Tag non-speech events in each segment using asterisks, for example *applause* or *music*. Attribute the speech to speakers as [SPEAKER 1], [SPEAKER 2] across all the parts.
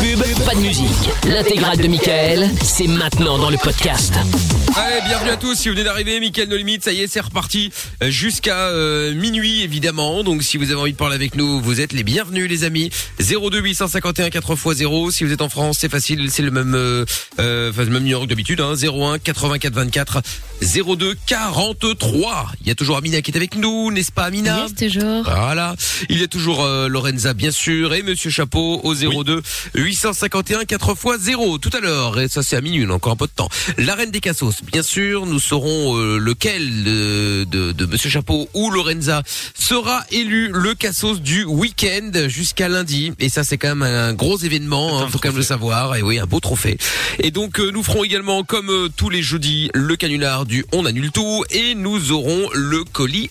[SPEAKER 1] pub, pas de musique. L'intégrale de Michael, c'est maintenant dans le podcast.
[SPEAKER 2] Allez, bienvenue à tous. Si vous venez d'arriver, Mickaël No Limite, ça y est, c'est reparti Euh, jusqu'à euh, minuit évidemment. Donc si vous avez envie de parler avec nous, vous êtes les bienvenus les amis. 02 851 4x0. Si vous êtes en France, c'est facile, c'est le même euh, euh, enfin, le même numéro que d'habitude hein. 01 84 24 02 43. Il y a toujours Amina qui est avec nous, n'est-ce pas Amina
[SPEAKER 3] Yes, toujours.
[SPEAKER 2] Voilà. Il y a toujours euh, Lorenza, bien sûr, et Monsieur Chapeau au 02 851 4 x 0 tout à l'heure. Et ça, c'est à minuit, on a encore un peu de temps. La Reine des Cassos, bien sûr, nous saurons euh, lequel euh, de, de Monsieur Chapeau ou Lorenza sera élu le Cassos du week-end jusqu'à lundi. Et ça, c'est quand même un gros événement, hein, faut quand même le savoir. Et oui, un beau trophée. Et donc, euh, nous ferons également, comme euh, tous les jeudis, le canular du On annule tout, et nous aurons le colis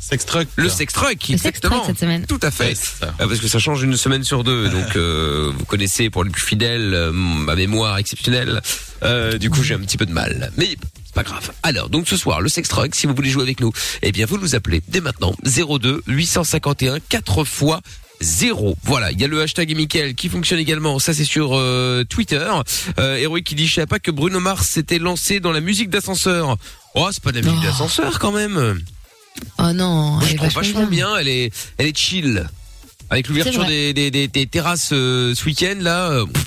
[SPEAKER 4] Sextruck.
[SPEAKER 2] le sex truck,
[SPEAKER 3] Le sex
[SPEAKER 2] exactement.
[SPEAKER 3] truck cette semaine.
[SPEAKER 2] Tout à fait. Ah, Parce que ça change une semaine sur deux. Donc, euh, vous connaissez pour les plus fidèles euh, ma mémoire exceptionnelle. Euh, du coup, j'ai un petit peu de mal. Mais c'est pas grave. Alors, donc ce soir, le sex truck, si vous voulez jouer avec nous, eh bien, vous nous appelez dès maintenant 02 851 4 fois 0. Voilà, il y a le hashtag Mickaël qui fonctionne également, ça c'est sur euh, Twitter. Euh, Héroïque qui dit, je savais pas que Bruno Mars s'était lancé dans la musique d'ascenseur. Oh, c'est pas de la musique
[SPEAKER 3] Oh.
[SPEAKER 2] d'ascenseur quand même.
[SPEAKER 3] Oh non,
[SPEAKER 2] Moi,
[SPEAKER 3] elle
[SPEAKER 2] je
[SPEAKER 3] est
[SPEAKER 2] trouve
[SPEAKER 3] vachement, bien.
[SPEAKER 2] Elle est, elle est chill. Avec l'ouverture
[SPEAKER 3] C'est vrai.
[SPEAKER 2] des, des, des- des terrasses euh, ce week-end, là, euh, pff,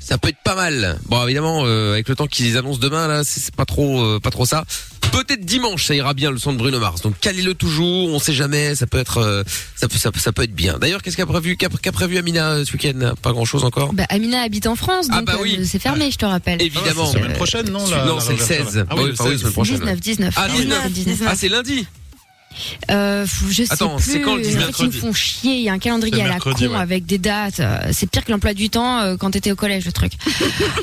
[SPEAKER 2] ça peut être pas mal. Bon, évidemment, euh, avec le temps qu'ils annoncent demain, là, c'est c'est pas trop, euh, pas trop ça. Peut-être dimanche, ça ira bien le son de Bruno Mars. Donc calez-le toujours. On sait jamais. Ça peut être, euh, ça, peut, ça, peut- ça peut être bien. D'ailleurs, qu'est-ce qu'a prévu, qu'a qu'a prévu Amina euh, ce week-end Pas grand-chose encore.
[SPEAKER 4] Ah,
[SPEAKER 3] Bah, Amina habite en France, donc
[SPEAKER 2] Ah bah
[SPEAKER 3] euh,
[SPEAKER 2] oui.
[SPEAKER 3] c'est fermé, je te rappelle. Ah,
[SPEAKER 2] Évidemment.
[SPEAKER 4] La semaine prochaine, non la-
[SPEAKER 2] non,
[SPEAKER 4] la
[SPEAKER 2] c'est le
[SPEAKER 4] réouverture,
[SPEAKER 2] 16.
[SPEAKER 4] là. Ah oui,
[SPEAKER 2] Bah
[SPEAKER 4] le
[SPEAKER 2] bah la
[SPEAKER 4] 16.
[SPEAKER 2] semaine prochaine.
[SPEAKER 3] 19, 19.
[SPEAKER 2] Ah, 19.
[SPEAKER 3] 19.
[SPEAKER 2] Ah, c'est lundi.
[SPEAKER 3] Euh, faut- je sais
[SPEAKER 2] Attends,
[SPEAKER 3] plus. euh,
[SPEAKER 2] c'est quand le
[SPEAKER 3] en fait,
[SPEAKER 2] 19?
[SPEAKER 3] ils me font chier. Il y a un calendrier
[SPEAKER 4] C'est
[SPEAKER 3] à la con
[SPEAKER 4] mercredi, ouais.
[SPEAKER 3] avec des dates. Euh, C'est pire que l'emploi du temps euh, quand t'étais au collège, le
[SPEAKER 2] *laughs*
[SPEAKER 3] truc.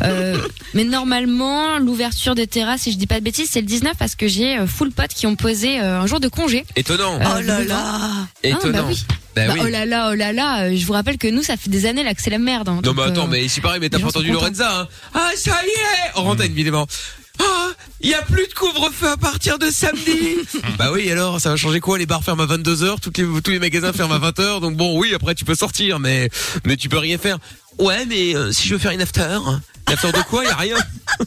[SPEAKER 3] Euh, mais normalement, l'ouverture des terrasses, si je dis pas de bêtises, c'est le 19 parce que j'ai euh, full potes qui ont posé euh, un jour de congé.
[SPEAKER 2] Étonnant.
[SPEAKER 3] Euh,
[SPEAKER 5] Oh là
[SPEAKER 3] le vingt.
[SPEAKER 5] là
[SPEAKER 3] bah
[SPEAKER 2] Étonnant.
[SPEAKER 3] oui.
[SPEAKER 2] Bah
[SPEAKER 3] Bah,
[SPEAKER 2] oui.
[SPEAKER 3] Oh là là, oh là là. euh, Je vous rappelle que nous, ça fait des années là que c'est la merde. hein.
[SPEAKER 2] Non
[SPEAKER 3] Donc,
[SPEAKER 2] mais attends,
[SPEAKER 3] euh,
[SPEAKER 2] mais c'est pareil, mais t'as
[SPEAKER 3] les
[SPEAKER 2] pas
[SPEAKER 3] gens sont
[SPEAKER 2] entendu
[SPEAKER 3] contents.
[SPEAKER 2] Lorenza, hein Ah ça y est En antenne, évidemment. Ah, il y a plus de couvre-feu à partir de samedi Bah oui, alors, ça va changer quoi Les bars ferment à 22h, toutes les, tous les magasins ferment à 20h, donc bon, oui, après tu peux sortir, mais, mais tu peux rien faire. Ouais, mais euh, si je veux faire une after, une after de quoi Il
[SPEAKER 3] *laughs*
[SPEAKER 2] a rien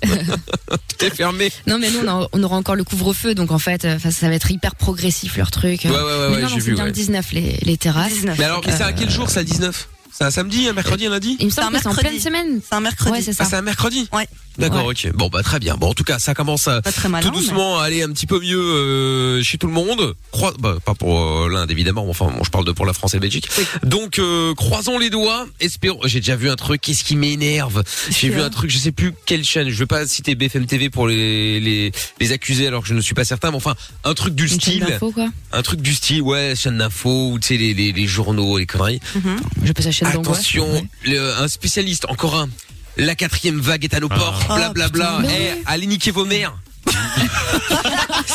[SPEAKER 2] Tout est fermé
[SPEAKER 3] Non, mais nous, on, a- on aura encore le couvre-feu, donc en fait, euh, enfin, ça va être hyper progressif leur truc.
[SPEAKER 2] Ouais, ouais, ouais,
[SPEAKER 3] mais non,
[SPEAKER 2] ouais,
[SPEAKER 3] non,
[SPEAKER 2] j'ai
[SPEAKER 3] c'est
[SPEAKER 2] vu,
[SPEAKER 3] bien
[SPEAKER 2] ouais.
[SPEAKER 3] le 19, les, les terrasses.
[SPEAKER 2] Mais alors, mais c'est à quel jour ça, le 19 C'est un samedi, un mercredi, un lundi
[SPEAKER 3] Euh. Il me semble
[SPEAKER 5] C'est un
[SPEAKER 3] que c'est en pleine
[SPEAKER 5] mercredi.
[SPEAKER 3] semaine.
[SPEAKER 5] C'est un mercredi.
[SPEAKER 3] Ouais, c'est ça.
[SPEAKER 2] Ah, c'est un mercredi
[SPEAKER 5] Ouais.
[SPEAKER 2] D'accord, ok. Bon, bah très bien. Bon, en tout cas, ça commence à,
[SPEAKER 5] Pas très malin.
[SPEAKER 2] tout doucement à aller un petit peu mieux euh, chez tout le monde. Croi- bah, pas pour euh, l'Inde évidemment, mais enfin bon, je parle de pour la France et la Belgique. Donc euh, croisons les doigts, espérons. J'ai déjà vu un truc, qu'est-ce qui m'énerve J'ai vu un truc, je sais plus quelle chaîne. Je vais pas citer BFM TV pour les les, les accuser alors que je ne suis pas certain, mais enfin un truc du
[SPEAKER 3] Une chaîne
[SPEAKER 2] style,
[SPEAKER 3] d'info, quoi.
[SPEAKER 2] un truc du style, ouais, chaîne d'info ou tu sais les, les les journaux, les conneries.
[SPEAKER 3] Mhm. Je passe la chaîne d'angoisse.
[SPEAKER 2] Attention,
[SPEAKER 3] ouais.
[SPEAKER 2] le- un spécialiste, encore un. La quatrième vague est à nos portes,
[SPEAKER 5] Ah.
[SPEAKER 2] blablabla.
[SPEAKER 5] Oh, putain.
[SPEAKER 2] Eh, allez niquer vos mères.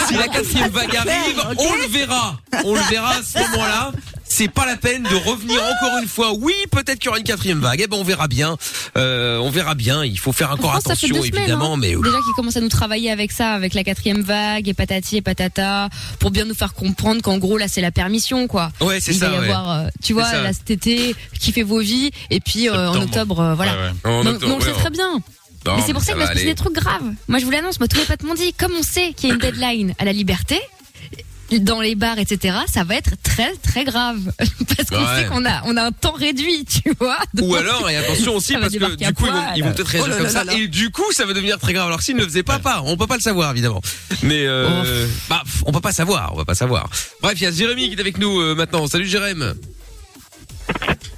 [SPEAKER 2] si
[SPEAKER 3] Ah.
[SPEAKER 2] la quatrième vague arrive, on le verra. On le verra à ce moment-là. C'est pas la peine de revenir encore une fois. Oui, peut-être qu'il y aura une quatrième vague. Eh ben, on verra bien. Euh, on verra bien. Il faut faire
[SPEAKER 3] En
[SPEAKER 2] encore
[SPEAKER 3] France, ça fait
[SPEAKER 2] attention,
[SPEAKER 3] deux semaines,
[SPEAKER 2] évidemment,
[SPEAKER 3] hein.
[SPEAKER 2] mais
[SPEAKER 3] Déjà qu'ils commencent à nous travailler avec ça, avec la quatrième vague et patati et patata, pour bien nous faire comprendre qu'en gros là c'est la permission quoi.
[SPEAKER 2] ouais, c'est
[SPEAKER 3] Il
[SPEAKER 2] ça.
[SPEAKER 3] va y
[SPEAKER 2] ouais.
[SPEAKER 3] avoir, euh, tu vois,
[SPEAKER 2] C'est ça.
[SPEAKER 3] là cet été, kiffez vos vies, et puis euh, en
[SPEAKER 4] Septembre.
[SPEAKER 3] octobre, euh, voilà.
[SPEAKER 4] Ouais, ouais.
[SPEAKER 2] En
[SPEAKER 3] Mais-
[SPEAKER 2] octobre,
[SPEAKER 3] mais on le sait
[SPEAKER 2] ouais,
[SPEAKER 3] très bien.
[SPEAKER 2] non,
[SPEAKER 3] mais c'est pour ça qu'il
[SPEAKER 2] va
[SPEAKER 3] va se passer
[SPEAKER 2] aller.
[SPEAKER 3] des trucs graves. Moi, je vous l'annonce, moi, tous mes potes m'ont dit, comme on sait qu'il y a une deadline à la liberté, dans les bars, etc., ça va être très, très grave. *laughs* Parce qu'on
[SPEAKER 2] Bah Ouais.
[SPEAKER 3] sait qu'on a, on a un temps réduit, tu vois.
[SPEAKER 2] Ou
[SPEAKER 3] Donc,
[SPEAKER 2] alors, et attention
[SPEAKER 3] Ça
[SPEAKER 2] aussi,
[SPEAKER 3] va
[SPEAKER 2] parce que
[SPEAKER 3] débarquer
[SPEAKER 2] du
[SPEAKER 3] à
[SPEAKER 2] coup, ils vont,
[SPEAKER 3] poil.
[SPEAKER 2] ils vont peut-être réagir
[SPEAKER 5] Oh là
[SPEAKER 2] comme
[SPEAKER 5] là
[SPEAKER 2] ça.
[SPEAKER 5] là là.
[SPEAKER 2] Et du coup, ça va devenir très grave. Alors s'ils ne le faisaient pas, pas, on peut pas le savoir, évidemment. Mais, euh, bah, pff, on peut pas savoir, on va pas savoir. Bref, il y a Jérémy qui est avec nous euh, maintenant. Salut Jérémy.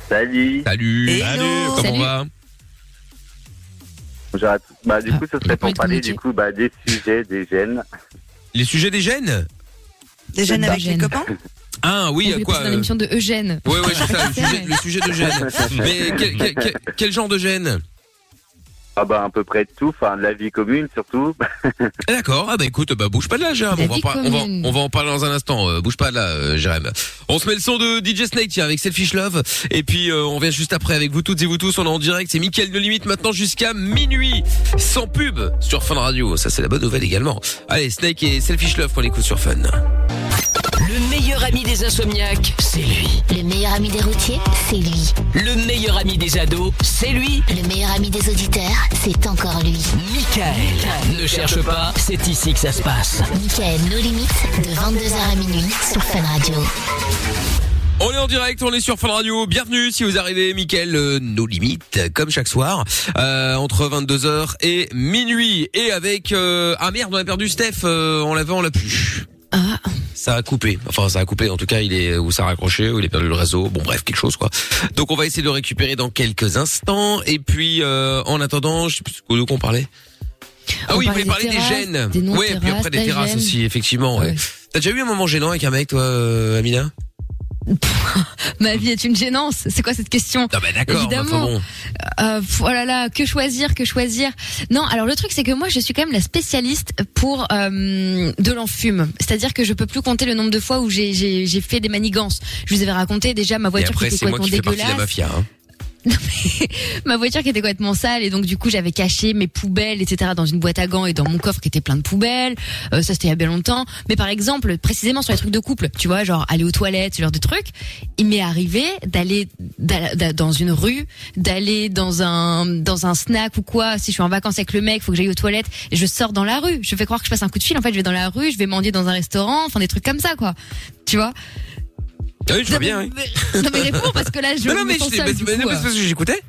[SPEAKER 6] Salut.
[SPEAKER 2] Salut.
[SPEAKER 5] Hello.
[SPEAKER 2] Comment
[SPEAKER 3] Salut.
[SPEAKER 2] on va
[SPEAKER 6] Bonjour à tous. Bah, du
[SPEAKER 3] Ah,
[SPEAKER 6] coup, ce
[SPEAKER 3] il a
[SPEAKER 6] serait
[SPEAKER 3] pas
[SPEAKER 6] pour
[SPEAKER 3] été
[SPEAKER 6] parler
[SPEAKER 3] niqué.
[SPEAKER 6] du coup bah, des sujets, des gènes.
[SPEAKER 2] Les sujets des gènes
[SPEAKER 5] Des jeunes
[SPEAKER 3] Des
[SPEAKER 5] avec les
[SPEAKER 3] jeunes.
[SPEAKER 5] copains
[SPEAKER 2] Ah
[SPEAKER 3] on
[SPEAKER 2] oui,
[SPEAKER 3] fait
[SPEAKER 2] à quoi
[SPEAKER 3] passer dans
[SPEAKER 2] euh,
[SPEAKER 3] l'émission de Eugène.
[SPEAKER 2] Ouais, ouais, c'est ça,
[SPEAKER 3] *laughs*
[SPEAKER 2] le
[SPEAKER 3] C'est
[SPEAKER 2] sujet,
[SPEAKER 3] vrai.
[SPEAKER 2] le sujet de gènes. Mais quel, quel- quel- quel genre de gènes
[SPEAKER 6] Ah bah à peu près de tout, enfin de la vie commune surtout.
[SPEAKER 2] Ah, D'accord, ah bah écoute, bah bouge pas de là, Jérém.
[SPEAKER 3] La
[SPEAKER 2] On, va en
[SPEAKER 3] vie
[SPEAKER 2] par- on, va,
[SPEAKER 3] commune.
[SPEAKER 2] on va en parler dans un instant. euh, bouge pas de là, euh, Jérém. On se met le son de DJ Snake tiens, avec Selfish Love. Et puis euh, on vient juste après avec vous toutes et vous tous. On est en direct. C'est Mickaël de Limite maintenant jusqu'à minuit. Sans pub sur Fun Radio. Ça c'est la bonne nouvelle également. Allez, Snake et Selfish Love pour l'écoute sur Fun.
[SPEAKER 1] Le meilleur meilleur ami des insomniaques, c'est lui.
[SPEAKER 4] Le meilleur ami des routiers, c'est lui.
[SPEAKER 1] Le meilleur ami des ados, c'est lui.
[SPEAKER 4] Le meilleur ami des auditeurs, c'est encore lui.
[SPEAKER 1] Michael. Ne cherche pas, c'est ici que ça se passe.
[SPEAKER 4] Michael, nos limites, de 22h à minuit sur Fun Radio.
[SPEAKER 2] On est en direct, on est sur Fun Radio. Bienvenue si vous arrivez, Mickaël, euh, nos limites, euh, comme chaque soir, euh, entre 22h et minuit. Et avec... Euh, ah merde, on a perdu Steph, euh, on l'avait, on l'a plus.
[SPEAKER 3] Ah.
[SPEAKER 2] Ça a coupé, enfin ça a coupé, en tout cas il est ou ça a raccroché, ou il a perdu le réseau, bon bref, quelque chose quoi. Donc on va essayer de le récupérer dans quelques instants. Et puis euh, en attendant, je sais plus de quoi on parlait. Ah
[SPEAKER 3] On
[SPEAKER 2] oui, vous voulez
[SPEAKER 3] parlait des
[SPEAKER 2] parler des
[SPEAKER 3] terrasses,
[SPEAKER 2] gènes.
[SPEAKER 3] des non
[SPEAKER 2] ouais, puis après
[SPEAKER 3] terrasses,
[SPEAKER 2] des
[SPEAKER 3] des
[SPEAKER 2] terrasses
[SPEAKER 3] gènes.
[SPEAKER 2] aussi, effectivement. ouais.
[SPEAKER 3] Ouais.
[SPEAKER 2] T'as déjà eu un moment gênant avec un mec, toi, euh, Amina
[SPEAKER 3] Ma vie est une gênance. C'est quoi cette question
[SPEAKER 2] Non, mais d'accord. mais enfin
[SPEAKER 3] Évidemment.
[SPEAKER 2] bon.
[SPEAKER 3] euh, pff, oh là là, que choisir, que choisir. Non, alors le truc c'est que moi je suis quand même la spécialiste pour euh, de l'enfume. C'est-à-dire que je peux plus compter le nombre de fois où j'ai- j'ai j'ai fait des manigances. Je vous avais raconté déjà ma
[SPEAKER 2] Et
[SPEAKER 3] voiture
[SPEAKER 2] après,
[SPEAKER 3] qui
[SPEAKER 2] c'est
[SPEAKER 3] était
[SPEAKER 2] moi
[SPEAKER 3] complètement
[SPEAKER 2] qui fais partie de la
[SPEAKER 3] dégueulasse.
[SPEAKER 2] mafia. Hein.
[SPEAKER 3] ma voiture qui était complètement sale et donc du coup j'avais caché mes poubelles etc dans une boîte à gants et dans mon coffre qui était plein de poubelles Euh, ça c'était il y a bien longtemps mais par exemple précisément sur les trucs de couple tu vois genre aller aux toilettes ce genre de trucs il m'est arrivé d'aller d'a- d'a- dans une rue d'aller dans un dans un snack ou quoi si je suis en vacances avec le mec faut que j'aille aux toilettes et je sors dans la rue je fais croire que je passe un coup de fil en fait je vais dans la rue je vais mendier dans un restaurant enfin des trucs comme ça quoi tu vois
[SPEAKER 2] Ah oui, je vois bien. hein.
[SPEAKER 3] *laughs* non mais réponds parce que là je
[SPEAKER 2] Non, non,
[SPEAKER 3] me
[SPEAKER 2] mais je
[SPEAKER 3] sens
[SPEAKER 2] sais,
[SPEAKER 3] seule,
[SPEAKER 2] mais-
[SPEAKER 3] du
[SPEAKER 2] mais-
[SPEAKER 3] coup,
[SPEAKER 2] non, mais
[SPEAKER 3] euh.
[SPEAKER 2] c'est parce que j'écoutais.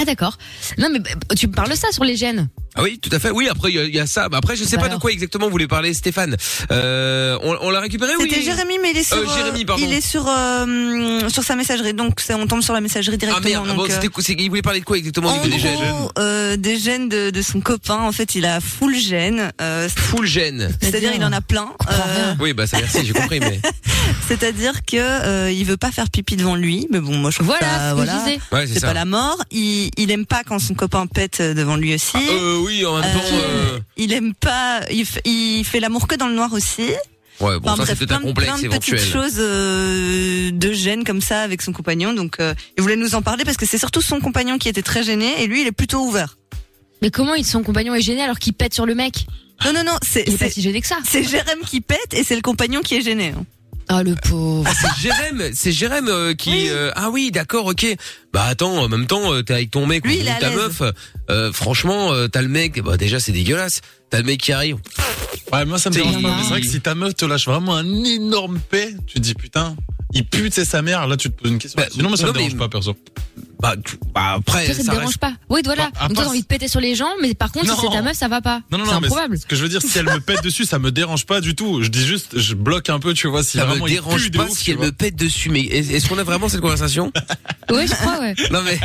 [SPEAKER 3] Ah d'accord. Non mais bah, tu me parles de ça sur les gènes.
[SPEAKER 2] Ah oui, tout à fait. Oui, après, il y a- il y, a ça. Mais après, je sais
[SPEAKER 3] Bah
[SPEAKER 2] pas de
[SPEAKER 3] alors.
[SPEAKER 2] quoi exactement vous voulez parler, Stéphane. Euh, on on l'a récupéré, oui
[SPEAKER 5] C'était Jérémy, mais il est sur,
[SPEAKER 2] Euh,
[SPEAKER 5] euh,
[SPEAKER 2] Jérémy, pardon.
[SPEAKER 5] il est sur, euh, sur sa messagerie, donc c'est- on tombe sur la messagerie
[SPEAKER 2] Ah
[SPEAKER 5] directement.
[SPEAKER 2] merde, ah bon,
[SPEAKER 5] donc, euh,
[SPEAKER 2] c'était quoi- c'est- il voulait parler de quoi exactement au
[SPEAKER 5] en
[SPEAKER 2] niveau des gènes
[SPEAKER 5] gros, euh, des gènes de, de son copain. En fait, il a full gène. euh,
[SPEAKER 2] Full gène.
[SPEAKER 5] c'est-à-dire, il en a plein. euh,
[SPEAKER 2] Oui, bah ça, merci, j'ai compris, mais.
[SPEAKER 5] c'est-à-dire que euh, il veut pas faire pipi devant lui, mais bon, moi je trouve
[SPEAKER 3] Voilà
[SPEAKER 5] ça,
[SPEAKER 3] ce que
[SPEAKER 5] voilà,
[SPEAKER 3] je disais.
[SPEAKER 2] Ouais, c'est
[SPEAKER 5] c'est pas
[SPEAKER 2] ça.
[SPEAKER 5] la mort. Il, il aime pas quand son copain pète euh, devant lui aussi.
[SPEAKER 2] Euh, oui, en même temps.
[SPEAKER 5] Euh,
[SPEAKER 2] euh,
[SPEAKER 5] Il aime pas. Il, f- il fait l'amour que dans le noir aussi.
[SPEAKER 2] Ouais, bon,
[SPEAKER 5] Enfin,
[SPEAKER 2] ça, c'est
[SPEAKER 5] bref,
[SPEAKER 2] peut-être
[SPEAKER 5] plein,
[SPEAKER 2] un
[SPEAKER 5] de-
[SPEAKER 2] complexe
[SPEAKER 5] plein de petites
[SPEAKER 2] éventuel.
[SPEAKER 5] choses euh, de gêne comme ça avec son compagnon. Donc, euh, il voulait nous en parler parce que c'est surtout son compagnon qui était très gêné et lui, il est plutôt *laughs* ouvert.
[SPEAKER 3] Mais comment il- son compagnon est gêné alors qu'il pète sur le mec
[SPEAKER 5] Non, non, non, c'est
[SPEAKER 3] Il est pas
[SPEAKER 5] c'est-
[SPEAKER 3] si gêné que ça.
[SPEAKER 5] c'est Jérém qui pète et c'est le compagnon qui est gêné. hein.
[SPEAKER 3] Ah le pauvre.
[SPEAKER 2] Ah, c'est Jérém, c'est Jérém euh, qui. euh, ah oui, d'accord, ok. Bah attends, en même temps, euh, t'es avec ton mec
[SPEAKER 5] Lui,
[SPEAKER 2] ou
[SPEAKER 5] il est à
[SPEAKER 2] ta
[SPEAKER 5] l'aise.
[SPEAKER 2] meuf. euh, franchement, euh, t'as le mec. Bah déjà, c'est dégueulasse. T'as le mec qui arrive.
[SPEAKER 7] Ouais, moi ça me
[SPEAKER 2] C'est-
[SPEAKER 7] dérange pas. mais C'est vrai que si ta meuf te lâche vraiment un énorme paix, tu te dis putain, il pue, c'est sa mère. Là, tu te poses une question.
[SPEAKER 2] Bah,
[SPEAKER 7] Sinon, moi ça
[SPEAKER 2] non,
[SPEAKER 7] me dérange
[SPEAKER 2] mais-
[SPEAKER 7] pas perso.
[SPEAKER 2] Bah, tu- bah, après,
[SPEAKER 3] Toi, ça te
[SPEAKER 2] ça
[SPEAKER 3] dérange
[SPEAKER 2] reste.
[SPEAKER 3] pas. Oui, voilà.
[SPEAKER 7] Bah, à
[SPEAKER 3] Donc toi,
[SPEAKER 7] part-
[SPEAKER 3] t'as envie de péter sur les gens, mais par contre, si
[SPEAKER 7] Non.
[SPEAKER 3] c'est ta meuf, ça va pas.
[SPEAKER 7] Non, non,
[SPEAKER 3] C'est
[SPEAKER 7] non. mais
[SPEAKER 3] improbable.
[SPEAKER 7] ce que je veux dire, si elle me
[SPEAKER 2] *laughs*
[SPEAKER 7] pète dessus, ça me dérange pas du tout. Je dis juste, je bloque un peu, tu vois, si
[SPEAKER 2] Ça
[SPEAKER 7] vraiment
[SPEAKER 2] me
[SPEAKER 7] il pue
[SPEAKER 2] dérange
[SPEAKER 7] de
[SPEAKER 2] pas
[SPEAKER 7] ouf,
[SPEAKER 2] si
[SPEAKER 7] tu
[SPEAKER 2] elle
[SPEAKER 7] vois.
[SPEAKER 2] me pète dessus. Mais est- est-ce qu'on a vraiment cette conversation
[SPEAKER 3] Ouais, je crois, Ah ouais.
[SPEAKER 2] Non
[SPEAKER 7] *laughs*
[SPEAKER 2] mais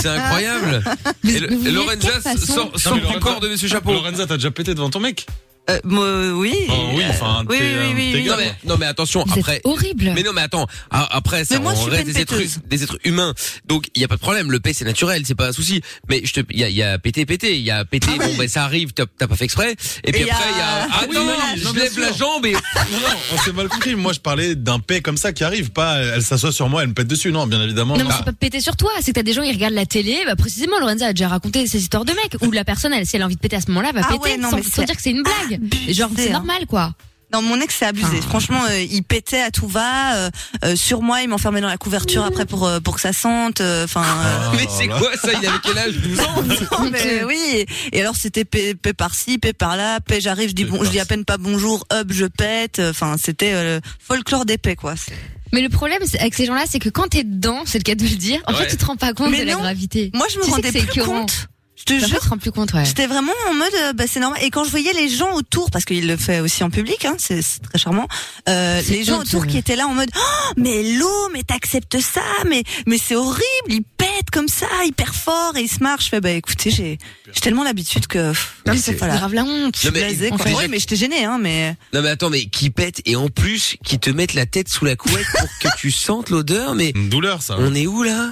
[SPEAKER 2] c'est incroyable. Et, le-
[SPEAKER 3] mais vous
[SPEAKER 2] et
[SPEAKER 3] voulez de
[SPEAKER 2] Lorenza
[SPEAKER 3] quelle façon
[SPEAKER 2] sort,
[SPEAKER 7] Non,
[SPEAKER 2] sort
[SPEAKER 7] mais
[SPEAKER 2] du
[SPEAKER 7] Lorenza-
[SPEAKER 2] corps de Monsieur Chapeau.
[SPEAKER 7] Lorenza, t'as déjà pété devant ton mec
[SPEAKER 5] Euh, moi, oui.
[SPEAKER 7] Oh oui, enfin,
[SPEAKER 5] oui,
[SPEAKER 7] t'es,
[SPEAKER 5] oui,
[SPEAKER 7] euh,
[SPEAKER 5] oui,
[SPEAKER 7] t'es
[SPEAKER 5] oui.
[SPEAKER 7] gars,
[SPEAKER 2] Non mais, non mais attention
[SPEAKER 3] Vous
[SPEAKER 2] après.
[SPEAKER 3] êtes horrible.
[SPEAKER 2] Mais non mais attends a- après ça
[SPEAKER 5] Mais moi, je
[SPEAKER 2] on
[SPEAKER 5] suis
[SPEAKER 2] reste
[SPEAKER 5] pas une
[SPEAKER 2] des êtres
[SPEAKER 5] péteuse.
[SPEAKER 2] des êtres humains donc il y a pas de problème le P c'est naturel c'est pas un souci mais je te il y a, il y a pété pété il y a pété bon ben ça arrive t'as t'as pas fait exprès et puis
[SPEAKER 5] Ah Et
[SPEAKER 2] après il
[SPEAKER 5] y
[SPEAKER 2] y a
[SPEAKER 5] a-
[SPEAKER 2] ah
[SPEAKER 7] Oui,
[SPEAKER 2] non,
[SPEAKER 7] oui,
[SPEAKER 2] je
[SPEAKER 7] non, bien
[SPEAKER 2] lève la
[SPEAKER 7] sûr.
[SPEAKER 2] jambe et
[SPEAKER 7] Non, non, on s'est mal compris. Moi, je parlais d'un paix comme ça qui arrive, pas euh, elle s'assoit sur moi, elle me pète dessus. Non, bien évidemment.
[SPEAKER 3] Non, mais
[SPEAKER 7] non.
[SPEAKER 3] c'est pas péter sur toi, c'est que t'as des gens qui regardent la télé, bah précisément Lorenza a déjà raconté ces histoires de mecs, où la personne, elle, si elle a envie de péter à ce moment-là, va
[SPEAKER 5] Ah
[SPEAKER 3] bah, péter
[SPEAKER 5] ouais, non,
[SPEAKER 3] sans,
[SPEAKER 5] mais
[SPEAKER 3] sans
[SPEAKER 5] c'est
[SPEAKER 3] dire que c'est une blague. Et Genre,
[SPEAKER 5] abusé,
[SPEAKER 3] c'est
[SPEAKER 5] hein.
[SPEAKER 3] normal, quoi.
[SPEAKER 5] Non, mon ex, c'est abusé.
[SPEAKER 3] Ah.
[SPEAKER 5] Franchement, euh, il pétait à tout va. euh, euh, sur moi, il m'enfermait dans la couverture après pour euh, pour que ça sente. euh, Enfin. euh, *laughs*
[SPEAKER 7] Ah,
[SPEAKER 2] *laughs* mais c'est
[SPEAKER 7] voilà.
[SPEAKER 2] quoi ça il avait quel âge 12 ans
[SPEAKER 3] *laughs*
[SPEAKER 5] Non, mais oui. Et alors c'était paix, paix par-ci, paix par-là, paix j'arrive, je dis
[SPEAKER 7] Paix
[SPEAKER 5] bon, je dis à
[SPEAKER 7] par-ci.
[SPEAKER 5] peine pas bonjour, hop, je pète. Enfin, c'était euh, le folklore des paix quoi. C'est-
[SPEAKER 3] Mais le problème c'est- avec ces gens-là, c'est que quand t'es dedans, c'est le cas de le dire, en
[SPEAKER 2] Ouais.
[SPEAKER 3] fait, tu te rends pas compte
[SPEAKER 5] Mais
[SPEAKER 3] de la
[SPEAKER 5] non.
[SPEAKER 3] gravité.
[SPEAKER 5] Moi, je me
[SPEAKER 3] Tu sais
[SPEAKER 5] rendais
[SPEAKER 3] que c'est
[SPEAKER 5] plus
[SPEAKER 3] écœurant.
[SPEAKER 5] compte. Je te
[SPEAKER 3] En fait,
[SPEAKER 5] jure.
[SPEAKER 3] tu te rends plus compte, ouais.
[SPEAKER 5] J'étais vraiment en mode, euh, bah, c'est normal. Et quand je voyais les gens autour, parce qu'il le fait aussi en public, hein, c'est c'est très charmant, euh,
[SPEAKER 3] C'est
[SPEAKER 5] les gens
[SPEAKER 3] honteux,
[SPEAKER 5] autour qui
[SPEAKER 3] ouais.
[SPEAKER 5] étaient là en mode, oh, mais l'eau, mais t'acceptes ça, mais mais c'est horrible, il pète comme ça, hyper fort, et il se marre. Je fais, bah écoutez, j'ai j'ai tellement l'habitude que pff,
[SPEAKER 3] Non, mais
[SPEAKER 5] c'est
[SPEAKER 3] c'est
[SPEAKER 5] voilà.
[SPEAKER 3] grave la honte.
[SPEAKER 5] Je suis
[SPEAKER 2] mais-
[SPEAKER 5] blasée, quoi.
[SPEAKER 2] Déjà-
[SPEAKER 5] Ouais, mais j'étais gênée, hein, mais.
[SPEAKER 2] non mais attends mais qui pète et en plus qui te mettent la tête sous la couette pour que tu sentes l'odeur mais
[SPEAKER 7] Une douleur, ça.
[SPEAKER 2] on est où là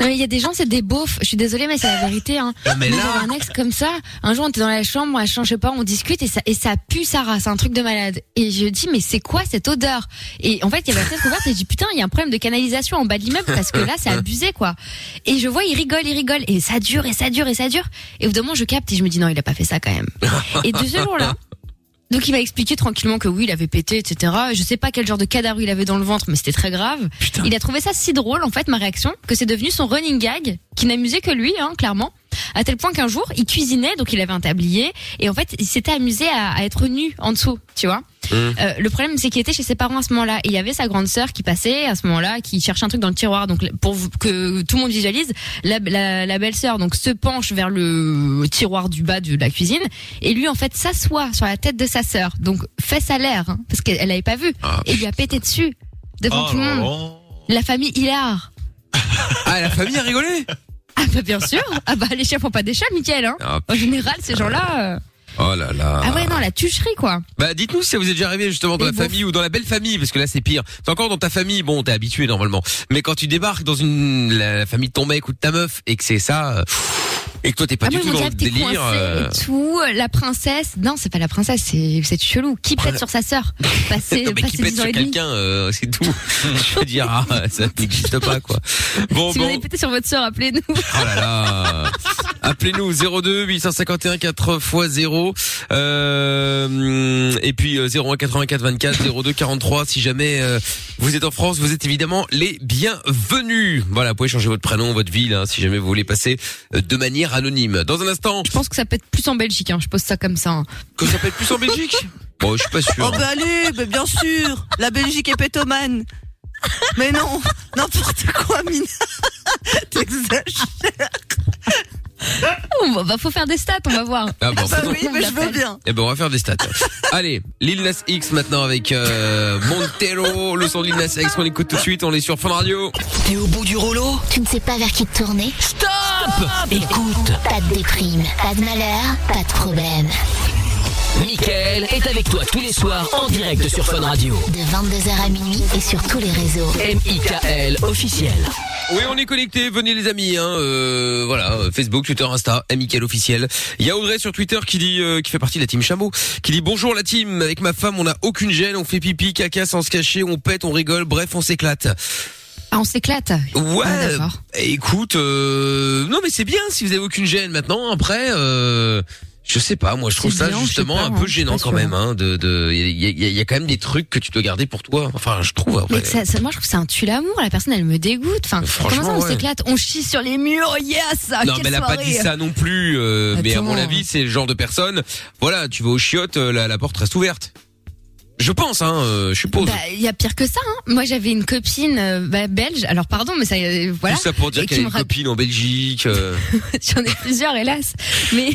[SPEAKER 3] Non, mais il y a des gens, c'est des beaufs. Je suis désolée, mais c'est la vérité. Hein.
[SPEAKER 2] non mais
[SPEAKER 3] Moi,
[SPEAKER 2] là
[SPEAKER 3] j'avais un ex comme ça. Un jour, on était dans la chambre, moi, je sais pas, on discute et ça, et ça pue sa race, un truc de malade. Et je dis, mais c'est quoi cette odeur Et en fait, il y avait la fenêtre ouverte et je dis, putain, il y a un problème de canalisation en bas de l'immeuble parce que là,
[SPEAKER 2] *laughs*
[SPEAKER 3] c'est abusé, quoi. Et je vois, il rigole, il rigole. Et ça
[SPEAKER 2] *laughs*
[SPEAKER 3] dure, et ça dure, et ça dure. Et au bout d'un moment, je capte et je me dis, non, il a pas fait ça quand même. Et de ce jour-là, Donc il m'a expliqué tranquillement que oui, il avait pété, etc. Je sais pas quel genre de cadavre il avait dans le ventre, mais c'était très grave.
[SPEAKER 5] Putain.
[SPEAKER 3] Il a trouvé ça si drôle, en fait, ma réaction, que c'est devenu son running gag, qui n'amusait que lui, hein, clairement. À tel point qu'un jour, il cuisinait, donc il avait un tablier, et en fait, il s'était amusé à, à être nu en dessous, tu vois. Euh, le problème, c'est qu'il était chez ses parents à ce moment-là, et il y avait sa grande sœur qui passait à ce moment-là, qui cherchait un truc dans le tiroir. Donc pour vous- que tout le monde visualise, la, la- la belle-sœur donc se penche vers le tiroir du bas de la cuisine, et lui en fait s'assoit sur la tête de sa sœur, donc fait sa l'air, hein, parce qu'elle l'avait pas vu,
[SPEAKER 2] Ah,
[SPEAKER 3] et lui a pété dessus devant
[SPEAKER 7] Oh
[SPEAKER 3] tout le
[SPEAKER 7] là
[SPEAKER 3] monde.
[SPEAKER 7] là.
[SPEAKER 3] La famille Hilar.
[SPEAKER 2] Ah, la famille a rigolé
[SPEAKER 3] Ah bah bien sûr. Ah bah les chefs ont pas des chats, Mickaël. Hein.
[SPEAKER 2] Ah,
[SPEAKER 3] En général, ces gens-là. euh,
[SPEAKER 2] Oh là là.
[SPEAKER 3] Ah ouais non, la tucherie quoi.
[SPEAKER 2] Bah dites-nous si ça vous est déjà arrivé justement dans
[SPEAKER 3] Mais
[SPEAKER 2] la
[SPEAKER 3] bon.
[SPEAKER 2] famille ou dans la belle famille parce que là c'est pire. C'est encore dans ta famille, bon t'es habitué normalement. Mais quand tu débarques dans une la, la famille de ton mec ou de ta meuf et que c'est ça euh, et que toi t'es pas
[SPEAKER 3] ah
[SPEAKER 2] du
[SPEAKER 3] moi, ils
[SPEAKER 2] tout
[SPEAKER 3] m'ont
[SPEAKER 2] dans
[SPEAKER 3] dit, ah,
[SPEAKER 2] le
[SPEAKER 3] t'es
[SPEAKER 2] délire.
[SPEAKER 3] coincé
[SPEAKER 2] euh,
[SPEAKER 3] et tout. La princesse. Non, c'est pas la princesse, c'est c'est chelou. Qui pète sur sa sœur Bah, Passer
[SPEAKER 2] *laughs* non, mais qui
[SPEAKER 3] passer
[SPEAKER 2] pète
[SPEAKER 3] 10 ans
[SPEAKER 2] sur
[SPEAKER 3] et demi.
[SPEAKER 2] quelqu'un, euh, c'est tout. *laughs* Je veux dire, ah, ça n'existe pas quoi.
[SPEAKER 3] *laughs*
[SPEAKER 2] Bon
[SPEAKER 3] Si vous avez
[SPEAKER 2] bon.
[SPEAKER 3] pété sur votre sœur,
[SPEAKER 2] *laughs*
[SPEAKER 3] appelez-nous.
[SPEAKER 2] Oh là là. Appelez-nous 02 851 4 x 0 euh, et puis euh, 01 84 24 02 43 si jamais euh, vous êtes en France, vous êtes évidemment les bienvenus. Voilà, vous pouvez changer votre prénom, votre ville hein, si jamais vous voulez passer euh, de manière anonyme. Dans un instant,
[SPEAKER 3] Je pense que ça pète plus en Belgique. Hein. Je pose ça comme ça. hein.
[SPEAKER 2] que ça s'appelle plus en Belgique Bon, je suis pas sûr.
[SPEAKER 5] Oh
[SPEAKER 2] hein.
[SPEAKER 5] bah allez, bah bien sûr, la Belgique est pétomane. Mais non, *laughs* n'importe quoi, Mina. *laughs* T'exagères.
[SPEAKER 3] *laughs* On va- va faut faire des stats, on va
[SPEAKER 2] *laughs*
[SPEAKER 3] voir.
[SPEAKER 2] Ah bon,
[SPEAKER 5] Bah
[SPEAKER 2] faisons-
[SPEAKER 5] oui, mais je veux bien.
[SPEAKER 2] Eh ben on va faire des stats. Allez, Lil Nas X maintenant avec euh, Montero, le son de Lil Nas X qu'on écoute tout de suite, on est sur Fun Radio.
[SPEAKER 1] T'es au bout du rouleau
[SPEAKER 4] Tu ne sais pas vers qui te tourner
[SPEAKER 1] Stop Écoute,
[SPEAKER 4] Pas de déprime, pas de malheur, pas de problème.
[SPEAKER 1] Mickaël est avec toi tous les soirs en direct sur Fun Radio.
[SPEAKER 4] De 22h à minuit et sur tous les réseaux.
[SPEAKER 1] M.I.K.L. officiel.
[SPEAKER 2] Oui, on est connectés, venez les amis, hein, euh, voilà, euh, Facebook, Twitter, Insta, Amical officiel. Il y a Audrey sur Twitter qui dit, euh, qui fait partie de la team Chameau, qui dit bonjour la team, avec ma femme on n'a aucune gêne, on fait pipi, caca sans se cacher, on pète, on rigole, bref on s'éclate.
[SPEAKER 3] Ah, on s'éclate.
[SPEAKER 2] Ouais,
[SPEAKER 3] Ah, d'accord.
[SPEAKER 2] écoute, euh, non mais c'est bien si vous avez aucune gêne maintenant, après... Euh, je sais pas, moi je trouve
[SPEAKER 3] C'est
[SPEAKER 2] ça
[SPEAKER 3] bien, je sais
[SPEAKER 2] justement
[SPEAKER 3] pas,
[SPEAKER 2] un
[SPEAKER 3] hein,
[SPEAKER 2] peu
[SPEAKER 3] je suis
[SPEAKER 2] gênant
[SPEAKER 3] pas
[SPEAKER 2] quand
[SPEAKER 3] sûre.
[SPEAKER 2] même. hein, de, de, il y a, il y a- il y a quand même des trucs que tu dois garder pour toi. Enfin, je trouve. après.
[SPEAKER 3] Mais que ça, ça- moi, je trouve que c'est un tue l'amour. La personne, elle me dégoûte. Enfin,
[SPEAKER 2] bah, Franchement,
[SPEAKER 3] comment ça, on
[SPEAKER 2] ouais.
[SPEAKER 3] s'éclate On chie sur les murs. Yes Ah,
[SPEAKER 2] Non,
[SPEAKER 3] Quelle
[SPEAKER 2] mais elle a pas
[SPEAKER 3] soirée
[SPEAKER 2] dit ça non plus. euh, mais à
[SPEAKER 3] Attends.
[SPEAKER 2] mon avis, c'est le genre de personne. Voilà, tu vas aux chiottes, euh, la, la porte reste ouverte. Je pense, hein, euh, je suppose.
[SPEAKER 3] Bah, il y a pire que ça. Hein. Moi, j'avais une copine euh, bah, belge. Alors, pardon, mais ça, euh, voilà.
[SPEAKER 2] Tout ça pour dire
[SPEAKER 3] Et
[SPEAKER 2] qu'elle
[SPEAKER 3] qui
[SPEAKER 2] a une
[SPEAKER 3] me ra-
[SPEAKER 2] copine en Belgique.
[SPEAKER 3] *laughs*
[SPEAKER 2] euh.
[SPEAKER 3] J'en ai plusieurs, hélas. Mais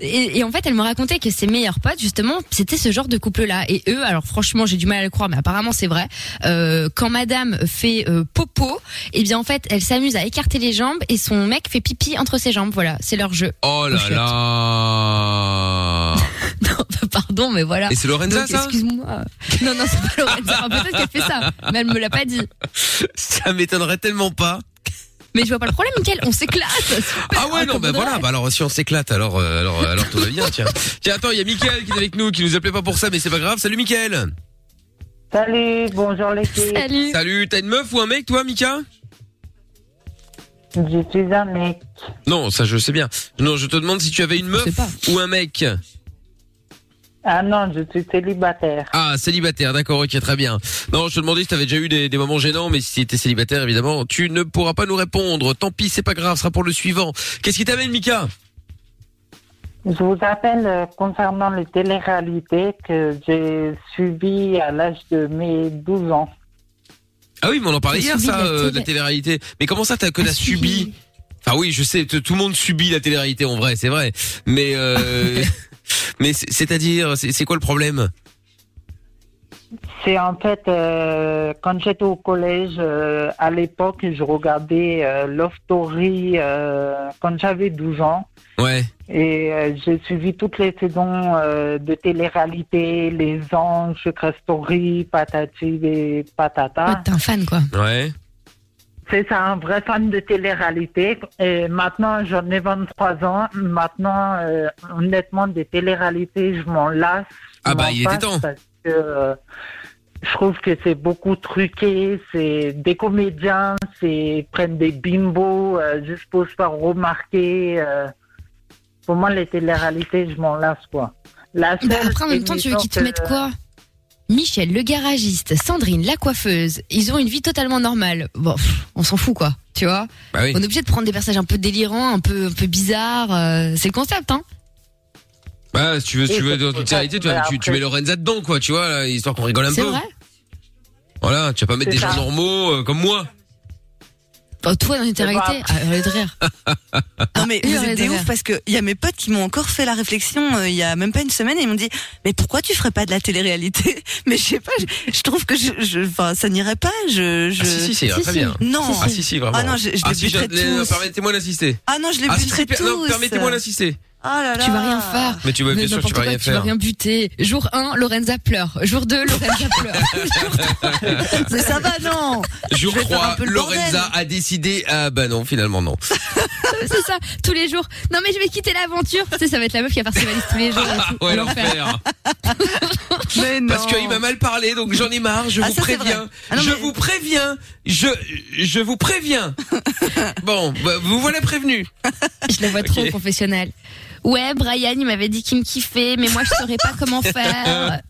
[SPEAKER 3] et, et en fait, elle me racontait que ses meilleurs potes, justement, c'était ce genre de couple-là. Et eux, alors franchement, j'ai du mal à le croire, mais apparemment c'est vrai. Euh, quand Madame fait euh, popo, eh bien en fait, elle s'amuse à écarter les jambes et son mec fait pipi entre ses jambes. Voilà, c'est leur jeu. *laughs*
[SPEAKER 2] Oh
[SPEAKER 3] Aux
[SPEAKER 2] là
[SPEAKER 3] chiottes.
[SPEAKER 2] là
[SPEAKER 3] Non, pardon, mais voilà.
[SPEAKER 2] Et c'est Lorenza,
[SPEAKER 3] Donc,
[SPEAKER 2] ça
[SPEAKER 3] excuse-moi. *laughs* Non, non, c'est pas Lorenza. Enfin, Peut-être qu'elle fait ça, mais elle me l'a pas dit.
[SPEAKER 2] Ça m'étonnerait tellement pas.
[SPEAKER 3] Mais je vois pas le problème, Mickaël. On s'éclate.
[SPEAKER 2] Ah ouais, non,
[SPEAKER 3] mais
[SPEAKER 2] bah voilà, bah alors si on s'éclate, alors, euh, alors, alors tout va bien,
[SPEAKER 3] *laughs*
[SPEAKER 2] tiens. Tiens, attends, il y a Mickaël qui est avec nous, qui nous appelait pas pour ça, mais c'est pas grave. Salut Mickaël
[SPEAKER 8] Salut, bonjour l'équipe.
[SPEAKER 3] Salut.
[SPEAKER 2] Salut, t'as une meuf ou un mec, toi, Mika
[SPEAKER 8] Je suis un mec.
[SPEAKER 2] Non, ça je sais bien. Non, je te demande si tu avais une meuf
[SPEAKER 3] sais pas.
[SPEAKER 2] ou un mec.
[SPEAKER 8] Ah non, je suis célibataire.
[SPEAKER 2] Ah, célibataire, d'accord, ok, très bien. Non, je te demandais si t'avais déjà eu des, des moments gênants, mais si t'étais célibataire, évidemment, tu ne pourras pas nous répondre. Tant pis, c'est pas grave, ce sera pour le suivant. Qu'est-ce qui t'amène, Mika
[SPEAKER 8] Je vous appelle euh, concernant les téléréalités que j'ai suivies à l'âge de mes 12 ans.
[SPEAKER 2] Ah oui, mais on en parlait
[SPEAKER 3] T'as
[SPEAKER 2] hier,
[SPEAKER 3] subi
[SPEAKER 2] ça,
[SPEAKER 3] la
[SPEAKER 2] euh, de la
[SPEAKER 3] télé-
[SPEAKER 2] télé-réalité. Mais comment ça, t'as que la subi Enfin oui, je sais, t- tout le monde subit la télé-réalité, en vrai, c'est vrai. Mais,
[SPEAKER 3] *laughs*
[SPEAKER 2] euh, mais c'est- c'est-à-dire, c'est c'est quoi le problème
[SPEAKER 8] C'est en fait, euh, quand j'étais au collège, euh, à l'époque, je regardais euh, Love Story euh, quand j'avais 12 ans.
[SPEAKER 2] Ouais.
[SPEAKER 8] Et euh, j'ai suivi toutes les saisons euh, de télé-réalité, Les Anges, Secret Story, Patati et Patata.
[SPEAKER 3] Ouais, T'es un fan, quoi.
[SPEAKER 2] Ouais.
[SPEAKER 8] C'est ça, un vrai fan de télé-réalité. Et maintenant, j'en ai 23 ans. Maintenant, euh, honnêtement, des télé-réalités, je m'en lasse. je
[SPEAKER 2] Ah bah,
[SPEAKER 8] m'en
[SPEAKER 2] il était
[SPEAKER 8] passe
[SPEAKER 2] temps.
[SPEAKER 8] Parce que euh, je trouve que c'est beaucoup truqué. C'est des comédiens, c'est ils prennent des bimbos euh, juste pour se faire remarquer. euh. pour moi, les télé-réalités, je m'en lasse, quoi. La
[SPEAKER 3] Bah,
[SPEAKER 8] seule
[SPEAKER 3] après, en même temps, tu veux
[SPEAKER 8] émission
[SPEAKER 3] qu'ils te
[SPEAKER 8] que-
[SPEAKER 3] mettent quoi Michel, le garagiste, Sandrine, la coiffeuse, ils ont une vie totalement normale. Bon, pff, on s'en fout, quoi. Tu vois
[SPEAKER 2] Bah oui.
[SPEAKER 3] On est obligé de prendre des personnages un peu délirants, un peu, un peu bizarres. euh, c'est le concept, hein
[SPEAKER 2] Bah, si tu veux, si tu veux, dans toute
[SPEAKER 8] Ouais,
[SPEAKER 2] sérénité, tu,
[SPEAKER 8] ouais,
[SPEAKER 2] tu, tu
[SPEAKER 8] après.
[SPEAKER 2] mets Lorenza dedans, quoi, tu vois, là, histoire qu'on rigole un
[SPEAKER 3] C'est
[SPEAKER 2] peu.
[SPEAKER 3] vrai
[SPEAKER 2] Voilà, tu vas pas mettre
[SPEAKER 8] C'est
[SPEAKER 2] des
[SPEAKER 8] ça.
[SPEAKER 2] gens normaux euh, comme moi.
[SPEAKER 3] Bah, Toi, dans une
[SPEAKER 8] C'est
[SPEAKER 3] réalité, ah, arrête de rire.
[SPEAKER 5] Non mais
[SPEAKER 3] Ah,
[SPEAKER 5] vous
[SPEAKER 3] hurler
[SPEAKER 5] êtes
[SPEAKER 3] de
[SPEAKER 5] des
[SPEAKER 3] rire.
[SPEAKER 5] ouf parce que il y a mes potes qui m'ont encore fait la réflexion euh, il y a même pas une semaine et ils m'ont dit mais pourquoi tu ferais pas de la télé-réalité *laughs* Mais je sais pas, je, je trouve que je, je- enfin ça n'irait pas. Je, je...
[SPEAKER 2] Ah, si, si, c'est
[SPEAKER 3] si,
[SPEAKER 2] très
[SPEAKER 3] si.
[SPEAKER 2] bien.
[SPEAKER 5] Non.
[SPEAKER 2] Ah, si, si, vraiment.
[SPEAKER 5] Ah non, je, je
[SPEAKER 2] Ah,
[SPEAKER 5] les
[SPEAKER 2] si, je-
[SPEAKER 5] buterais
[SPEAKER 2] euh,
[SPEAKER 5] tous.
[SPEAKER 2] permettez-moi d'assister.
[SPEAKER 5] Ah non, je les
[SPEAKER 2] Ah, si,
[SPEAKER 5] buterais
[SPEAKER 2] per-
[SPEAKER 5] tous.
[SPEAKER 2] non,
[SPEAKER 5] *laughs*
[SPEAKER 2] permettez-moi d'assister.
[SPEAKER 5] Oh là là.
[SPEAKER 3] Tu vas rien faire.
[SPEAKER 2] Mais tu vas, bien
[SPEAKER 3] Mais
[SPEAKER 2] sûr, tu
[SPEAKER 3] n'importe
[SPEAKER 2] vas
[SPEAKER 3] quoi,
[SPEAKER 2] rien
[SPEAKER 3] tu vas
[SPEAKER 2] faire.
[SPEAKER 3] rien buter. Jour 1, Lorenza pleure. Jour 2,
[SPEAKER 2] *laughs*
[SPEAKER 3] Lorenza pleure.
[SPEAKER 5] Mais ça
[SPEAKER 3] bah
[SPEAKER 5] va non.
[SPEAKER 2] Jour
[SPEAKER 5] Je vais faire
[SPEAKER 2] 3,
[SPEAKER 5] un peu le
[SPEAKER 2] Lorenza
[SPEAKER 5] bordel.
[SPEAKER 2] a décidé, ah, bah non,
[SPEAKER 5] *laughs*
[SPEAKER 2] finalement, non.
[SPEAKER 3] c'est ça, tous les jours. Non, mais je vais quitter l'aventure. Tu sais, ça va être la meuf qui va faire ses valises tous les jours. et tout.
[SPEAKER 2] Ah, *laughs* Ouais,
[SPEAKER 3] L'enfer.
[SPEAKER 2] l'enfer.
[SPEAKER 5] *laughs* Mais non.
[SPEAKER 2] Parce qu'il m'a mal parlé, donc j'en ai marre, je
[SPEAKER 5] Ah,
[SPEAKER 2] vous
[SPEAKER 5] ça, c'est
[SPEAKER 2] préviens.
[SPEAKER 5] vrai. Ah, non,
[SPEAKER 2] je
[SPEAKER 5] mais-
[SPEAKER 2] vous préviens. Je, je
[SPEAKER 5] *laughs*
[SPEAKER 2] vous préviens. bon, bah, vous voilà prévenu.
[SPEAKER 3] Je la vois trop
[SPEAKER 2] Ok.
[SPEAKER 3] confessionnelle. Ouais, Brian, il m'avait dit qu'il me kiffait, mais moi, je saurais pas comment
[SPEAKER 2] *laughs*
[SPEAKER 3] faire.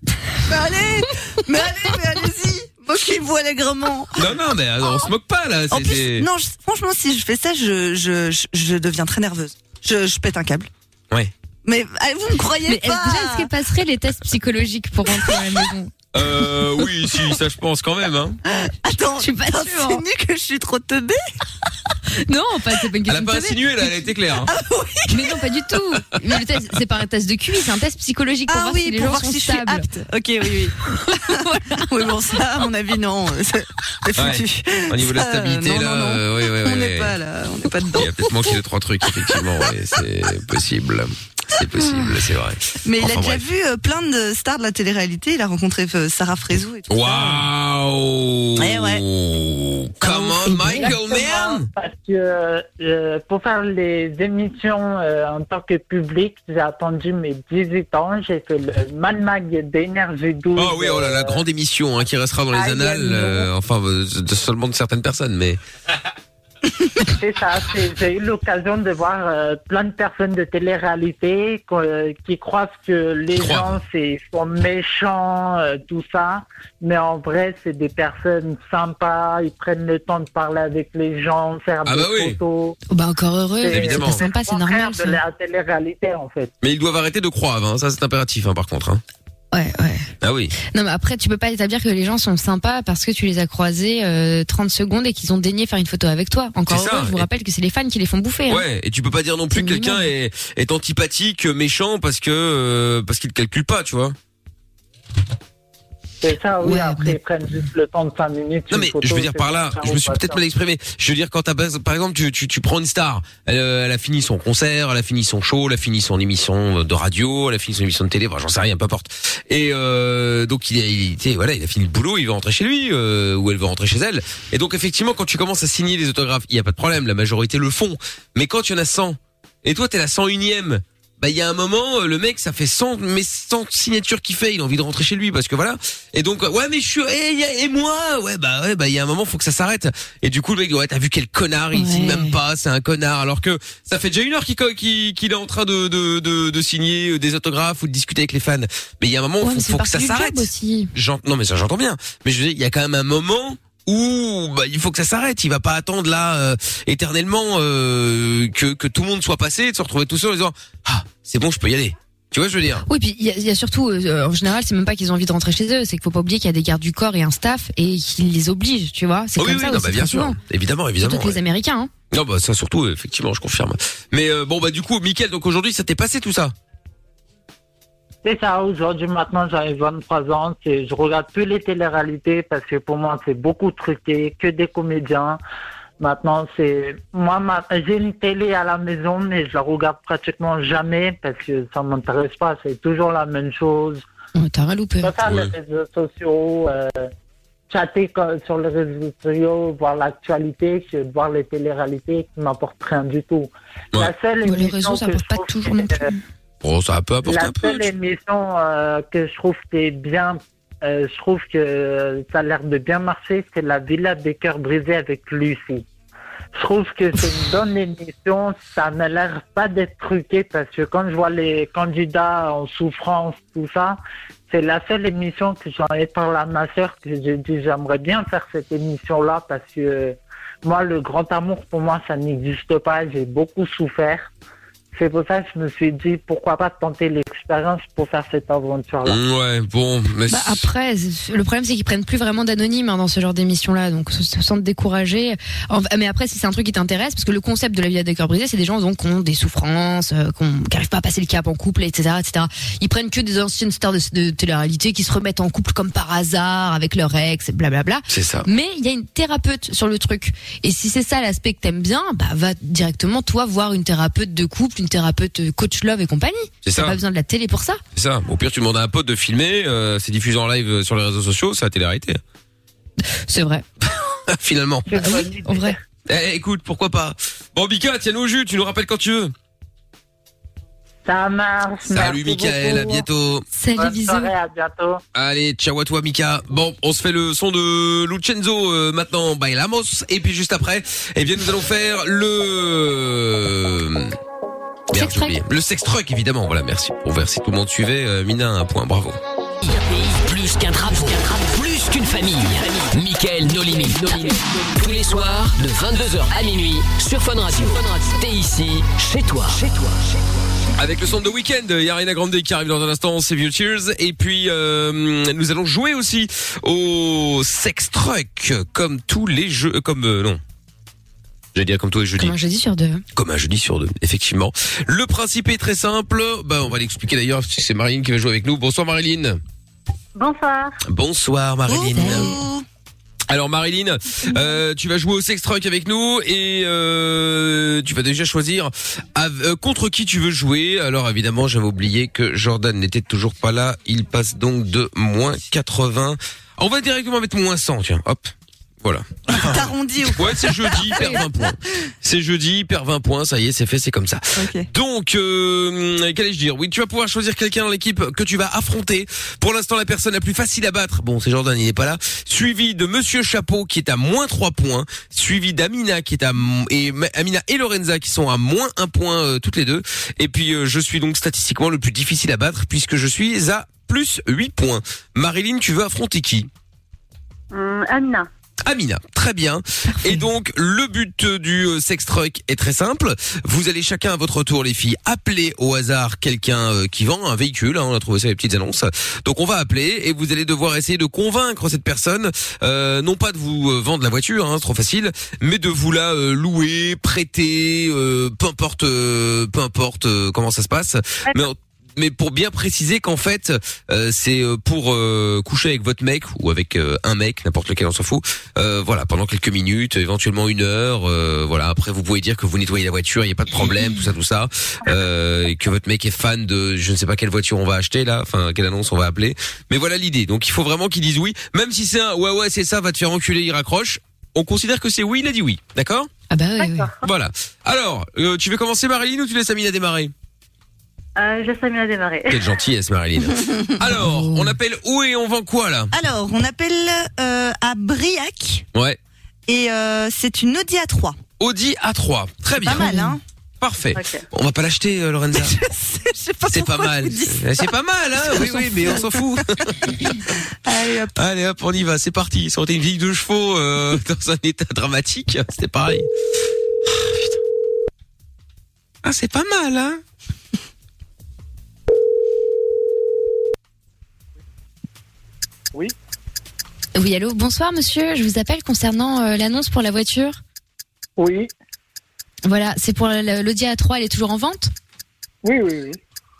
[SPEAKER 5] Mais allez, mais allez, mais allez-y. Moquez-vous allègrement.
[SPEAKER 2] Non, non, mais euh, on se moque pas, là.
[SPEAKER 5] En
[SPEAKER 2] c'est-
[SPEAKER 5] plus,
[SPEAKER 2] c'est-
[SPEAKER 5] non, je- franchement, si je fais ça, je, je, je, je deviens très nerveuse. Je, je pète un câble.
[SPEAKER 2] Ouais.
[SPEAKER 5] Mais allez, vous me croyez
[SPEAKER 3] mais est-ce,
[SPEAKER 5] pas
[SPEAKER 3] déjà, est-ce qu'elle passerait les tests psychologiques pour rentrer à la maison
[SPEAKER 2] Euh, oui, si, ça je pense quand même. Hein.
[SPEAKER 5] Attends,
[SPEAKER 3] Je suis pas
[SPEAKER 5] t'as
[SPEAKER 3] sûre.
[SPEAKER 5] insinué que je suis trop teubée
[SPEAKER 3] *laughs* Non, pas, c'est pas une
[SPEAKER 2] Elle a
[SPEAKER 3] question
[SPEAKER 2] pas
[SPEAKER 3] de télé.
[SPEAKER 2] insinué, là, elle a été claire.
[SPEAKER 5] Ah
[SPEAKER 2] hein.
[SPEAKER 3] Mais non, pas du tout. Mais le test, c'est pas un test de QI, c'est un test psychologique pour
[SPEAKER 5] Ah
[SPEAKER 3] voir si
[SPEAKER 5] oui,
[SPEAKER 3] les
[SPEAKER 5] pour
[SPEAKER 3] gens
[SPEAKER 5] voir
[SPEAKER 3] sont
[SPEAKER 5] si je suis
[SPEAKER 3] stables.
[SPEAKER 5] apte. Ok, oui,
[SPEAKER 3] *laughs*
[SPEAKER 5] oui. oui, bon, ça, à mon avis, non. C'est c'est foutu.
[SPEAKER 2] Au niveau de la
[SPEAKER 5] Ça,
[SPEAKER 2] stabilité,
[SPEAKER 5] non,
[SPEAKER 2] là,
[SPEAKER 5] non, non.
[SPEAKER 2] euh, oui, oui,
[SPEAKER 5] On
[SPEAKER 2] oui,
[SPEAKER 5] n'est
[SPEAKER 2] oui.
[SPEAKER 5] pas là, on n'est pas dedans.
[SPEAKER 2] Il y a peut-être manqué deux, trois trucs, effectivement. ouais, c'est possible. C'est possible, c'est vrai.
[SPEAKER 5] Mais il
[SPEAKER 2] Enfin,
[SPEAKER 5] a déjà
[SPEAKER 2] bref.
[SPEAKER 5] vu euh, plein de stars de la télé-réalité. Il a rencontré euh, Sarah Frézou et tout. ça.
[SPEAKER 2] Waouh!
[SPEAKER 5] Eh ouais.
[SPEAKER 2] Oh, Come on, Michael,
[SPEAKER 8] Exactement,
[SPEAKER 2] man!
[SPEAKER 8] Parce que euh, pour faire les émissions euh, en tant que public, j'ai attendu mes 18 ans. J'ai fait le Man Mag d'énergie 12.
[SPEAKER 2] Oh
[SPEAKER 8] *laughs*
[SPEAKER 2] oui, oh là la
[SPEAKER 8] euh,
[SPEAKER 2] grande émission hein, qui restera dans les
[SPEAKER 8] Aïe, aïe,
[SPEAKER 2] annales, euh, enfin euh, de- seulement de certaines personnes, mais
[SPEAKER 8] C'est ça, c'est- j'ai eu l'occasion de voir euh, plein de personnes de télé-réalité qu'- euh, qui croient que les
[SPEAKER 2] Croient.
[SPEAKER 8] gens c'est sont méchants, euh, tout ça. Mais en vrai, c'est des personnes sympas, ils prennent le temps de parler avec les gens, faire
[SPEAKER 2] Ah
[SPEAKER 8] des
[SPEAKER 2] bah oui.
[SPEAKER 8] photos.
[SPEAKER 3] Oh, bah, encore heureux.
[SPEAKER 8] C'est-
[SPEAKER 2] Évidemment.
[SPEAKER 3] C'est pas sympa, c'est
[SPEAKER 8] Au contraire
[SPEAKER 3] normal.
[SPEAKER 8] de
[SPEAKER 3] ça.
[SPEAKER 8] la télé-réalité, en fait.
[SPEAKER 2] mais ils doivent arrêter de croire, hein, ça c'est impératif hein, par contre. Hein.
[SPEAKER 3] Ouais, ouais.
[SPEAKER 2] Ah oui.
[SPEAKER 3] Non, mais après, tu peux pas établir que les gens sont sympas parce que tu les as croisés euh, 30 secondes et qu'ils ont daigné faire une photo avec toi. Encore
[SPEAKER 2] C'est ça,
[SPEAKER 3] heureux, je vous
[SPEAKER 2] et-
[SPEAKER 3] rappelle que c'est les fans qui les font bouffer. hein.
[SPEAKER 2] Ouais, et tu peux pas dire non plus
[SPEAKER 3] C'est
[SPEAKER 2] que quelqu'un
[SPEAKER 3] mignon.
[SPEAKER 2] est, est antipathique, méchant parce que euh, parce qu'il te calcule pas, tu vois.
[SPEAKER 8] C'est ça, oui,
[SPEAKER 3] Ouais,
[SPEAKER 8] après,
[SPEAKER 3] mais-
[SPEAKER 8] ils prennent juste le temps de 5 minutes.
[SPEAKER 2] Non
[SPEAKER 8] une
[SPEAKER 2] mais
[SPEAKER 8] photo,
[SPEAKER 2] je veux dire
[SPEAKER 8] c'est
[SPEAKER 2] par là,
[SPEAKER 8] ça,
[SPEAKER 2] je
[SPEAKER 8] on
[SPEAKER 2] me suis
[SPEAKER 8] passe
[SPEAKER 2] peut-être
[SPEAKER 8] ça.
[SPEAKER 2] mal exprimé. Je veux dire quand t'as par exemple tu, tu tu prends une star, elle, euh, elle a fini son concert, elle a fini son show, elle a fini son émission de radio, elle a fini son émission de télé, enfin, j'en sais rien, peu importe. Et euh, donc il, a- il tu sais, voilà, il a fini le boulot, il veut rentrer chez lui euh, ou elle veut rentrer chez elle. Et donc effectivement quand tu commences à signer les autographes, il y a pas de problème, la majorité le font. Mais quand il y en a 100 et toi t'es la 101e bah il y a un moment euh, le mec ça fait 100 mais 100 signatures qu'il fait il a envie de rentrer chez lui parce que voilà et donc euh, ouais mais je suis et, y a- et moi ouais bah ouais bah il y a un moment faut que ça s'arrête et du coup le mec ouais t'as vu quel connard il
[SPEAKER 3] Ouais.
[SPEAKER 2] signe même pas c'est un connard alors que ça fait déjà une heure qu'il co- qu'il qu'il est en train de de, de de signer euh, des autographes ou de discuter avec les fans mais il y a un moment
[SPEAKER 3] Ouais, mais
[SPEAKER 2] faut,
[SPEAKER 3] c'est
[SPEAKER 2] faut que
[SPEAKER 3] partie
[SPEAKER 2] ça
[SPEAKER 3] du job
[SPEAKER 2] s'arrête
[SPEAKER 3] aussi.
[SPEAKER 2] J'en- non mais ça j'entends bien mais je veux dire il y a quand même un moment où bah, il faut que ça s'arrête il va pas attendre là euh, éternellement euh, que que tout le monde soit passé et de se retrouver tout seul en disant ah c'est bon je peux y aller tu vois je veux dire
[SPEAKER 3] Oui, puis il y, a- il y a surtout, euh, en général, c'est même pas qu'ils ont envie de rentrer chez eux, c'est qu'il faut pas oublier qu'il y a des gardes du corps et un staff et qu'ils les obligent, tu vois. C'est
[SPEAKER 2] Oh,
[SPEAKER 3] comme ça
[SPEAKER 2] non,
[SPEAKER 3] aussi
[SPEAKER 2] bah, bien
[SPEAKER 3] très
[SPEAKER 2] sûr
[SPEAKER 3] souvent.
[SPEAKER 2] évidemment évidemment
[SPEAKER 3] Surtout que
[SPEAKER 2] ouais.
[SPEAKER 3] les Américains. Hein.
[SPEAKER 2] non bah ça surtout euh, effectivement je confirme mais euh, bon bah du coup Mickaël donc aujourd'hui ça t'est passé tout ça
[SPEAKER 8] C'est ça, aujourd'hui, maintenant, j'ai 23 ans, c'est, je regarde plus les téléréalités parce que pour moi, c'est beaucoup truqué, que des comédiens. Maintenant, c'est, moi, ma- j'ai une télé à la maison, mais je la regarde pratiquement jamais parce que ça m'intéresse pas, c'est toujours la même chose.
[SPEAKER 3] Oh, T'as rien loupé.
[SPEAKER 8] Je préfère
[SPEAKER 2] Ouais.
[SPEAKER 8] les réseaux sociaux, euh, chatter co- sur les réseaux sociaux, voir l'actualité, que de voir les téléréalités qui m'apportent rien du tout.
[SPEAKER 2] Ouais.
[SPEAKER 8] La seule
[SPEAKER 3] Ouais, les
[SPEAKER 8] émission
[SPEAKER 3] réseaux, ça
[SPEAKER 8] que je
[SPEAKER 3] apporte pas
[SPEAKER 8] trouve
[SPEAKER 3] toujours
[SPEAKER 8] qui
[SPEAKER 3] non plus.
[SPEAKER 8] est-
[SPEAKER 2] bon ça peut apporter
[SPEAKER 8] la
[SPEAKER 2] un peu hein.
[SPEAKER 8] seule
[SPEAKER 2] tu-
[SPEAKER 8] émission euh, que je trouve qui est bien, euh, je trouve que ça a l'air de bien marcher, c'est la Villa des cœurs brisés avec Lucie. Je trouve que c'est
[SPEAKER 2] *laughs*
[SPEAKER 8] une bonne émission. Ça n'a l'air pas d'être truqué parce que quand je vois les candidats en souffrance, tout ça, c'est la seule émission que j'en ai parlé à ma sœur que j'ai dit j'aimerais bien faire cette émission-là parce que euh, moi, le grand amour pour moi, ça n'existe pas. J'ai beaucoup souffert. C'est pour ça que je me suis dit pourquoi pas tenter l'expérience pour faire cette aventure-là.
[SPEAKER 2] Mm, Ouais, bon, mais
[SPEAKER 3] Bah, après, c'est- le problème c'est qu'ils prennent plus vraiment d'anonymes hein, dans ce genre d'émission-là, donc se, se sentent découragés. En- mais après, si c'est un truc qui t'intéresse, parce que le concept de la vie à décor brisé, c'est des gens donc qui ont des souffrances, euh, qu'on- qui n'arrivent pas à passer le cap en couple, etc., etc. Ils prennent que des anciennes stars de, de télé-réalité qui se remettent en couple comme par hasard avec leur ex, blablabla.
[SPEAKER 2] c'est ça.
[SPEAKER 3] Mais il y a une thérapeute sur le truc. Et si c'est ça l'aspect que t'aimes bien, bah va directement toi voir une thérapeute de couple, une thérapeute euh, coach love et compagnie.
[SPEAKER 2] C'est
[SPEAKER 3] T'as
[SPEAKER 2] ça.
[SPEAKER 3] pas besoin de la télé pour ça.
[SPEAKER 2] C'est ça. Au pire, tu demandes à un pote de filmer, euh, c'est diffusé en live euh, sur les réseaux sociaux, c'est la télé-réalité.
[SPEAKER 3] C'est
[SPEAKER 2] *laughs*
[SPEAKER 3] vrai.
[SPEAKER 2] Finalement.
[SPEAKER 8] C'est
[SPEAKER 3] Bah
[SPEAKER 8] une
[SPEAKER 3] oui,
[SPEAKER 8] bonne idée.
[SPEAKER 3] en vrai.
[SPEAKER 2] Eh, écoute, pourquoi pas. Bon, Mika, tiens-nous au jus, tu nous rappelles quand tu veux.
[SPEAKER 8] Ça marche.
[SPEAKER 2] Salut,
[SPEAKER 8] merci
[SPEAKER 2] Michael, à
[SPEAKER 8] beaucoup.
[SPEAKER 2] bientôt.
[SPEAKER 3] Salut,
[SPEAKER 8] Bonne
[SPEAKER 3] bisous.
[SPEAKER 8] soirée, à bientôt.
[SPEAKER 2] Allez, ciao à toi, Mika. Bon, on se fait le son de Lucenzo euh, maintenant, Bailamos. Et puis juste après, eh bien, nous allons faire le... Merde,
[SPEAKER 3] Sex
[SPEAKER 2] j'ai oublié. Le sex truck, évidemment. Voilà, merci. Bon, vers si tout le monde suivait, euh, Mina, un point, bravo.
[SPEAKER 1] Plus qu'un drapeau, plus qu'une famille. Michael No Limit. Tous les soirs, de 22h à minuit, sur Fun Radio. T'es ici, chez toi. Chez toi.
[SPEAKER 2] Avec le son de Weekend, il y a Ariana Grande qui arrive dans un instant, c'est View Cheers. Et puis, euh, nous allons jouer aussi au Sex Truck, comme tous les jeux, comme, euh, non. J'allais dire comme tous les jeudis.
[SPEAKER 3] Comme un jeudi sur deux. hein.
[SPEAKER 2] Comme un jeudi Bah, sur deux, effectivement. Le principe est très simple. Ben, on va l'expliquer d'ailleurs, parce que c'est Marilyn qui va jouer avec nous. Bonsoir Marilyn.
[SPEAKER 9] Bonsoir.
[SPEAKER 2] Bonsoir Marilyn.
[SPEAKER 5] Ouh.
[SPEAKER 2] Alors Marilyn, euh, tu vas jouer au sex truck avec nous et euh, tu vas déjà choisir av- euh, contre qui tu veux jouer. Alors évidemment, j'avais oublié que Jordan n'était toujours pas là. Il passe donc de moins 80. On va directement mettre moins 100, tiens. Hop. Voilà.
[SPEAKER 5] T'arrondis ou
[SPEAKER 2] Ouais,
[SPEAKER 5] *laughs*
[SPEAKER 2] c'est jeudi, il perd 20 points. C'est jeudi, il perd 20 points, ça y est, c'est fait, c'est comme ça.
[SPEAKER 5] Ok.
[SPEAKER 2] Donc, euh, qu'allais-je dire Oui, tu vas pouvoir choisir quelqu'un dans l'équipe que tu vas affronter. Pour l'instant, la personne la plus facile à battre, bon, c'est Jordan, il n'est pas là. Suivi de Monsieur Chapeau qui est à moins 3 points. Suivi d'Amina qui est à... m- Et, Ma- Amina et Lorenza qui sont à moins 1 point euh, toutes les deux. Et puis, euh, je suis donc statistiquement le plus difficile à battre puisque je suis à plus 8 points. Marilyn, tu veux affronter qui
[SPEAKER 9] Hum, Amina.
[SPEAKER 2] Amina, très bien. Et donc le but du euh, sex truck est très simple. Vous allez chacun à votre tour les filles appeler au hasard quelqu'un euh, qui vend un véhicule. hein, on a trouvé ça les petites annonces. Donc on va appeler et vous allez devoir essayer de convaincre cette personne, euh, non pas de vous euh, vendre la voiture, hein, c'est trop facile, mais de vous la euh, louer, prêter, euh, peu importe, euh, peu importe euh, comment ça se passe. Mais en- mais pour bien préciser qu'en fait euh, c'est euh, pour euh, coucher avec votre mec ou avec euh, un mec, n'importe lequel, on s'en fout. Euh, voilà, pendant quelques minutes, éventuellement une heure. euh, voilà, après vous pouvez dire que vous nettoyez la voiture, il n'y a pas de problème, tout ça, tout ça, euh, et que votre mec est fan de, je ne sais pas quelle voiture on va acheter là, enfin quelle annonce on va appeler. Mais voilà l'idée. Donc il faut vraiment qu'il dise oui, même si c'est un ouais ouais c'est ça, va te faire enculer, il raccroche. On considère que c'est oui, il a dit oui, d'accord
[SPEAKER 3] Ah bah oui, oui.
[SPEAKER 2] Voilà. Alors, euh, tu veux commencer Marilyn ou tu laisses Amina démarrer
[SPEAKER 9] Euh, je laisse Amina démarrer.
[SPEAKER 2] Quelle gentillesse Marilyn. Alors, on appelle où et on vend quoi là
[SPEAKER 5] Alors, on appelle euh, à Briac
[SPEAKER 2] Ouais.
[SPEAKER 5] et euh, c'est une Audi A3.
[SPEAKER 2] Audi A3. Très bien.
[SPEAKER 5] Pas mal, hein
[SPEAKER 2] Parfait.
[SPEAKER 9] Ok.
[SPEAKER 2] On va pas l'acheter, euh, Lorenza.
[SPEAKER 5] *laughs* Je sais pas
[SPEAKER 2] C'est pas
[SPEAKER 5] pourquoi je
[SPEAKER 2] mal.
[SPEAKER 5] vous dis ça.
[SPEAKER 2] C'est pas mal,
[SPEAKER 5] *laughs*
[SPEAKER 2] hein Oui, oui, mais on s'en fout.
[SPEAKER 5] Allez, hop.
[SPEAKER 2] Allez hop, on y va, c'est parti. Ils ont été une vieille de chevaux euh, *laughs* dans un état dramatique. C'était pareil. Ah, putain. Ah, c'est pas mal, hein
[SPEAKER 3] Oui, allô, bonsoir monsieur, je vous appelle concernant euh, l'annonce pour la voiture.
[SPEAKER 8] Oui,
[SPEAKER 3] Voilà, c'est pour le- l'Audi A3, elle est toujours en vente
[SPEAKER 8] oui, oui, oui.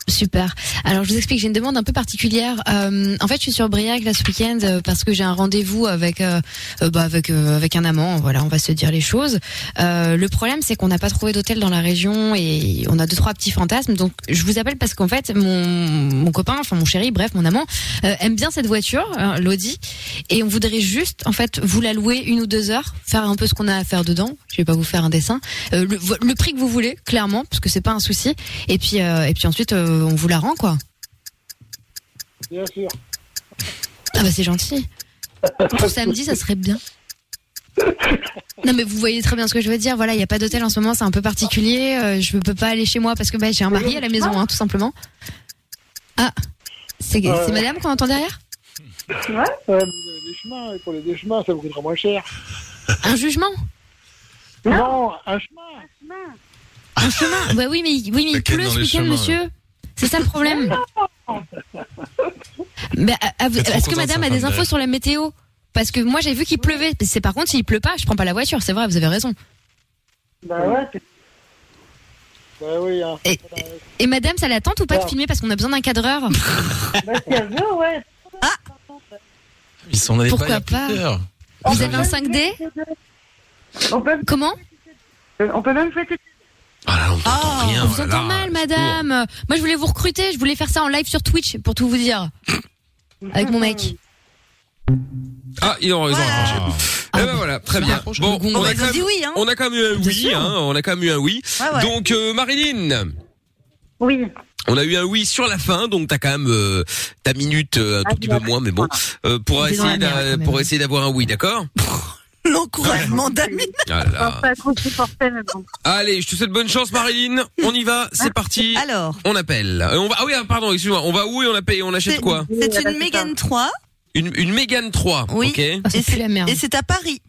[SPEAKER 3] Super. Alors je vous explique, j'ai une demande un peu particulière. Euh, en fait, je suis sur Briac là ce week-end euh, parce que j'ai un rendez-vous avec euh, euh, bah, avec euh, avec un amant. Voilà, on va se dire les choses. Euh, le problème, c'est qu'on n'a pas trouvé d'hôtel dans la région et on a deux trois petits fantasmes. Donc je vous appelle parce qu'en fait mon mon copain, enfin mon chéri, bref mon amant euh, aime bien cette voiture, hein, l'Audi, et on voudrait juste en fait vous la louer une ou deux heures, faire un peu ce qu'on a à faire dedans. Je vais pas vous faire un dessin. Euh, le, le prix que vous voulez, clairement, parce que c'est pas un souci. Et puis, euh, et puis ensuite, euh, on vous la rend, quoi.
[SPEAKER 8] Bien sûr.
[SPEAKER 3] Ah bah c'est gentil. Pour samedi, ça serait bien. Non mais vous voyez très bien ce que je veux dire. Voilà, il y a pas d'hôtel en ce moment, c'est un peu particulier. euh, je peux pas aller chez moi parce que bah, j'ai un mari à la maison, hein, tout simplement. Ah, c'est c'est Madame qu'on entend derrière
[SPEAKER 10] Ouais, mais le- les chemins, pour les deux chemins, ça vous coûtera moins cher.
[SPEAKER 3] Un jugement
[SPEAKER 10] Non, un chemin.
[SPEAKER 3] Un chemin Bah oui, mais, il- oui, mais il
[SPEAKER 10] T'inquiète,
[SPEAKER 3] pleut
[SPEAKER 10] dans
[SPEAKER 3] ce
[SPEAKER 10] les
[SPEAKER 3] week-end,
[SPEAKER 10] chemins,
[SPEAKER 3] monsieur. C'est ça
[SPEAKER 9] *laughs*
[SPEAKER 3] le problème. Bah, à- à vous-
[SPEAKER 10] Elle est trop
[SPEAKER 3] Est-ce que
[SPEAKER 10] contente,
[SPEAKER 3] Madame
[SPEAKER 10] sa
[SPEAKER 3] a des
[SPEAKER 10] femme,
[SPEAKER 3] infos
[SPEAKER 10] d'ailleurs.
[SPEAKER 3] sur la météo Parce que moi j'ai vu qu'il pleuvait. C'est par contre, s'il pleut pas, je prends pas la voiture. C'est vrai, vous avez raison.
[SPEAKER 10] Bah ouais. Bah oui, hein.
[SPEAKER 3] Et, et Madame, ça la tente ou pas de filmer parce qu'on a besoin
[SPEAKER 9] *laughs*
[SPEAKER 3] d'un cadreur
[SPEAKER 9] Bah, ouais.
[SPEAKER 7] Ils sont allés
[SPEAKER 3] Pourquoi
[SPEAKER 7] pas.
[SPEAKER 3] pas
[SPEAKER 7] il y a plusieurs.
[SPEAKER 3] Vous avez un 5D Comment
[SPEAKER 9] Euh, On peut même fêter.
[SPEAKER 3] Ah,
[SPEAKER 2] rien,
[SPEAKER 3] on vous
[SPEAKER 2] oh là
[SPEAKER 3] entend
[SPEAKER 2] là,
[SPEAKER 3] mal, madame. Moi, je voulais vous recruter. Je voulais faire ça en live sur Twitch pour tout vous dire. Avec mon mec.
[SPEAKER 2] Ah, ils ont, ils ont raccroché.
[SPEAKER 5] Ah.
[SPEAKER 2] Eh ben voilà, très bien. Bon,
[SPEAKER 3] Ils
[SPEAKER 2] on
[SPEAKER 3] ont
[SPEAKER 2] a, quand
[SPEAKER 3] dit
[SPEAKER 2] même,
[SPEAKER 3] oui, hein.
[SPEAKER 2] on a quand même eu un oui,
[SPEAKER 3] sûr.
[SPEAKER 2] hein, on a quand même eu un oui.
[SPEAKER 3] Ouais, ouais.
[SPEAKER 2] Donc euh, Marilyn,
[SPEAKER 9] Oui.
[SPEAKER 2] on a eu un oui sur la fin, donc t'as quand même euh, ta minute euh, un tout petit peu moins, mais bon, euh, pour
[SPEAKER 5] Ah On est dans
[SPEAKER 2] essayer
[SPEAKER 5] la merde,
[SPEAKER 2] d'a-
[SPEAKER 5] quand même.
[SPEAKER 2] pour essayer d'avoir un oui,
[SPEAKER 5] *laughs*
[SPEAKER 2] d'accord
[SPEAKER 5] L'encouragement d'Amine.
[SPEAKER 2] Ah Oh là là.
[SPEAKER 9] Pas trop supporter, mais bon.
[SPEAKER 2] Allez, je te souhaite bonne chance, Marilyn. On y va, c'est
[SPEAKER 5] *laughs*
[SPEAKER 2] parti.
[SPEAKER 5] Alors.
[SPEAKER 2] on appelle. Euh, On va, ah oui, ah, pardon, excuse-moi. On va où et on appelle, on achète quoi
[SPEAKER 5] C'est une Mégane 3.
[SPEAKER 2] Une, une Mégane 3.
[SPEAKER 5] Oui.
[SPEAKER 2] ok
[SPEAKER 3] Ah,
[SPEAKER 5] et c'est- Et c'est à Paris.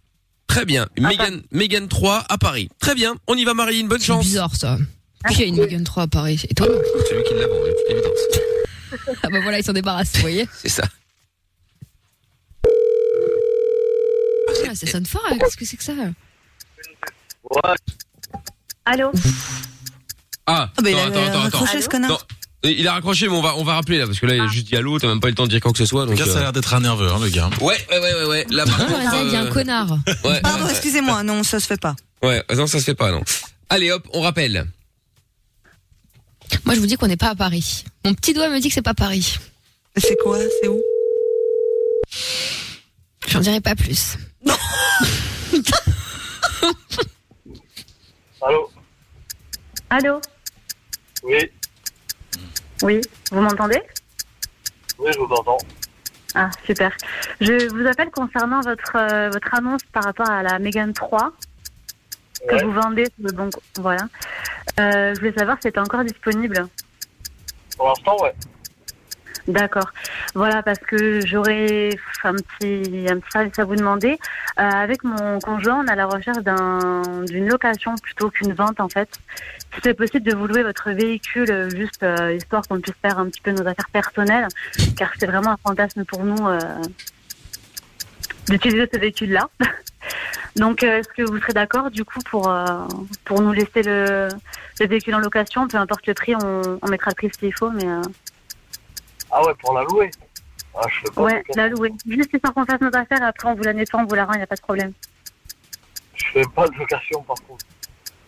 [SPEAKER 2] Très bien. Mégane, Mégane 3 à Paris. Très bien. On y va, Marilyn. Bonne chance. Ah,
[SPEAKER 3] bizarre, ça. Puis il y a une Megan 3 à Paris. Et
[SPEAKER 2] *laughs*
[SPEAKER 3] toi
[SPEAKER 2] Celui qui l'a vendu, évidence.
[SPEAKER 3] Ah bah voilà, ils s'en débarrassent, vous voyez
[SPEAKER 2] C'est ça.
[SPEAKER 3] Ah, Ça sonne fort, hein. qu'est-ce que c'est que ça
[SPEAKER 9] Allô
[SPEAKER 2] Ah,
[SPEAKER 5] Ah, bah, il
[SPEAKER 2] attends,
[SPEAKER 5] a-
[SPEAKER 2] attends, attends, attends.
[SPEAKER 5] raccroché, ce connard.
[SPEAKER 2] Non, Il a raccroché, mais on va, on va rappeler là, parce que là, il a juste dit allô, t'as même pas eu le temps de dire quoi que ce soit. Donc,
[SPEAKER 7] Le gars, ça a l'air
[SPEAKER 2] d'être un nerveux, hein, le gars. Ouais, ouais, ouais, ouais, ouais. Là, par
[SPEAKER 3] Ah,
[SPEAKER 2] contre,
[SPEAKER 3] vas-y, il y a
[SPEAKER 2] euh,
[SPEAKER 3] un connard.
[SPEAKER 2] ouais,
[SPEAKER 5] Pardon,
[SPEAKER 2] ouais,
[SPEAKER 5] excusez-moi, non, ça se fait pas.
[SPEAKER 2] Ouais, ah, non, ça se fait pas, non. Allez, hop, on rappelle.
[SPEAKER 3] Moi, je vous dis qu'on n'est pas à Paris. Mon petit doigt me dit que c'est pas Paris.
[SPEAKER 5] C'est quoi C'est où
[SPEAKER 3] J'en dirai pas
[SPEAKER 5] *laughs*
[SPEAKER 3] plus.
[SPEAKER 10] Allô
[SPEAKER 9] Allô
[SPEAKER 10] Oui,
[SPEAKER 9] Oui, vous m'entendez
[SPEAKER 10] oui, je vous entends.
[SPEAKER 9] Ah, super. Je vous appelle concernant votre, euh, votre annonce par rapport à la Mégane 3 que vous vendez. sur le Bon, Coin. voilà. Euh, je voulais savoir si c'était encore disponible.
[SPEAKER 10] Pour l'instant, ouais.
[SPEAKER 9] D'accord. Voilà, parce que j'aurais un petit, un petit service à vous demander. Euh, avec mon conjoint, on a la recherche d'un- d'une location plutôt qu'une vente, en fait. Si c'est possible de vous louer votre véhicule, euh, juste euh, histoire qu'on puisse faire un petit peu nos affaires personnelles, car c'est vraiment un fantasme pour nous euh, d'utiliser ce véhicule-là. *laughs* Donc, euh, est-ce que vous serez d'accord, du coup, pour, euh, pour nous laisser le, le véhicule en location Peu importe le prix, on, on mettra le prix s'il faut, mais... euh,
[SPEAKER 10] Ah ouais, pour la louer. Ah, je fais pas
[SPEAKER 9] Ouais,
[SPEAKER 10] de location.
[SPEAKER 9] la louer. Juste histoire qu'on fasse notre affaire, après on vous la nettoie, on vous la rend, il a pas de problème.
[SPEAKER 10] Je fais pas de location, par contre.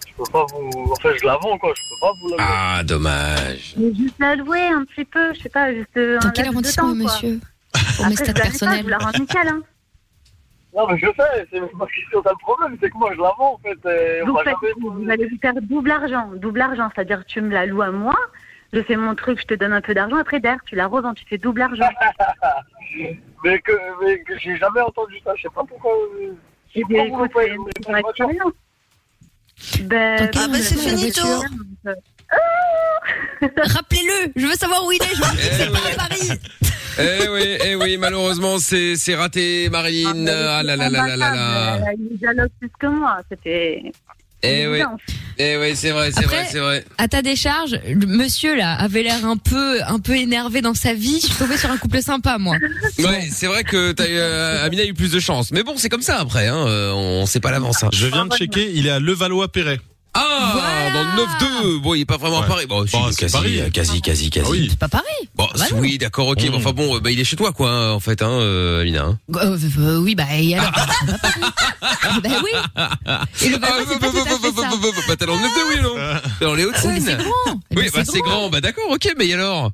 [SPEAKER 10] Je peux pas vous... En fait, je la vends, quoi. Je peux pas vous la louer.
[SPEAKER 2] Ah, dommage.
[SPEAKER 9] Mais juste la louer un petit peu, je sais pas, juste euh,
[SPEAKER 3] Dans
[SPEAKER 9] un
[SPEAKER 3] quel
[SPEAKER 9] laps de
[SPEAKER 3] arrondissement,
[SPEAKER 9] temps, quoi.
[SPEAKER 3] monsieur Pour
[SPEAKER 9] Après,
[SPEAKER 3] mes
[SPEAKER 9] je vous
[SPEAKER 3] stats
[SPEAKER 9] la nettoie, Je
[SPEAKER 3] personnelles.
[SPEAKER 9] vous la rends nickel, hein.
[SPEAKER 10] Non, mais je sais, c'est ma question. T'as le problème, c'est que moi, je la vends, en fait. et on
[SPEAKER 9] Vous,
[SPEAKER 10] va
[SPEAKER 9] faites-
[SPEAKER 10] jamais...
[SPEAKER 9] vous allez vous faire double argent. Double argent, c'est-à-dire tu me la loues à moi, je fais mon truc, je te donne un peu d'argent, après derrière tu la revends, tu fais double
[SPEAKER 5] *laughs*
[SPEAKER 9] argent.
[SPEAKER 10] Mais que, mais que j'ai jamais entendu ça. Je sais pas pourquoi... euh,
[SPEAKER 9] Eh
[SPEAKER 10] pourquoi
[SPEAKER 9] bien,
[SPEAKER 10] vous
[SPEAKER 9] écoute,
[SPEAKER 10] louez pas
[SPEAKER 9] c'est
[SPEAKER 10] une-
[SPEAKER 9] une
[SPEAKER 10] une voiture
[SPEAKER 9] expérience. Ben,
[SPEAKER 5] Ah bah, c'est fini, tour.
[SPEAKER 3] Rappelez-le, je veux savoir où il est. Je vous dis que c'est pas à Paris.
[SPEAKER 2] Eh oui, eh oui, malheureusement, c'est, c'est raté, Marilyn. Ah là là là là là là.
[SPEAKER 9] Elle Euh, a eu dialogue plus que moi, c'était.
[SPEAKER 2] Eh oui.
[SPEAKER 9] évident.
[SPEAKER 2] Eh oui, c'est vrai, c'est
[SPEAKER 3] Après-
[SPEAKER 2] vrai, c'est vrai.
[SPEAKER 3] À ta décharge, le monsieur là avait l'air un peu, un peu énervé dans sa vie. Je suis tombée sur un couple sympa, moi.
[SPEAKER 2] Ouais, c'est vrai que t'as eu, euh, Amina a eu plus de chance. Mais bon, c'est comme ça après, hein. euh, on sait pas l'avance. hein.
[SPEAKER 7] Je viens de checker, il est à Levallois-Perret.
[SPEAKER 2] Ah, dans le 9-2. Bon, il est pas vraiment à
[SPEAKER 7] Ouais.
[SPEAKER 2] Paris. Bon, si,
[SPEAKER 7] Bon, c'est
[SPEAKER 2] quasi,
[SPEAKER 7] Paris.
[SPEAKER 2] euh, quasi, quasi, quasi.
[SPEAKER 7] Ah oui. Mm.
[SPEAKER 3] C'est pas Paris.
[SPEAKER 2] Bon,
[SPEAKER 3] Bah non.
[SPEAKER 2] oui, d'accord, ok. Bon, enfin bon, euh, bah, il est chez toi, quoi, hein, en fait, hein, euh, Amina. hein.
[SPEAKER 3] Euh, euh, oui, bah et alors.
[SPEAKER 2] Ah.
[SPEAKER 3] bah oui. *laughs* Et le Valois, c'est pas tout à fait ça.
[SPEAKER 2] *laughs* Bah, t'es dans le 9-2,
[SPEAKER 7] *laughs*
[SPEAKER 2] oui, non T'es dans les
[SPEAKER 3] Mais c'est
[SPEAKER 2] Hauts-de-Seine.
[SPEAKER 3] grand. Mais
[SPEAKER 2] Oui, bah, c'est grand. Bah, d'accord, ok, mais alors? bah.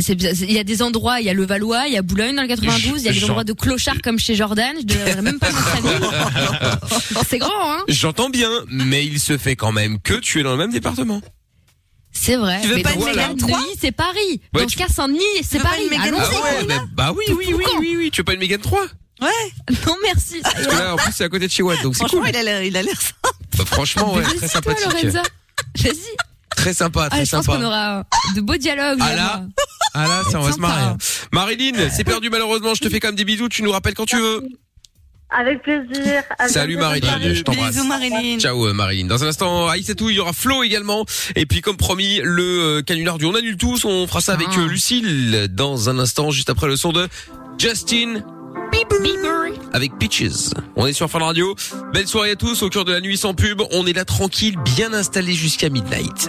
[SPEAKER 3] C'est bizarre. C'est- Il y a des endroits, il y a le Valois, il y a Boulogne dans le 92, il y a des
[SPEAKER 2] Genre-
[SPEAKER 3] endroits de clochards comme chez Jordan. Je donnerais même pas
[SPEAKER 2] *laughs*
[SPEAKER 3] mon famille. C'est grand, hein
[SPEAKER 2] J'entends bien, mais il se fait quand même que tu es dans le même département.
[SPEAKER 3] C'est vrai.
[SPEAKER 2] Tu veux
[SPEAKER 3] mais
[SPEAKER 2] pas
[SPEAKER 3] dans
[SPEAKER 2] une
[SPEAKER 3] le
[SPEAKER 2] Mégane
[SPEAKER 3] 3 c'est Paris.
[SPEAKER 2] Ouais,
[SPEAKER 3] dans ce
[SPEAKER 2] tu-
[SPEAKER 3] cas, Saint-Denis, c'est
[SPEAKER 5] veux pas
[SPEAKER 3] Paris.
[SPEAKER 5] une Mégane
[SPEAKER 2] ben,
[SPEAKER 3] Allons-y.
[SPEAKER 5] Ah
[SPEAKER 2] ouais, bah, bah oui, oui, oui, oui, oui, tu veux pas une Mégane 3
[SPEAKER 3] Ouais. Non, merci. ça y
[SPEAKER 2] Parce que
[SPEAKER 3] est.
[SPEAKER 2] là, en plus, c'est à côté de chez Watt, donc c'est
[SPEAKER 3] Franchement,
[SPEAKER 2] cool.
[SPEAKER 3] il a l'air, il a l'air sympa.
[SPEAKER 2] Bah, franchement, ouais, très
[SPEAKER 3] Toi,
[SPEAKER 2] sympathique.
[SPEAKER 3] Lorenza. Vas-y.
[SPEAKER 2] Très sympa,
[SPEAKER 3] Ah,
[SPEAKER 2] très
[SPEAKER 3] je pense
[SPEAKER 2] sympa.
[SPEAKER 3] qu'on aura de beaux dialogues.
[SPEAKER 2] Ah
[SPEAKER 3] là.
[SPEAKER 2] Ah là, ça, on va se marrer. Marilyn, c'est perdu malheureusement. Je te fais quand même des bisous. Tu nous rappelles quand tu veux.
[SPEAKER 9] Avec plaisir. À
[SPEAKER 2] Salut
[SPEAKER 9] bientôt, bonne
[SPEAKER 2] Marilyn,
[SPEAKER 9] soirée.
[SPEAKER 2] je t'embrasse. Ciao euh, Marilyn. Dans un instant, Aïs et tout, il y aura Flo également. Et puis comme promis, le euh, canular du On annule tous. On fera ça avec
[SPEAKER 9] Ah.
[SPEAKER 2] euh, Lucille dans un instant, juste après le son de Justin
[SPEAKER 3] Bieber.
[SPEAKER 2] avec Peaches. On est sur Fan Radio. Belle soirée à tous, au cœur de la nuit sans pub. On est là tranquille, bien installé jusqu'à midnight.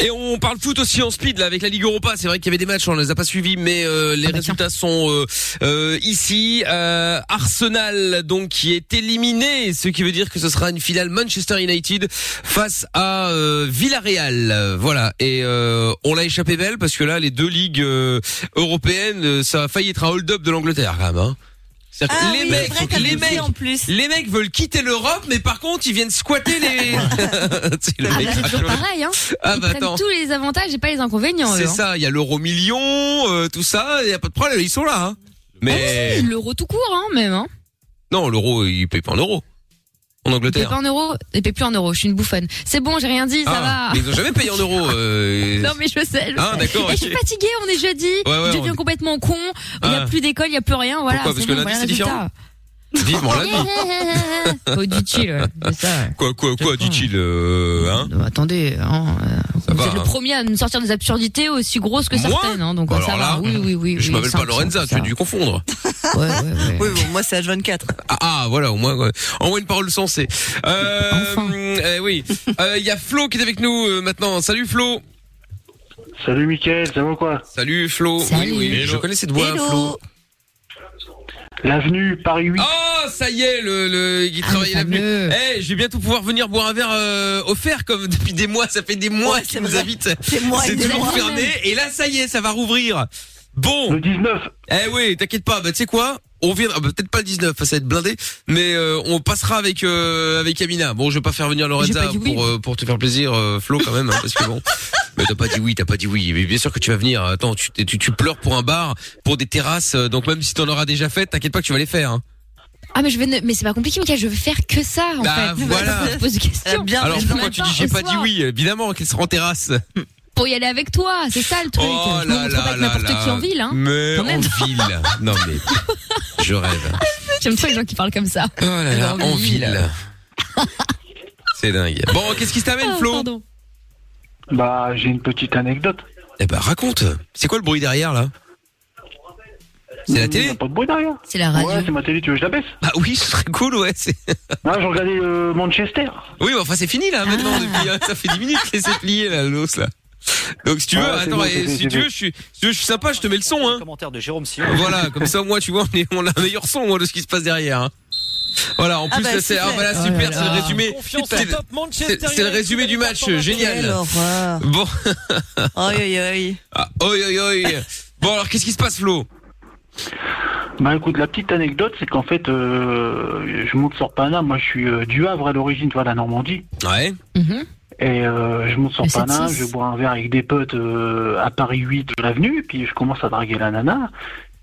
[SPEAKER 2] Et on parle foot aussi en speed là avec la Ligue Europa. C'est vrai qu'il y avait des matchs, on les a pas suivis, mais euh,
[SPEAKER 5] Ah,
[SPEAKER 2] les résultats sont euh, euh, ici. Euh, Arsenal donc qui est éliminé, ce qui veut dire que ce sera une finale Manchester United face à euh, Villarreal. Euh, Voilà. Et euh, on l'a échappé belle parce que là les deux ligues euh, européennes, euh, ça a failli être un hold-up de l'Angleterre quand même. hein. C'est-à-dire que
[SPEAKER 5] Ah
[SPEAKER 2] les
[SPEAKER 5] oui,
[SPEAKER 2] mecs,
[SPEAKER 5] c'est vrai, t'as
[SPEAKER 2] les
[SPEAKER 5] dit
[SPEAKER 2] mecs,
[SPEAKER 5] en plus.
[SPEAKER 2] les mecs veulent quitter l'Europe, mais par contre ils viennent squatter
[SPEAKER 5] *laughs*
[SPEAKER 2] les. *laughs* C'est le
[SPEAKER 3] Ah
[SPEAKER 2] mec
[SPEAKER 3] bah, c'est toujours
[SPEAKER 2] crache-
[SPEAKER 3] pareil, hein.
[SPEAKER 2] Ah
[SPEAKER 3] Ils
[SPEAKER 2] bah,
[SPEAKER 3] prennent
[SPEAKER 2] attends.
[SPEAKER 3] tous les avantages et pas les inconvénients.
[SPEAKER 2] C'est
[SPEAKER 3] eux, hein.
[SPEAKER 2] ça, il y a l'euro million, euh, tout ça, il n'y a pas de problème, ils sont là. hein. Mais
[SPEAKER 3] Ah L'euro Oh, tout court, hein, même. Hein.
[SPEAKER 2] non, l'euro, il paye pas en euros. En
[SPEAKER 3] Paye
[SPEAKER 2] Angleterre.
[SPEAKER 3] pas en euros, et paye plus en euros. Je suis une bouffonne. C'est bon, j'ai rien dit, ça
[SPEAKER 2] Ah,
[SPEAKER 3] va.
[SPEAKER 2] mais ils ont jamais payé en euros.
[SPEAKER 3] *laughs*
[SPEAKER 2] euh,
[SPEAKER 3] Non mais je sais. Je
[SPEAKER 2] Ah,
[SPEAKER 3] sais.
[SPEAKER 2] d'accord,
[SPEAKER 3] Et
[SPEAKER 2] ok.
[SPEAKER 3] Je suis fatiguée, on est jeudi.
[SPEAKER 2] Ouais, ouais,
[SPEAKER 3] je
[SPEAKER 2] on
[SPEAKER 3] deviens
[SPEAKER 2] est-
[SPEAKER 3] complètement con. Il n'y a
[SPEAKER 2] Ah.
[SPEAKER 3] plus d'école, il n'y a plus rien. Voilà.
[SPEAKER 2] Pourquoi Parce
[SPEAKER 3] c'est
[SPEAKER 2] que
[SPEAKER 3] bon,
[SPEAKER 2] lundi,
[SPEAKER 3] voilà
[SPEAKER 2] c'est
[SPEAKER 3] le résultat.
[SPEAKER 2] Vivement
[SPEAKER 3] *laughs*
[SPEAKER 2] lundi.
[SPEAKER 3] Oh, du chill, ouais, c'est ça. ouais.
[SPEAKER 2] Quoi, quoi, quoi, dit-il, euh, hein
[SPEAKER 3] attendez,
[SPEAKER 2] ça
[SPEAKER 3] Vous
[SPEAKER 2] va.
[SPEAKER 3] êtes le
[SPEAKER 2] hein.
[SPEAKER 3] premier à nous sortir des absurdités aussi grosses que
[SPEAKER 2] Moi
[SPEAKER 3] certaines. Hein, donc
[SPEAKER 2] Alors
[SPEAKER 3] ça
[SPEAKER 2] là,
[SPEAKER 3] va. Oui, oui, oui.
[SPEAKER 2] Je
[SPEAKER 3] oui,
[SPEAKER 2] m'appelle
[SPEAKER 3] ça,
[SPEAKER 2] pas
[SPEAKER 3] ça,
[SPEAKER 2] Lorenza, tu as
[SPEAKER 3] ça.
[SPEAKER 2] dû confondre.
[SPEAKER 3] Ouais, ouais, ouais.
[SPEAKER 5] *laughs* Oui, bon, moi, c'est H24.
[SPEAKER 2] Ah, ah, voilà, au moins, ouais. envoie une parole sensée. Euh, euh, oui, Euh, il y a Flo qui est avec nous euh, maintenant. Salut Flo.
[SPEAKER 10] Salut Mickaël, ça va quoi
[SPEAKER 2] Salut Flo.
[SPEAKER 10] Salut.
[SPEAKER 2] Oui, oui,
[SPEAKER 10] Hello.
[SPEAKER 2] je connais cette voix,
[SPEAKER 10] Hello.
[SPEAKER 2] Flo.
[SPEAKER 10] L'avenue Paris 8.
[SPEAKER 2] Oh, ça y est, le, le
[SPEAKER 10] Ah,
[SPEAKER 2] il travaille l'avenue. Eh, je vais bientôt pouvoir venir boire un verre euh, offert comme depuis des mois. Ça fait des mois qu'il nous invite.
[SPEAKER 10] Oh, C'est moi, il est
[SPEAKER 2] toujours
[SPEAKER 10] là.
[SPEAKER 2] fermé. Et là, ça y est, ça va rouvrir. Bon. Le
[SPEAKER 10] 19.
[SPEAKER 2] Eh oui, t'inquiète pas. Bah, tu sais quoi On viendra. bah, Peut-être pas le 19, ça va être blindé. Mais euh, on passera avec euh, avec Amina. Bon, je vais pas faire venir Lorenza
[SPEAKER 10] J'ai pas dit oui.
[SPEAKER 2] pour euh, pour te faire plaisir, euh, Flo, quand même, hein, parce que bon.
[SPEAKER 10] *laughs*
[SPEAKER 2] Mais t'as pas dit oui, t'as pas dit oui. Mais bien sûr que tu vas venir. Attends, tu tu, tu pleures pour un bar, pour des terrasses. euh, Donc même si t'en auras déjà fait, t'inquiète pas que tu vas les faire. hein.
[SPEAKER 3] Ah mais je vais ne- mais c'est pas compliqué Michael, je veux faire que ça en
[SPEAKER 2] Bah,
[SPEAKER 3] fait. *laughs*
[SPEAKER 2] voilà.
[SPEAKER 3] Je te pose des questions.
[SPEAKER 2] Alors pourquoi tu dis j'ai pas dit
[SPEAKER 3] Soir,
[SPEAKER 2] oui Évidemment qu'elle sera en terrasse.
[SPEAKER 3] Pour y aller avec toi, c'est ça le truc.
[SPEAKER 2] Oh
[SPEAKER 3] je me
[SPEAKER 2] là
[SPEAKER 3] montre pas
[SPEAKER 2] là
[SPEAKER 3] avec
[SPEAKER 2] là
[SPEAKER 3] n'importe qui
[SPEAKER 2] là.
[SPEAKER 3] en ville hein.
[SPEAKER 2] Mais
[SPEAKER 3] Quand
[SPEAKER 2] en
[SPEAKER 3] même.
[SPEAKER 2] ville. Non mais je rêve.
[SPEAKER 3] *laughs* J'aime ça les gens qui parlent comme ça.
[SPEAKER 2] Oh là là, en
[SPEAKER 3] *laughs*
[SPEAKER 2] ville. C'est dingue. Bon, qu'est-ce qui se
[SPEAKER 3] Ah,
[SPEAKER 2] t'amène, Flo
[SPEAKER 10] Bah, j'ai une petite anecdote.
[SPEAKER 2] Eh ben raconte. C'est quoi le bruit derrière là C'est la
[SPEAKER 10] Il Mmh, y
[SPEAKER 2] télé
[SPEAKER 10] a pas de bruit derrière.
[SPEAKER 3] C'est la
[SPEAKER 10] radio. Ouais, c'est ma télé, tu veux que je la baisse
[SPEAKER 2] Bah oui, ce serait cool, ouais. c'est-
[SPEAKER 10] Ah, je regardais euh, Manchester.
[SPEAKER 2] Oui, mais enfin c'est fini là maintenant.
[SPEAKER 3] *laughs*
[SPEAKER 2] depuis, hein, ça fait 10 minutes qu'elle s'est pliée là, l'os là. Donc si tu veux,
[SPEAKER 10] Ah, c'est
[SPEAKER 2] attends,
[SPEAKER 10] bon,
[SPEAKER 2] et
[SPEAKER 10] c'est-
[SPEAKER 2] si
[SPEAKER 10] c'est
[SPEAKER 2] tu
[SPEAKER 10] bon.
[SPEAKER 2] veux, je suis, si tu veux, je suis sympa, je te mets le son. Hein.
[SPEAKER 11] Commentaire de Jérôme Sion.
[SPEAKER 2] *laughs* Voilà, comme ça, moi, tu vois, on, est- on a un meilleur son moi, de ce qui se passe derrière. hein. Voilà, en
[SPEAKER 11] Ah
[SPEAKER 2] plus,
[SPEAKER 11] bah,
[SPEAKER 2] là, c'est
[SPEAKER 11] super.
[SPEAKER 2] ah, voilà,
[SPEAKER 11] Oh
[SPEAKER 2] super,
[SPEAKER 11] là
[SPEAKER 2] c'est le
[SPEAKER 11] là.
[SPEAKER 2] résumé.
[SPEAKER 11] Confiance au
[SPEAKER 2] C'est
[SPEAKER 11] top Manchester
[SPEAKER 2] c'est- c'est le
[SPEAKER 11] United.
[SPEAKER 2] résumé du match,
[SPEAKER 5] Quelle
[SPEAKER 2] génial.
[SPEAKER 5] horreur.
[SPEAKER 2] Bon,
[SPEAKER 5] Aïe, aïe, aïe.
[SPEAKER 2] Ah, oi, oi, oi. Bon, alors, qu'est-ce qui se passe, Flo
[SPEAKER 10] Bah écoute, la petite anecdote, c'est qu'en fait, euh, je monte sur Pana. Moi, je suis euh, du Havre à l'origine, tu vois, la Normandie.
[SPEAKER 2] Ouais.
[SPEAKER 10] Et euh, je monte sur
[SPEAKER 2] Le
[SPEAKER 10] Pana,
[SPEAKER 2] 7-6.
[SPEAKER 10] je bois un verre avec des potes euh, à Paris 8 de l'avenue, puis je commence à draguer la nana.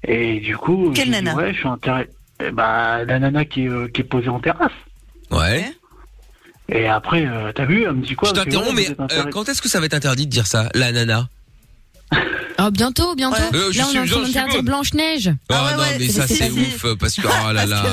[SPEAKER 10] Et du coup,
[SPEAKER 5] Quelle
[SPEAKER 10] je dis,
[SPEAKER 5] nana
[SPEAKER 10] ouais, je suis intéressé. Eh Bah, la nana qui est, euh, qui est posée en terrasse.
[SPEAKER 2] Ouais.
[SPEAKER 10] Et après, euh, t'as vu, elle me dit quoi
[SPEAKER 2] Je
[SPEAKER 10] Parce que,
[SPEAKER 2] t'interromps, mais
[SPEAKER 10] ouais, vous êtes
[SPEAKER 2] euh,
[SPEAKER 10] intéressé.
[SPEAKER 2] quand est-ce que ça va être interdit de dire ça, la nana
[SPEAKER 3] Ah bientôt, bientôt.
[SPEAKER 2] Ouais. Euh, je
[SPEAKER 3] Là on
[SPEAKER 2] suis-
[SPEAKER 3] est en train
[SPEAKER 2] je suis
[SPEAKER 3] d'interdire
[SPEAKER 2] bonne.
[SPEAKER 3] Blanche Neige.
[SPEAKER 2] Ah non, mais ça, c'est ouf, parce que, oh là là.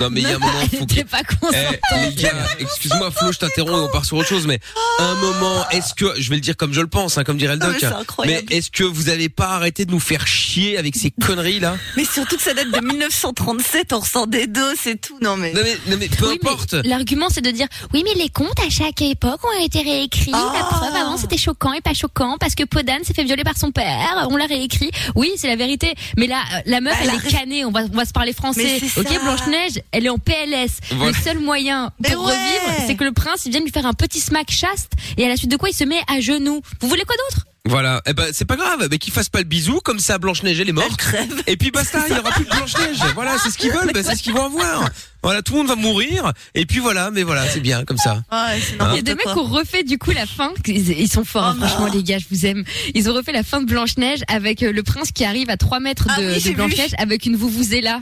[SPEAKER 2] Non, mais il y a un
[SPEAKER 3] *laughs*
[SPEAKER 2] moment, faut que...
[SPEAKER 3] T'es pas con.
[SPEAKER 2] Eh, les gars, excuse-moi Flo, je t'interromps et on part sur autre chose, mais un moment, est-ce que, je vais le dire comme je le pense, hein, comme dirait le
[SPEAKER 5] Ah, mais
[SPEAKER 2] doc,
[SPEAKER 5] c'est incroyable.
[SPEAKER 2] mais est-ce que vous allez pas arrêter de nous faire chier avec ces conneries là
[SPEAKER 5] Mais surtout que ça date de 1937, on ressent des dos et tout. Non, mais.
[SPEAKER 2] non mais, non mais peu
[SPEAKER 5] Oui, mais
[SPEAKER 2] importe.
[SPEAKER 3] L'argument c'est de dire oui mais les contes à chaque époque ont été réécrits.
[SPEAKER 5] Ah.
[SPEAKER 3] La preuve avant c'était choquant et pas choquant parce que Podane s'est fait violer par son père. On l'a réécrit. Oui c'est la vérité. Mais là euh, la meuf elle est canée. On va on va se parler français.
[SPEAKER 5] Bah, Mais c'est
[SPEAKER 3] Ok
[SPEAKER 5] ça.
[SPEAKER 3] Blanche Neige elle est en PLS.
[SPEAKER 5] Voilà.
[SPEAKER 3] Le seul moyen pour revivre c'est que le prince il vienne lui faire un petit smack chaste et à la suite de quoi il se met à genoux. Vous voulez quoi d'autre
[SPEAKER 2] Voilà. Eh ben, c'est pas grave. Mais qu'ils fassent pas le bisou, comme ça, Blanche-Neige, elle est morte. Et puis basta, il y aura plus de Blanche-Neige. Voilà, c'est ce qu'ils veulent, ben, c'est ce qu'ils vont avoir. Voilà, tout le monde va mourir. Et puis voilà, mais voilà, c'est bien, comme ça.
[SPEAKER 5] Ah,
[SPEAKER 3] Il y a des mecs qui ont refait du coup la fin. Ils, ils sont forts, hein,
[SPEAKER 5] Oh,
[SPEAKER 3] franchement les gars, je vous aime. Ils ont refait la fin de Blanche Neige avec euh, le prince qui arrive à 3 mètres
[SPEAKER 5] Ah
[SPEAKER 3] de, de Blanche Neige avec une vouvouzela.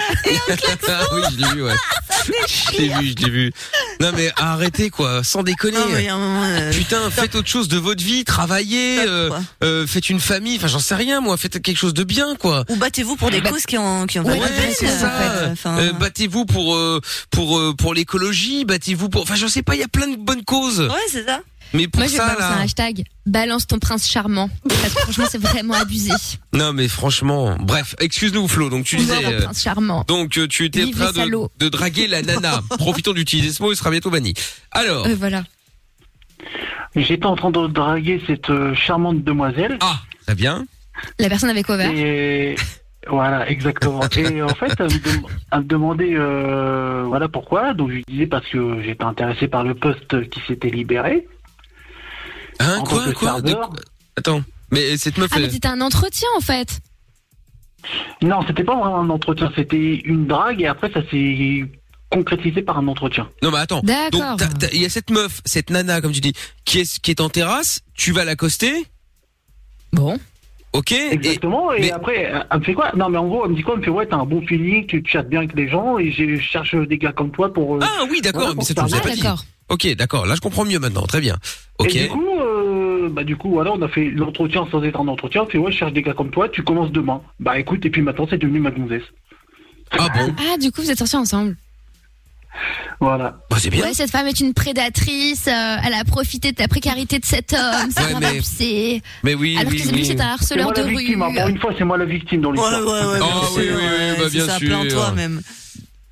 [SPEAKER 2] Ah oui, je l'ai vu, ouais. Je l'ai vu, je l'ai vu. Non mais arrêtez quoi, sans déconner.
[SPEAKER 5] Ah hein. euh,
[SPEAKER 2] Ah, Putain, faites autre chose de votre vie, travaillez, euh, euh, faites une famille, enfin j'en sais rien moi, faites quelque chose de bien quoi.
[SPEAKER 5] Ou battez-vous pour
[SPEAKER 3] Bah,
[SPEAKER 5] des causes qui ont, qui ont pas
[SPEAKER 2] Ouais,
[SPEAKER 5] de peine,
[SPEAKER 2] c'est
[SPEAKER 5] en
[SPEAKER 2] ça.
[SPEAKER 5] fait. Enfin,
[SPEAKER 2] Euh, battez-vous pour euh, pour euh, pour l'écologie, battez-vous pour enfin je sais pas, il y a plein de bonnes causes.
[SPEAKER 5] c'est ça.
[SPEAKER 2] Mais pour
[SPEAKER 3] Moi je vais
[SPEAKER 2] ça
[SPEAKER 3] balancer un
[SPEAKER 2] là.
[SPEAKER 3] hashtag balance ton prince charmant. Parce que franchement c'est vraiment abusé.
[SPEAKER 2] Non mais franchement, bref, excuse-nous Flo, donc tu disais
[SPEAKER 3] Mort au
[SPEAKER 2] euh,
[SPEAKER 3] prince charmant.
[SPEAKER 2] donc euh, tu étais en
[SPEAKER 3] Vive
[SPEAKER 2] train
[SPEAKER 3] les
[SPEAKER 2] de,
[SPEAKER 3] salauds.
[SPEAKER 2] de draguer la nana. Profitons d'utiliser ce mot, il sera bientôt banni. Alors,
[SPEAKER 3] Euh, voilà.
[SPEAKER 10] J'étais en train de draguer cette euh, charmante demoiselle.
[SPEAKER 2] Ah, très bien.
[SPEAKER 3] La personne avec couvert.
[SPEAKER 10] Et voilà, exactement.
[SPEAKER 3] *laughs*
[SPEAKER 10] Et en fait, elle me, dem- elle me demandait euh, voilà pourquoi. Donc je lui disais parce que j'étais intéressé par le poste qui s'était libéré.
[SPEAKER 2] Hein,
[SPEAKER 10] En
[SPEAKER 2] quoi,
[SPEAKER 10] tant que
[SPEAKER 2] quoi, de
[SPEAKER 10] serveur.
[SPEAKER 2] quoi Attends, mais cette meuf
[SPEAKER 3] Ah mais
[SPEAKER 2] elle-
[SPEAKER 3] c'était un entretien en fait.
[SPEAKER 10] Non, c'était pas vraiment un entretien, c'était une drague et après ça s'est concrétisé par un entretien.
[SPEAKER 2] Non mais attends.
[SPEAKER 10] D'accord.
[SPEAKER 2] Donc t'as- t'as- il y a cette meuf, cette nana comme tu dis, qui est qui est en terrasse. Tu vas l'accoster.
[SPEAKER 3] Bon.
[SPEAKER 2] Ok.
[SPEAKER 10] Exactement. Et, après, elle me fait quoi Non, mais en gros, elle me dit quoi Elle me fait ouais, t'as un bon feeling, tu chattes bien avec les gens et je cherche des gars comme toi pour.
[SPEAKER 2] Ah oui, d'accord. mais ça tu nous as
[SPEAKER 3] Ah,
[SPEAKER 2] pas dit. Ok, d'accord. Là je comprends mieux maintenant. Très bien. Ok.
[SPEAKER 10] Et du coup, euh, bah du coup, voilà, on a fait l'entretien sans être un entretien. Tu ouais, je cherche des gars comme toi. Tu commences demain. Bah écoute, et puis maintenant, c'est devenu ma gonzesse.
[SPEAKER 2] Ah bon
[SPEAKER 3] Ah du coup vous êtes sortis ensemble.
[SPEAKER 10] *laughs* Voilà.
[SPEAKER 2] Bah c'est
[SPEAKER 3] Ouais cette femme est une prédatrice. euh, elle a profité de la précarité de cet homme. C'est
[SPEAKER 10] Ouais,
[SPEAKER 3] grave
[SPEAKER 10] mais-
[SPEAKER 3] abusé.
[SPEAKER 2] Mais oui,
[SPEAKER 3] Alors que
[SPEAKER 2] oui,
[SPEAKER 3] c'est lui
[SPEAKER 2] oui.
[SPEAKER 3] c'est un harceleur de
[SPEAKER 10] C'est moi
[SPEAKER 3] rue.
[SPEAKER 10] la
[SPEAKER 3] hein.
[SPEAKER 10] victime, encore une fois, c'est moi la victime dans l'histoire.
[SPEAKER 2] Ah oui, oui, oui, bah bien sûr.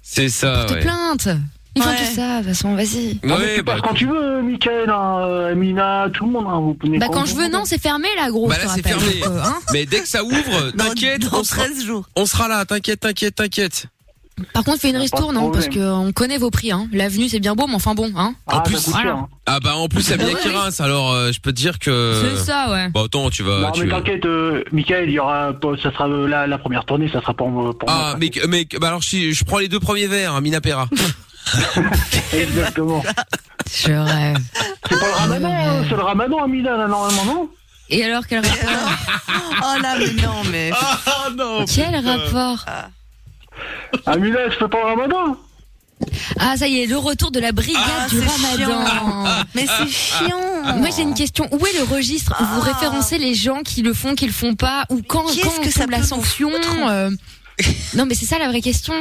[SPEAKER 2] C'est ça.
[SPEAKER 3] Porte
[SPEAKER 2] ouais.
[SPEAKER 3] plainte. Ils font tout ça de toute façon vas-y.
[SPEAKER 10] Ah, mais
[SPEAKER 2] Ouais,
[SPEAKER 10] tu
[SPEAKER 2] bah,
[SPEAKER 10] passes quand tu veux, Michael, hein, euh, Amina, tout le monde. hein, vous prenez
[SPEAKER 3] Bah quand je veux non c'est fermé là gros.
[SPEAKER 2] Bah
[SPEAKER 3] je
[SPEAKER 2] là
[SPEAKER 3] te
[SPEAKER 2] c'est
[SPEAKER 3] rappelle.
[SPEAKER 2] fermé.
[SPEAKER 3] Donc, euh, hein.
[SPEAKER 2] Mais dès que ça ouvre, t'inquiète, on sera, on sera là, t'inquiète, t'inquiète, t'inquiète.
[SPEAKER 3] Par contre, fais une
[SPEAKER 2] de
[SPEAKER 3] ristourne, hein,
[SPEAKER 2] problème.
[SPEAKER 3] parce qu'on connaît vos prix. Hein. L'avenue, c'est bien beau, mais enfin bon. Hein.
[SPEAKER 2] en plus,
[SPEAKER 3] Voilà.
[SPEAKER 2] ah bah en plus ça vient
[SPEAKER 3] Ouais,
[SPEAKER 2] qui
[SPEAKER 3] ouais.
[SPEAKER 2] rince, alors euh, je peux te dire que.
[SPEAKER 3] C'est ça, ouais.
[SPEAKER 2] Bah attends, tu vas.
[SPEAKER 10] Non,
[SPEAKER 2] tu...
[SPEAKER 10] mais t'inquiète, euh, Michael, il y aura, ça sera euh, la, la première tournée, ça sera pour, moi- pour
[SPEAKER 2] Ah mais mais bah alors si je prends les deux premiers verres, hein, Mina Pera.
[SPEAKER 10] moi. *laughs* Exactement.
[SPEAKER 3] Je rêve.
[SPEAKER 10] C'est pas le ramadan, hein, c'est le ramadan, Amina, là, normalement, non
[SPEAKER 3] Et alors, quel rapport
[SPEAKER 5] *laughs* Oh là, mais non,
[SPEAKER 2] *laughs*
[SPEAKER 5] mais.
[SPEAKER 10] Ah non
[SPEAKER 3] Quel rapport
[SPEAKER 10] Amina, je fais pas le ramadan
[SPEAKER 3] Ah, ça y est, le retour de la brigade
[SPEAKER 2] Ah,
[SPEAKER 3] du ramadan.
[SPEAKER 5] Mais c'est chiant.
[SPEAKER 3] Moi, j'ai une question. Où est le registre où vous référencez les gens qui le font, qui le font pas Ou quand, quand que la sanction euh, Non, mais c'est ça la vraie question.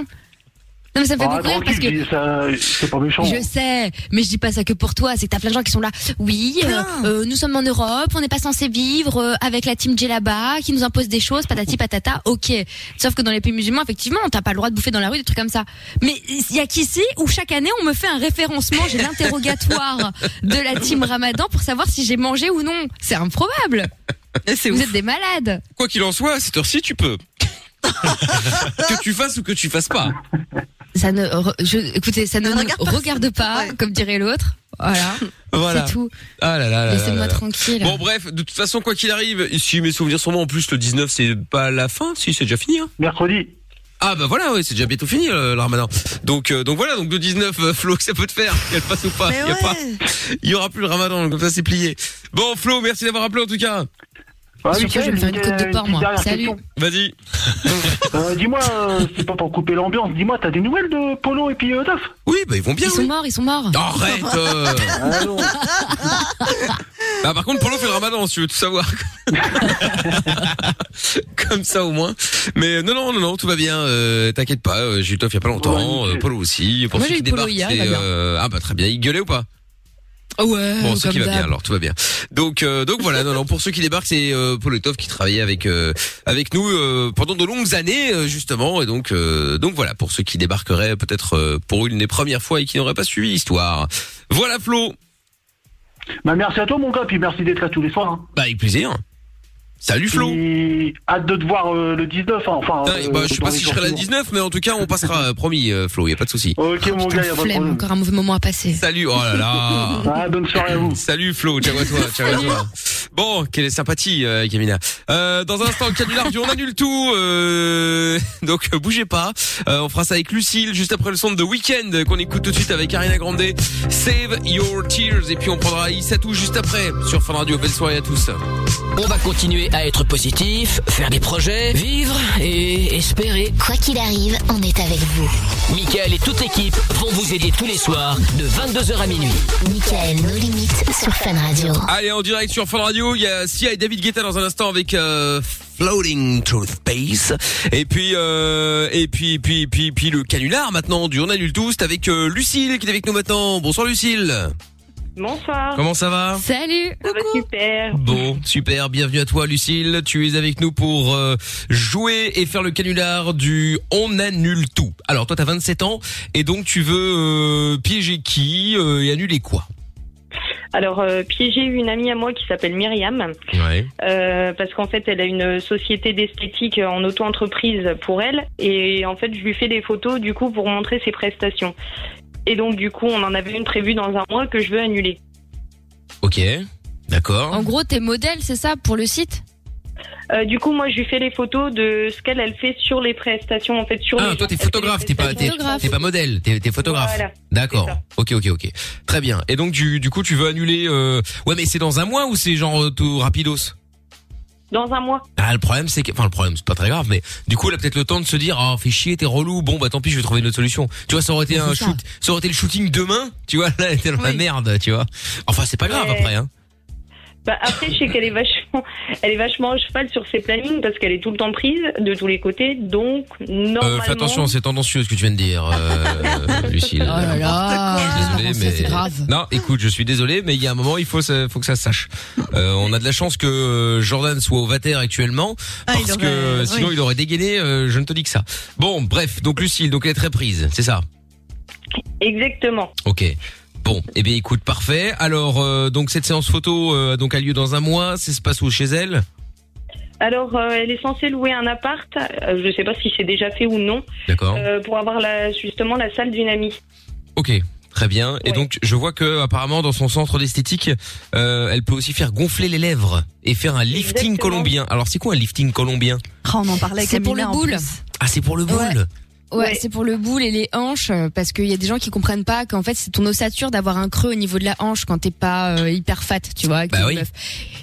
[SPEAKER 3] Non, mais ça me fait
[SPEAKER 2] Bah,
[SPEAKER 10] Ah,
[SPEAKER 3] beaucoup rire parce que
[SPEAKER 10] tranquille, ça- C'est pas méchant.
[SPEAKER 3] Je sais, mais je dis pas ça que pour toi, c'est que t'as plein de gens qui sont là. Oui, euh, euh, nous sommes en Europe, on n'est pas censé vivre euh, avec la team Djellaba qui nous impose des choses, patati patata, ok. Sauf que dans les pays musulmans, effectivement, t'as pas le droit de bouffer dans la rue, des trucs comme ça. Mais il y a qu'ici où chaque année on me fait un référencement, j'ai
[SPEAKER 2] *laughs*
[SPEAKER 3] l'interrogatoire de la team Ramadan pour savoir si j'ai mangé ou non. C'est
[SPEAKER 2] *laughs*
[SPEAKER 3] improbable. Vous êtes des malades.
[SPEAKER 2] Quoi qu'il en soit, à cette heure-ci,
[SPEAKER 3] *laughs*
[SPEAKER 2] tu peux. que tu fasses ou que tu fasses pas.
[SPEAKER 3] Ça ne, Euh, re- je, écoutez, ça ne, nous regarde pas, comme dirait l'autre. Voilà.
[SPEAKER 2] *laughs* Voilà.
[SPEAKER 3] C'est tout.
[SPEAKER 2] Ah là là là. là
[SPEAKER 3] Laissez-moi
[SPEAKER 2] là là.
[SPEAKER 3] tranquille.
[SPEAKER 2] Bon bref, de toute façon quoi qu'il arrive, si mes souvenirs sont bons, en plus le 19 c'est pas la fin, si c'est déjà fini. Hein.
[SPEAKER 10] Mercredi.
[SPEAKER 2] Ah bah voilà, ouais, c'est déjà bientôt fini euh, le ramadan. Donc euh, donc voilà, donc le 19 euh, Flo, *laughs* que ça peut te faire, qu'elle passe ou pas, il y a pas, il y aura plus le ramadan, donc comme ça c'est plié. Bon Flo, merci d'avoir appelé en tout cas.
[SPEAKER 10] Ah, Surtout, Mickaël, je vais me faire une Mickaël, côte de porc, une moi. dernière Salut. question.
[SPEAKER 2] Vas-y.
[SPEAKER 10] Euh, dis-moi, euh, c'est pas pour couper l'ambiance, dis-moi, t'as des nouvelles de Polo et puis euh, Daf
[SPEAKER 2] Oui, bah ils vont bien.
[SPEAKER 3] Ils sont morts, ils sont morts.
[SPEAKER 2] Arrête.
[SPEAKER 3] *laughs*
[SPEAKER 2] euh.
[SPEAKER 10] Allons.
[SPEAKER 2] Bah par contre Polo fait le ramadan si tu veux
[SPEAKER 3] *laughs*
[SPEAKER 2] tout savoir. Comme ça au moins. Mais euh, non non non non, tout va bien, euh, t'inquiète pas, euh, j'ai eu Toff il y a pas longtemps, euh, Polo aussi, pour
[SPEAKER 3] Moi,
[SPEAKER 2] ceux
[SPEAKER 3] j'ai
[SPEAKER 2] qui
[SPEAKER 3] eu Polo
[SPEAKER 2] débarquent.
[SPEAKER 3] hier,
[SPEAKER 2] c'est,
[SPEAKER 3] il va bien.
[SPEAKER 2] euh, ah bah très bien, il gueulait ou pas
[SPEAKER 3] Oh Ouais.
[SPEAKER 2] Bon, ce qui
[SPEAKER 3] comme
[SPEAKER 2] va bien
[SPEAKER 3] d'hab.
[SPEAKER 2] alors, tout va bien. Donc euh, donc voilà, non non, pour ceux qui débarquent, c'est euh, Paul Etov qui travaillait avec euh, avec nous euh, pendant de longues années euh, justement et donc euh, donc voilà, pour ceux qui débarqueraient peut-être euh, pour une des premières fois et qui n'auraient pas suivi l'histoire. Voilà Flo.
[SPEAKER 10] Bah, merci à toi, mon gars, puis merci d'être là tous les soirs. hein.
[SPEAKER 2] Bah avec plaisir. Salut Flo.
[SPEAKER 10] Puis, hâte de te voir euh, le 19, hein, enfin.
[SPEAKER 2] Putain,
[SPEAKER 10] euh,
[SPEAKER 2] bah, je sais
[SPEAKER 10] dans
[SPEAKER 2] pas
[SPEAKER 10] les
[SPEAKER 2] si je serai là le
[SPEAKER 10] jours qui
[SPEAKER 2] 19 mais en tout cas, on passera euh, promis euh, Flo, y a pas de souci.
[SPEAKER 10] OK, mon gars, y
[SPEAKER 3] Flemme,
[SPEAKER 10] a pas de problème.
[SPEAKER 3] encore un mauvais moment à passer.
[SPEAKER 10] *laughs*
[SPEAKER 2] Salut. Oh là là.
[SPEAKER 10] Ah, bonne soirée à vous.
[SPEAKER 2] Salut Flo, ciao à toi, ciao à toi. Bon, quelle sympathie, euh, Camina. Euh, dans un instant, le canular du on annule tout. euh, *laughs* donc euh, bougez pas. Euh, on fera ça avec Lucille juste après le son de Weekend euh, qu'on écoute tout de suite avec Ariana Grande. Save your tears et puis on prendra Issa tout juste après sur Fun Radio. Belle soirée à tous.
[SPEAKER 1] On va continuer à être positif, faire des projets, vivre et espérer.
[SPEAKER 4] Quoi qu'il arrive, on est avec vous.
[SPEAKER 1] Michael et toute l'équipe vont vous aider tous les soirs de 22h à minuit.
[SPEAKER 4] Michael, nos limites sur Fan Radio.
[SPEAKER 2] Allez, en direct sur Fun Radio, il y a Sia et David Guetta dans un instant avec euh, Floating Through Space. Et puis, euh, et puis, puis, puis, puis le canular maintenant du On Annule Tout. C'est avec euh, Lucille qui est avec nous maintenant. Bonsoir Lucille.
[SPEAKER 12] Bonsoir.
[SPEAKER 2] Comment ça va
[SPEAKER 3] Salut.
[SPEAKER 12] Ça va super.
[SPEAKER 2] Bon, super, bienvenue à toi Lucille. Tu es avec nous pour euh, jouer et faire le canular du On annule tout. Alors toi t'as 27 ans et donc tu veux euh, piéger qui euh, et annuler quoi
[SPEAKER 12] Alors, euh, piéger une amie à moi qui s'appelle Myriam,
[SPEAKER 2] Ouais.
[SPEAKER 12] euh, parce qu'en fait, elle a une société d'esthétique en auto-entreprise pour elle, et en fait, je lui fais des photos, du coup, pour montrer ses prestations. Et donc, du coup, on en avait une prévue dans un mois que je veux annuler.
[SPEAKER 2] Ok,
[SPEAKER 3] *laughs*
[SPEAKER 2] d'accord.
[SPEAKER 3] En gros, tes modèles, c'est ça, pour le site
[SPEAKER 12] Euh, du coup, moi, je lui fais les photos de ce qu'elle elle fait sur les prestations, en fait, sur
[SPEAKER 2] Ah,
[SPEAKER 12] les
[SPEAKER 2] toi t'es
[SPEAKER 12] gens qu'elle
[SPEAKER 2] photographe,
[SPEAKER 12] fait
[SPEAKER 2] t'es
[SPEAKER 12] les
[SPEAKER 2] pas, t'es,
[SPEAKER 12] prestations.
[SPEAKER 2] t'es pas modèle, t'es, t'es photographe.
[SPEAKER 12] Voilà, c'est
[SPEAKER 2] D'accord.
[SPEAKER 12] ça.
[SPEAKER 2] Ok, ok, ok. Très bien. Et donc du, du coup tu veux annuler. euh, Ouais, mais c'est dans un mois ou c'est genre euh, tout rapidos
[SPEAKER 12] Dans un mois.
[SPEAKER 2] Ah, le problème, c'est que, enfin, le problème, c'est pas très grave, mais du coup, elle a peut-être le temps de se dire, oh, fais chier, t'es relou, bon, bah, tant pis, je vais trouver une autre solution. Tu vois, ça aurait été
[SPEAKER 12] C'est
[SPEAKER 2] un
[SPEAKER 12] ça.
[SPEAKER 2] shoot, ça aurait été le shooting demain, tu vois, *laughs* là, elle était dans la merde, tu vois. Enfin, c'est pas grave
[SPEAKER 12] Ouais.
[SPEAKER 2] après, hein.
[SPEAKER 12] Bah, après, je sais qu'elle est vachement, elle est vachement à cheval sur ses plannings parce qu'elle est tout le temps prise de tous les côtés, donc normalement.
[SPEAKER 2] Euh, fais attention, c'est tendancieux ce que tu viens de dire, euh, Lucille.
[SPEAKER 3] Oh là là.
[SPEAKER 2] Désolé, mais non, écoute, je suis désolé, mais il y a un moment, il faut, ça- faut que ça se sache. Euh, on a de la chance que euh, Jordan soit au Vater actuellement,
[SPEAKER 5] Ah, il
[SPEAKER 2] parce que
[SPEAKER 5] aurait-
[SPEAKER 2] sinon,
[SPEAKER 5] oui.
[SPEAKER 2] il aurait dégainé. euh, je ne te dis que ça. Bon, bref, donc Lucille, donc elle est très prise, c'est ça.
[SPEAKER 12] *laughs* Exactement.
[SPEAKER 2] Ok. Bon, eh bien écoute, parfait. Alors, euh, donc cette séance photo euh, donc a lieu dans un mois. Ça se passe où chez elle
[SPEAKER 12] Alors, euh, elle est censée louer un appart. euh, je sais pas si c'est déjà fait ou non.
[SPEAKER 2] D'accord.
[SPEAKER 12] euh, pour avoir la, justement la salle d'une amie.
[SPEAKER 2] Ok, très bien. Et donc je vois que apparemment dans son centre d'esthétique, euh, elle peut aussi faire gonfler les lèvres et faire un lifting colombien. Alors c'est quoi un lifting colombien
[SPEAKER 5] Oh, on en parlait avec
[SPEAKER 3] C'est pour
[SPEAKER 5] Amina,
[SPEAKER 3] le
[SPEAKER 5] en
[SPEAKER 3] boule.
[SPEAKER 5] plus.
[SPEAKER 2] Ah, c'est pour le boule.
[SPEAKER 3] Ouais, c'est pour le boule et les hanches, euh, parce qu'il y a des gens qui comprennent pas qu'en fait c'est ton ossature d'avoir un creux au niveau de la hanche quand t'es pas euh, hyper fat, tu vois. que
[SPEAKER 13] Bah
[SPEAKER 3] t'es une
[SPEAKER 13] oui.
[SPEAKER 3] meuf.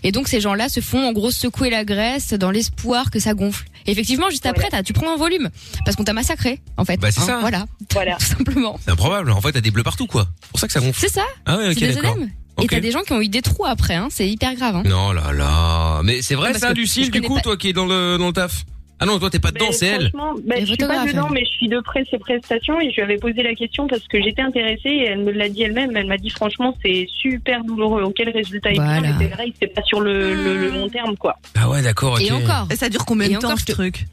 [SPEAKER 3] Et donc ces gens-là se font en gros secouer la graisse dans l'espoir que ça gonfle. Et effectivement, juste après, t'as- tu prends un volume parce qu'on t'a massacré, en fait.
[SPEAKER 2] Bah, c'est
[SPEAKER 3] Hein,
[SPEAKER 2] ça.
[SPEAKER 3] Voilà, *laughs* tout simplement.
[SPEAKER 2] C'est improbable. En fait, t'as des bleus partout quoi. C'est pour ça que ça gonfle.
[SPEAKER 3] C'est ça.
[SPEAKER 2] Ah ouais, ok,
[SPEAKER 3] c'est des
[SPEAKER 2] d'accord.
[SPEAKER 3] œdèmes.
[SPEAKER 2] Ok.
[SPEAKER 3] Et t'as des gens qui ont eu des trous après, hein. c'est hyper grave. Hein.
[SPEAKER 2] Non là là. Mais c'est vrai
[SPEAKER 3] Ah, Parce
[SPEAKER 2] ça,
[SPEAKER 3] que
[SPEAKER 2] Lucille.
[SPEAKER 3] je
[SPEAKER 2] Du
[SPEAKER 3] connais
[SPEAKER 2] coup,
[SPEAKER 3] pas-
[SPEAKER 2] toi qui es dans le dans le taf. Ah non, toi t'es pas dedans, c'est elle.
[SPEAKER 12] Franchement, bah, je suis pas dedans, mais je suis de près ses prestations et je lui avais posé la question parce que j'étais intéressée et elle me l'a dit elle-même. Elle m'a dit franchement, c'est super douloureux. Auquel résultat Ah, il
[SPEAKER 2] Voilà.
[SPEAKER 12] prend, mais c'est vrai, c'est pas sur le, le- le long terme quoi.
[SPEAKER 2] Ah ouais, d'accord. ok.
[SPEAKER 5] Et ça dure combien de temps ce truc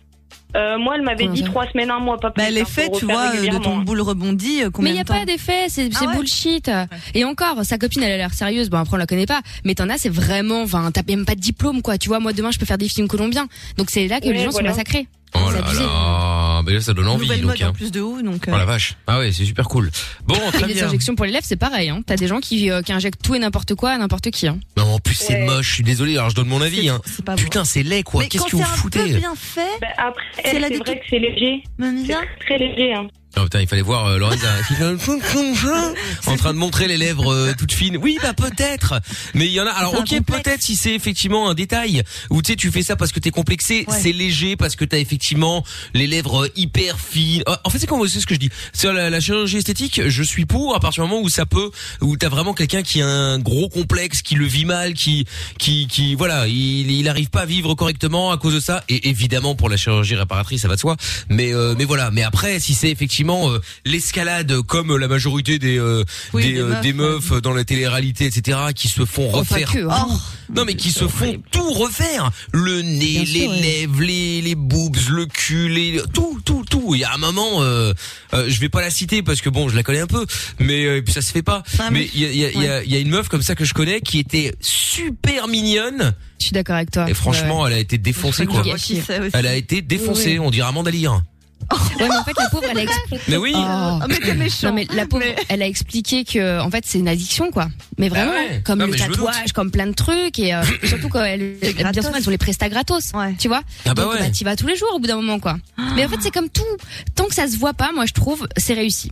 [SPEAKER 12] Euh, moi, elle m'avait dit trois semaines, un mois, pas plus.
[SPEAKER 5] bah,
[SPEAKER 12] hein,
[SPEAKER 5] L'effet,
[SPEAKER 12] pour
[SPEAKER 5] tu
[SPEAKER 12] refaire
[SPEAKER 5] vois, euh, de
[SPEAKER 12] régulièrement,
[SPEAKER 5] ton
[SPEAKER 12] hein.
[SPEAKER 5] boule rebondie, euh,
[SPEAKER 3] Mais
[SPEAKER 5] combien
[SPEAKER 3] il n'y a
[SPEAKER 5] de temps Ah
[SPEAKER 3] pas d'effet, c'est c'est bullshit. Et encore, sa copine, elle a l'air sérieuse. Bon, après, on la connaît pas. Mais t'en as, c'est vraiment, enfin, t'as même pas de diplôme, quoi. Tu vois, moi, demain, je peux faire des films colombiens. Donc, c'est là que
[SPEAKER 5] Ouais,
[SPEAKER 3] les gens
[SPEAKER 5] voilà.
[SPEAKER 3] sont massacrés.
[SPEAKER 2] Oh là là. Mais là, ça donne envie.
[SPEAKER 5] Nouvelle
[SPEAKER 2] donc,
[SPEAKER 5] mode
[SPEAKER 2] hein.
[SPEAKER 5] en plus de haut, donc. euh,
[SPEAKER 2] Oh la vache. Ah ouais, c'est super cool.
[SPEAKER 3] *laughs*
[SPEAKER 2] Bon,
[SPEAKER 3] Et
[SPEAKER 2] très
[SPEAKER 3] les
[SPEAKER 2] bien.
[SPEAKER 3] injections pour les lèvres, c'est pareil. Hein. T'as des gens qui, euh, qui injectent tout et n'importe quoi à n'importe qui. Hein.
[SPEAKER 2] Non, en plus c'est moche. Je suis désolé. Alors je donne mon avis. Hein. Putain, c'est laid quoi.
[SPEAKER 3] Mais
[SPEAKER 2] Qu'est-ce
[SPEAKER 3] quand
[SPEAKER 2] que vous
[SPEAKER 3] c'est un peu
[SPEAKER 2] foutez
[SPEAKER 5] bien fait.
[SPEAKER 12] Bah, après, elle, c'est vrai que c'est léger. C'est très léger. Hein.
[SPEAKER 2] Oh putain, il fallait voir euh, Lorenza en train de montrer les lèvres euh, toutes fines. Oui, bah peut-être. Mais il y en a. Alors ok, peut-être si c'est effectivement un détail. Ou tu sais, tu fais ça parce que t'es complexé. C'est léger parce que t'as effectivement les lèvres euh, hyper fines. Euh, En fait, c'est comme c'est ce que je dis. Sur la, la chirurgie esthétique, je suis pour à partir du moment où ça peut, où t'as vraiment quelqu'un qui a un gros complexe, qui le vit mal, qui, qui, qui, voilà, il, il arrive pas à vivre correctement à cause de ça. Et évidemment, pour la chirurgie réparatrice, ça va de soi. Mais, euh, mais voilà. Mais après, si c'est effectivement euh, l'escalade, comme la majorité des, euh,
[SPEAKER 14] Oui,
[SPEAKER 2] des,
[SPEAKER 14] des
[SPEAKER 2] euh,
[SPEAKER 14] meufs,
[SPEAKER 2] des meufs euh, dans la télé-réalité, etc., qui se font
[SPEAKER 14] Enfin,
[SPEAKER 2] refaire.
[SPEAKER 14] que, hein.
[SPEAKER 2] Oh, non, mais qui se font tout refaire. Le nez, les lèvres, les, les boobs, le cul, les, tout, tout, tout. Il y a un moment, euh, euh, je vais pas la citer parce que bon, je la connais un peu, mais euh, et puis ça se fait pas.
[SPEAKER 3] Ah
[SPEAKER 2] mais il y a, il y, a, il y a- il y a une meuf comme ça que je connais qui était super mignonne.
[SPEAKER 3] Je suis d'accord avec toi.
[SPEAKER 2] Et franchement,
[SPEAKER 3] Ouais, ouais.
[SPEAKER 2] elle a été défoncée
[SPEAKER 3] Je crois
[SPEAKER 2] quoi.
[SPEAKER 3] que je vois qui c'est aussi.
[SPEAKER 2] Elle a été défoncée,
[SPEAKER 3] Oui, oui.
[SPEAKER 2] on dirait Amanda Lear.
[SPEAKER 3] Ouais, mais en fait, la pauvre, elle a expliqué.
[SPEAKER 2] Mais oui.
[SPEAKER 3] Oh.
[SPEAKER 2] mais t'es méchant.
[SPEAKER 3] Non, mais la pauvre, elle a expliqué que, en fait, c'est une addiction, quoi. Mais vraiment,
[SPEAKER 2] Ah ouais.
[SPEAKER 3] comme
[SPEAKER 2] Non,
[SPEAKER 3] le
[SPEAKER 2] mais je me
[SPEAKER 3] tatouage, comme plein de trucs, et
[SPEAKER 2] *coughs*
[SPEAKER 3] euh, surtout quand elles, bien souvent, elles ont les prestats gratos. Tu vois.
[SPEAKER 2] Ah bah
[SPEAKER 3] Donc,
[SPEAKER 2] ouais.
[SPEAKER 3] t'y vas tous les jours au bout d'un moment, quoi. Mais en fait, c'est comme tout. Tant que ça se voit pas, moi, je trouve, c'est réussi.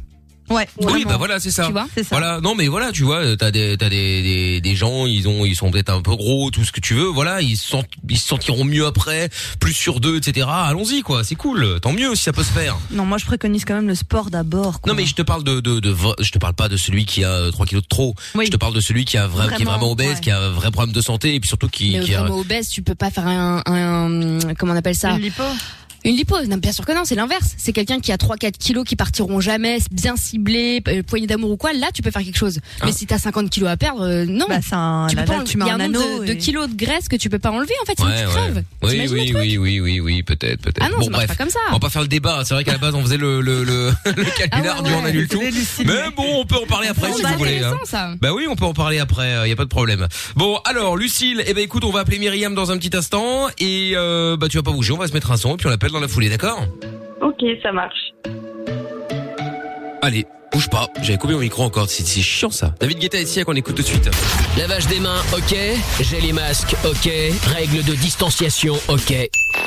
[SPEAKER 5] Ouais.
[SPEAKER 2] Oui, bah voilà, c'est ça.
[SPEAKER 3] Tu vois
[SPEAKER 2] Voilà, non mais voilà, tu vois, euh, t'as des t'as des, des des gens, ils ont ils sont peut-être un peu gros, tout ce que tu veux, voilà, ils se sent- ils se sentiront mieux après, plus sur d'eux, etc. Allons-y quoi, c'est cool, tant mieux si ça peut se faire.
[SPEAKER 5] Non, moi je préconise quand même le sport d'abord. quoi.
[SPEAKER 2] Non mais je te parle de de de v- je te parle pas de celui qui a euh, 3 kilos de trop.
[SPEAKER 3] Oui.
[SPEAKER 2] Je te parle de celui qui a vra- qui est
[SPEAKER 3] Vraiment,
[SPEAKER 2] vraiment obèse, qui a un vrai problème de santé et puis surtout qui
[SPEAKER 3] Mais
[SPEAKER 2] qui a
[SPEAKER 3] vraiment obèse, tu peux pas faire un, un- comment on appelle ça Une lipo. Une lipo, non, bien sûr que non, c'est l'inverse. C'est quelqu'un qui a 3-4 kilos qui partiront jamais, c'est bien ciblé, euh, poignée d'amour ou quoi, là tu peux faire quelque chose.
[SPEAKER 2] Hein
[SPEAKER 3] Mais si t'as 50 kilos à perdre, euh, non. tu
[SPEAKER 5] là,
[SPEAKER 3] peux
[SPEAKER 5] là,
[SPEAKER 3] pas
[SPEAKER 5] tu
[SPEAKER 3] enlever-
[SPEAKER 5] mets Bah,
[SPEAKER 3] il
[SPEAKER 5] un
[SPEAKER 3] y a nombre
[SPEAKER 5] anneau
[SPEAKER 3] de,
[SPEAKER 5] et-
[SPEAKER 3] de kilos de graisse que tu peux pas enlever en fait, sinon
[SPEAKER 2] Ouais,
[SPEAKER 3] tu
[SPEAKER 2] ouais.
[SPEAKER 3] crèves.
[SPEAKER 2] Oui,
[SPEAKER 3] T'imagines
[SPEAKER 2] oui, oui, oui, oui, oui, peut-être, peut-être.
[SPEAKER 3] Ah non,
[SPEAKER 2] bon,
[SPEAKER 3] ça marche
[SPEAKER 2] bref.
[SPEAKER 3] pas comme ça. Ah
[SPEAKER 2] On va pas faire le débat. C'est vrai qu'à la base, on faisait le, le, le, *laughs* le canular du on annule tout. Mais bon, on peut en parler après
[SPEAKER 3] Non,
[SPEAKER 2] si
[SPEAKER 3] mais
[SPEAKER 2] vous voulez.
[SPEAKER 3] bah, intéressant,
[SPEAKER 2] hein.
[SPEAKER 3] ça.
[SPEAKER 2] Bah oui, on peut en parler après. Il y a pas de problème. Bon, alors, Lucille, eh ben, écoute, on va appeler Myriam dans un petit instant. Et, euh, bah, tu vas pas bouger. On va se mettre un son et puis on l'appelle dans la foulée, d'accord?
[SPEAKER 12] Ok, ça marche.
[SPEAKER 2] Allez, bouge pas. J'avais coupé mon micro encore. C'est c'est chiant, ça. David Guetta et Sia qu'on écoute tout de suite.
[SPEAKER 1] Lavage des mains, ok. J'ai les masques, ok. Règles de distanciation, ok.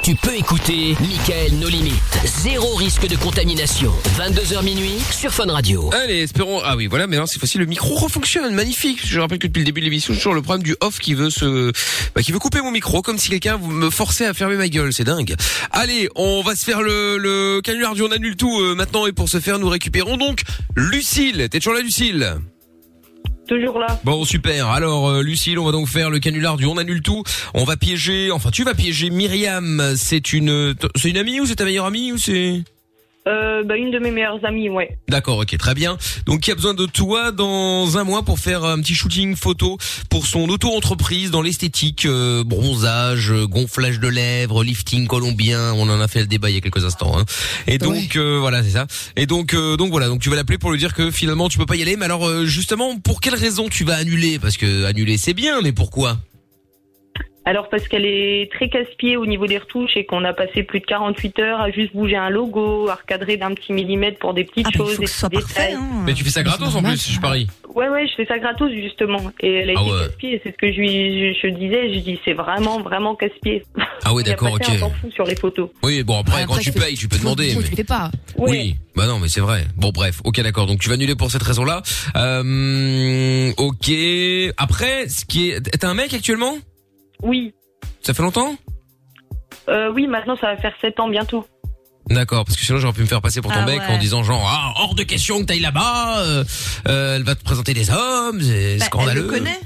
[SPEAKER 1] Tu peux écouter Michael No limites. Zéro risque de contamination. 22h minuit sur Fun Radio.
[SPEAKER 2] Allez, espérons. Ah oui, voilà, mais non, cette fois-ci, le micro refonctionne. Magnifique. Je rappelle que depuis le début de l'émission, j'ai toujours le problème du off qui veut se, bah, qui veut couper mon micro, comme si quelqu'un me forçait à fermer ma gueule. C'est dingue. Allez, on va se faire le, le canular du on annule tout euh, maintenant. Et pour ce faire, nous récupérons donc Lucille. T'es toujours là, Lucille?
[SPEAKER 12] Toujours là.
[SPEAKER 2] Bon super. Alors euh, Lucille, on va donc faire le canular du on annule tout. On va piéger, enfin tu vas piéger Myriam. C'est une, c'est une amie ou c'est ta meilleure amie ou c'est
[SPEAKER 12] Euh, bah, une de mes meilleures amies, ouais.
[SPEAKER 2] D'accord, ok, très bien. Donc, qui a besoin de toi dans un mois pour faire un petit shooting photo pour son auto-entreprise dans l'esthétique, euh, bronzage, euh, gonflage de lèvres, lifting colombien. On en a fait le débat il y a quelques instants. hein. Et donc, euh, voilà, c'est ça. Et donc, euh, donc voilà, donc tu vas l'appeler pour lui dire que finalement tu peux pas y aller. Mais alors, euh, justement, pour quelle raison tu vas annuler Parce que annuler c'est bien, mais pourquoi
[SPEAKER 12] Alors parce qu'elle est très casse-pied au niveau des retouches et qu'on a passé plus de 48 heures à juste bouger un logo, à recadrer d'un petit millimètre pour des
[SPEAKER 5] Ah,
[SPEAKER 12] petites choses, des petits détails.
[SPEAKER 5] hein.
[SPEAKER 2] Mais tu fais ça gratos en plus, je parie.
[SPEAKER 12] Ouais ouais, je fais ça gratos justement. Et elle a
[SPEAKER 2] Ah
[SPEAKER 12] été
[SPEAKER 2] ouais.
[SPEAKER 12] casse-pied, et c'est ce que je, lui- je, je disais, je dis c'est vraiment vraiment casse-pied.
[SPEAKER 2] Ah ouais,
[SPEAKER 12] Il a
[SPEAKER 2] d'accord,
[SPEAKER 12] passé
[SPEAKER 2] ok.
[SPEAKER 12] un temps fou sur les photos.
[SPEAKER 2] Oui, bon après,
[SPEAKER 12] Ouais,
[SPEAKER 2] quand
[SPEAKER 12] après,
[SPEAKER 2] tu
[SPEAKER 12] tu fais-
[SPEAKER 2] payes, tu
[SPEAKER 5] *laughs*
[SPEAKER 2] peux demander. mais-
[SPEAKER 3] Tu t'es pas.
[SPEAKER 2] Oui. Bah non, mais c'est vrai. Bon, bref. Ok, d'accord. Donc tu vas annuler pour cette raison-là. Euh, ok. Après, ce qui est, t'as un mec actuellement
[SPEAKER 12] Oui.
[SPEAKER 2] Ça fait longtemps
[SPEAKER 12] Euh, oui, maintenant ça va faire 7 ans bientôt.
[SPEAKER 2] D'accord, parce que sinon j'aurais pu me faire passer pour ton
[SPEAKER 12] Ah
[SPEAKER 2] mec
[SPEAKER 12] ouais.
[SPEAKER 2] en disant genre ah hors de question que t'ailles là-bas, euh, euh, elle va te présenter des hommes, c'est
[SPEAKER 5] Bah, elle
[SPEAKER 2] scandaleux.
[SPEAKER 5] le connaît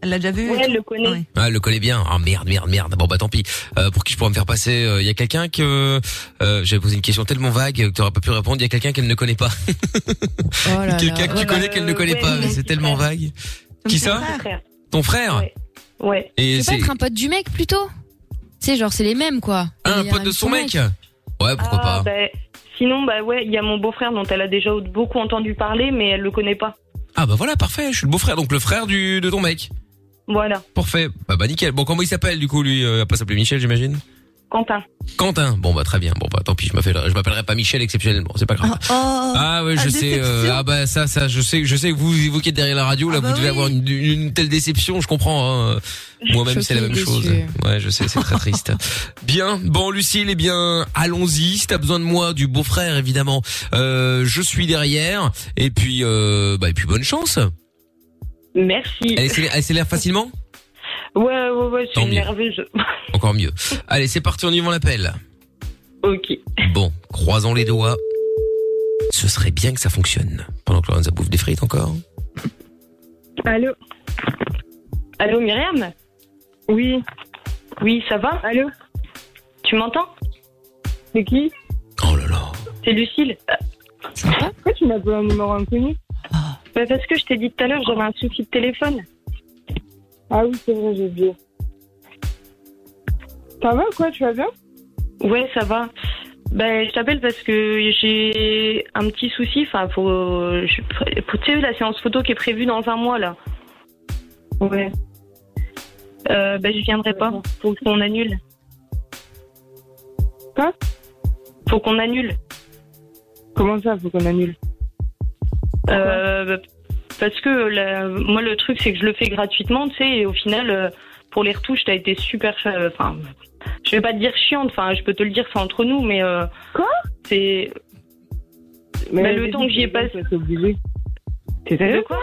[SPEAKER 5] Elle l'a déjà vu
[SPEAKER 12] Ouais, elle le connaît.
[SPEAKER 2] Ah, elle le connaît bien. Ah merde, merde, merde. Bon bah tant pis. Euh, pour qui je pourrais me faire passer Il y a quelqu'un que euh, j'avais posé une question tellement vague que t'aurais pas pu répondre. Il y a quelqu'un qu'elle ne connaît pas. quelqu'un que tu connais qu'elle ne connaît
[SPEAKER 3] ouais,
[SPEAKER 2] pas.
[SPEAKER 3] mon
[SPEAKER 2] mais C'est
[SPEAKER 3] petit
[SPEAKER 2] tellement
[SPEAKER 3] frère.
[SPEAKER 2] vague. Qui ça Ton frère
[SPEAKER 12] Ouais.
[SPEAKER 2] Et
[SPEAKER 3] Tu peux
[SPEAKER 2] c'est
[SPEAKER 3] pas être un pote du mec plutôt C'est genre, c'est les mêmes, quoi.
[SPEAKER 2] Ah, un
[SPEAKER 3] Et,
[SPEAKER 2] pote
[SPEAKER 3] euh,
[SPEAKER 2] de son mec. Ouais, pourquoi pas.
[SPEAKER 12] Ah, bah, sinon, bah ouais, il y a mon beau-frère dont elle a déjà beaucoup entendu parler, mais elle le connaît pas.
[SPEAKER 2] Ah bah voilà, parfait. Je suis le beau-frère, donc le frère du de ton mec.
[SPEAKER 12] Voilà,
[SPEAKER 2] Parfait. Bah bah nickel. Bon, comment il s'appelle du coup lui euh, Il va pas s'appeler Michel, j'imagine.
[SPEAKER 12] Quentin.
[SPEAKER 2] Quentin. Bon bah très bien. Bon bah tant pis, je m'appelle, je m'appellerai pas Michel exceptionnellement. C'est pas grave. ah ouais, je
[SPEAKER 12] la
[SPEAKER 2] sais. euh,
[SPEAKER 12] Oh, déception.
[SPEAKER 2] ah
[SPEAKER 12] Ah, bah
[SPEAKER 2] bah ça, ça, je sais, je sais que vous, vous qui êtes derrière la radio, là, vous devez avoir une, une telle déception. Je comprends. hein. Moi-même, c'est la même
[SPEAKER 12] Choquée,
[SPEAKER 2] chose.
[SPEAKER 12] déçue.
[SPEAKER 2] Ouais, je sais, c'est très triste. Bien, bon Lucille, eh bien allons-y. Si t'as besoin de moi, du beau-frère évidemment, euh, je suis derrière. Et puis, euh, bah et puis bonne chance.
[SPEAKER 12] *laughs* Merci.
[SPEAKER 2] Elle s'élè- elle s'élève facilement.
[SPEAKER 12] Ouais, ouais, ouais, je *laughs*
[SPEAKER 2] Tant
[SPEAKER 12] suis
[SPEAKER 2] mieux.
[SPEAKER 12] nerveuse.
[SPEAKER 2] Encore mieux. Allez, c'est parti, on y va, on l'appelle.
[SPEAKER 12] Ok.
[SPEAKER 2] Bon, croisons les doigts. Ce serait bien que ça fonctionne. Pendant que Lorenza bouffe des frites encore.
[SPEAKER 12] Allô Allô, Myriam Oui. Oui, ça va Allô Tu m'entends C'est qui
[SPEAKER 2] Oh là là.
[SPEAKER 12] C'est Lucille. Pourquoi tu m'as donné un numéro inconnu
[SPEAKER 2] Ah.
[SPEAKER 12] bah Parce que je t'ai dit tout à l'heure, j'avais un souci de téléphone. Ah oui, c'est vrai, j'ai oublié. Ça va quoi Tu vas bien Ouais, ça va. Ben, je t'appelle parce que j'ai un petit souci. Enfin, faut, je- faut- tu sais, la séance photo qui est prévue dans un mois, là. Ouais. Euh, ben, je viendrai pas. Faut qu'on annule. Quoi Faut qu'on annule.
[SPEAKER 5] Comment ça, faut qu'on annule euh, bah, Parce que la- moi, le truc, c'est que je le fais gratuitement, tu sais, et au final, euh, pour les retouches, t'as été super. cha- euh, Enfin, je vais pas te dire chiante, enfin, je peux te le dire, c'est entre nous, mais. Quoi C'est.
[SPEAKER 12] Mais
[SPEAKER 5] Bah,
[SPEAKER 12] vas-y,
[SPEAKER 5] le temps que j'y ai
[SPEAKER 12] dis-moi,
[SPEAKER 5] passé.
[SPEAKER 12] C'est obligé. T'es
[SPEAKER 5] De
[SPEAKER 12] sérieux
[SPEAKER 5] quoi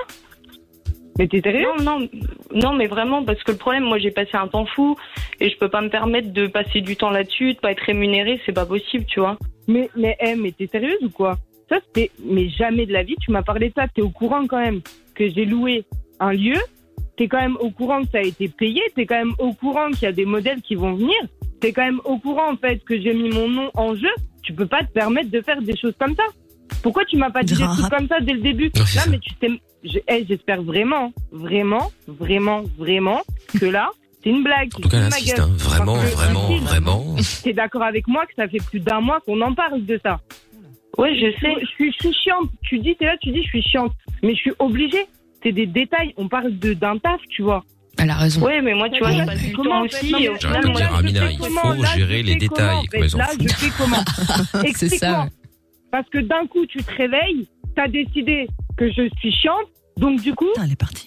[SPEAKER 12] Mais t'es sérieux
[SPEAKER 5] non, non, non, mais vraiment, parce que le problème, moi, j'ai passé un temps fou et je peux pas me permettre de passer du temps là-dessus, de pas être rémunéré, c'est pas possible, tu vois.
[SPEAKER 12] Mais, mais, eh, mais t'es sérieuse ou quoi Ça, c'était. Mais jamais de la vie, tu m'as parlé de ça. T'es au courant quand même que j'ai loué un lieu. T'es quand même au courant que ça a été payé. T'es quand même au courant qu'il y a des modèles qui vont venir. T'es quand même au courant, en fait, que j'ai mis mon nom en jeu. Tu peux pas te permettre de faire des choses comme ça. Pourquoi tu m'as pas dit des trucs comme ça dès le début Là, mais tu t'es. je- eh, J'espère vraiment, vraiment, vraiment, vraiment que là, c'est une blague.
[SPEAKER 15] En tout cas, elle
[SPEAKER 12] C'est
[SPEAKER 15] insiste,
[SPEAKER 12] une ma gueule.
[SPEAKER 15] hein. Vraiment,
[SPEAKER 12] Parce que,
[SPEAKER 15] vraiment,
[SPEAKER 12] Maxime,
[SPEAKER 15] vraiment.
[SPEAKER 12] T'es d'accord avec moi que ça fait plus d'un mois qu'on en parle de ça
[SPEAKER 5] Oui, je sais.
[SPEAKER 12] Je suis, je suis chiante. Tu dis, t'es là, tu dis, je suis chiante. Mais je suis obligée. C'est des détails. On parle de d'un taf, tu vois.
[SPEAKER 16] Elle a raison.
[SPEAKER 5] Ouais, mais moi, tu vois, je passe du temps
[SPEAKER 12] en fait
[SPEAKER 5] aussi,
[SPEAKER 12] Non, mais
[SPEAKER 5] et au
[SPEAKER 12] là,
[SPEAKER 5] final,
[SPEAKER 12] non,
[SPEAKER 5] moi,
[SPEAKER 12] mais là,
[SPEAKER 15] dire à
[SPEAKER 12] je
[SPEAKER 15] Amina,
[SPEAKER 12] fais
[SPEAKER 15] il
[SPEAKER 12] comment
[SPEAKER 15] faut
[SPEAKER 12] Là, je
[SPEAKER 15] gérer les
[SPEAKER 12] fais
[SPEAKER 15] détails,
[SPEAKER 12] comment, en fait
[SPEAKER 15] mais ils s'en
[SPEAKER 12] Là, je
[SPEAKER 15] foutent.
[SPEAKER 12] fais
[SPEAKER 15] *laughs*
[SPEAKER 12] comment Explique-moi.
[SPEAKER 16] ça.
[SPEAKER 12] Parce que d'un coup, tu te réveilles, t'as décidé que je suis chiante, donc du coup,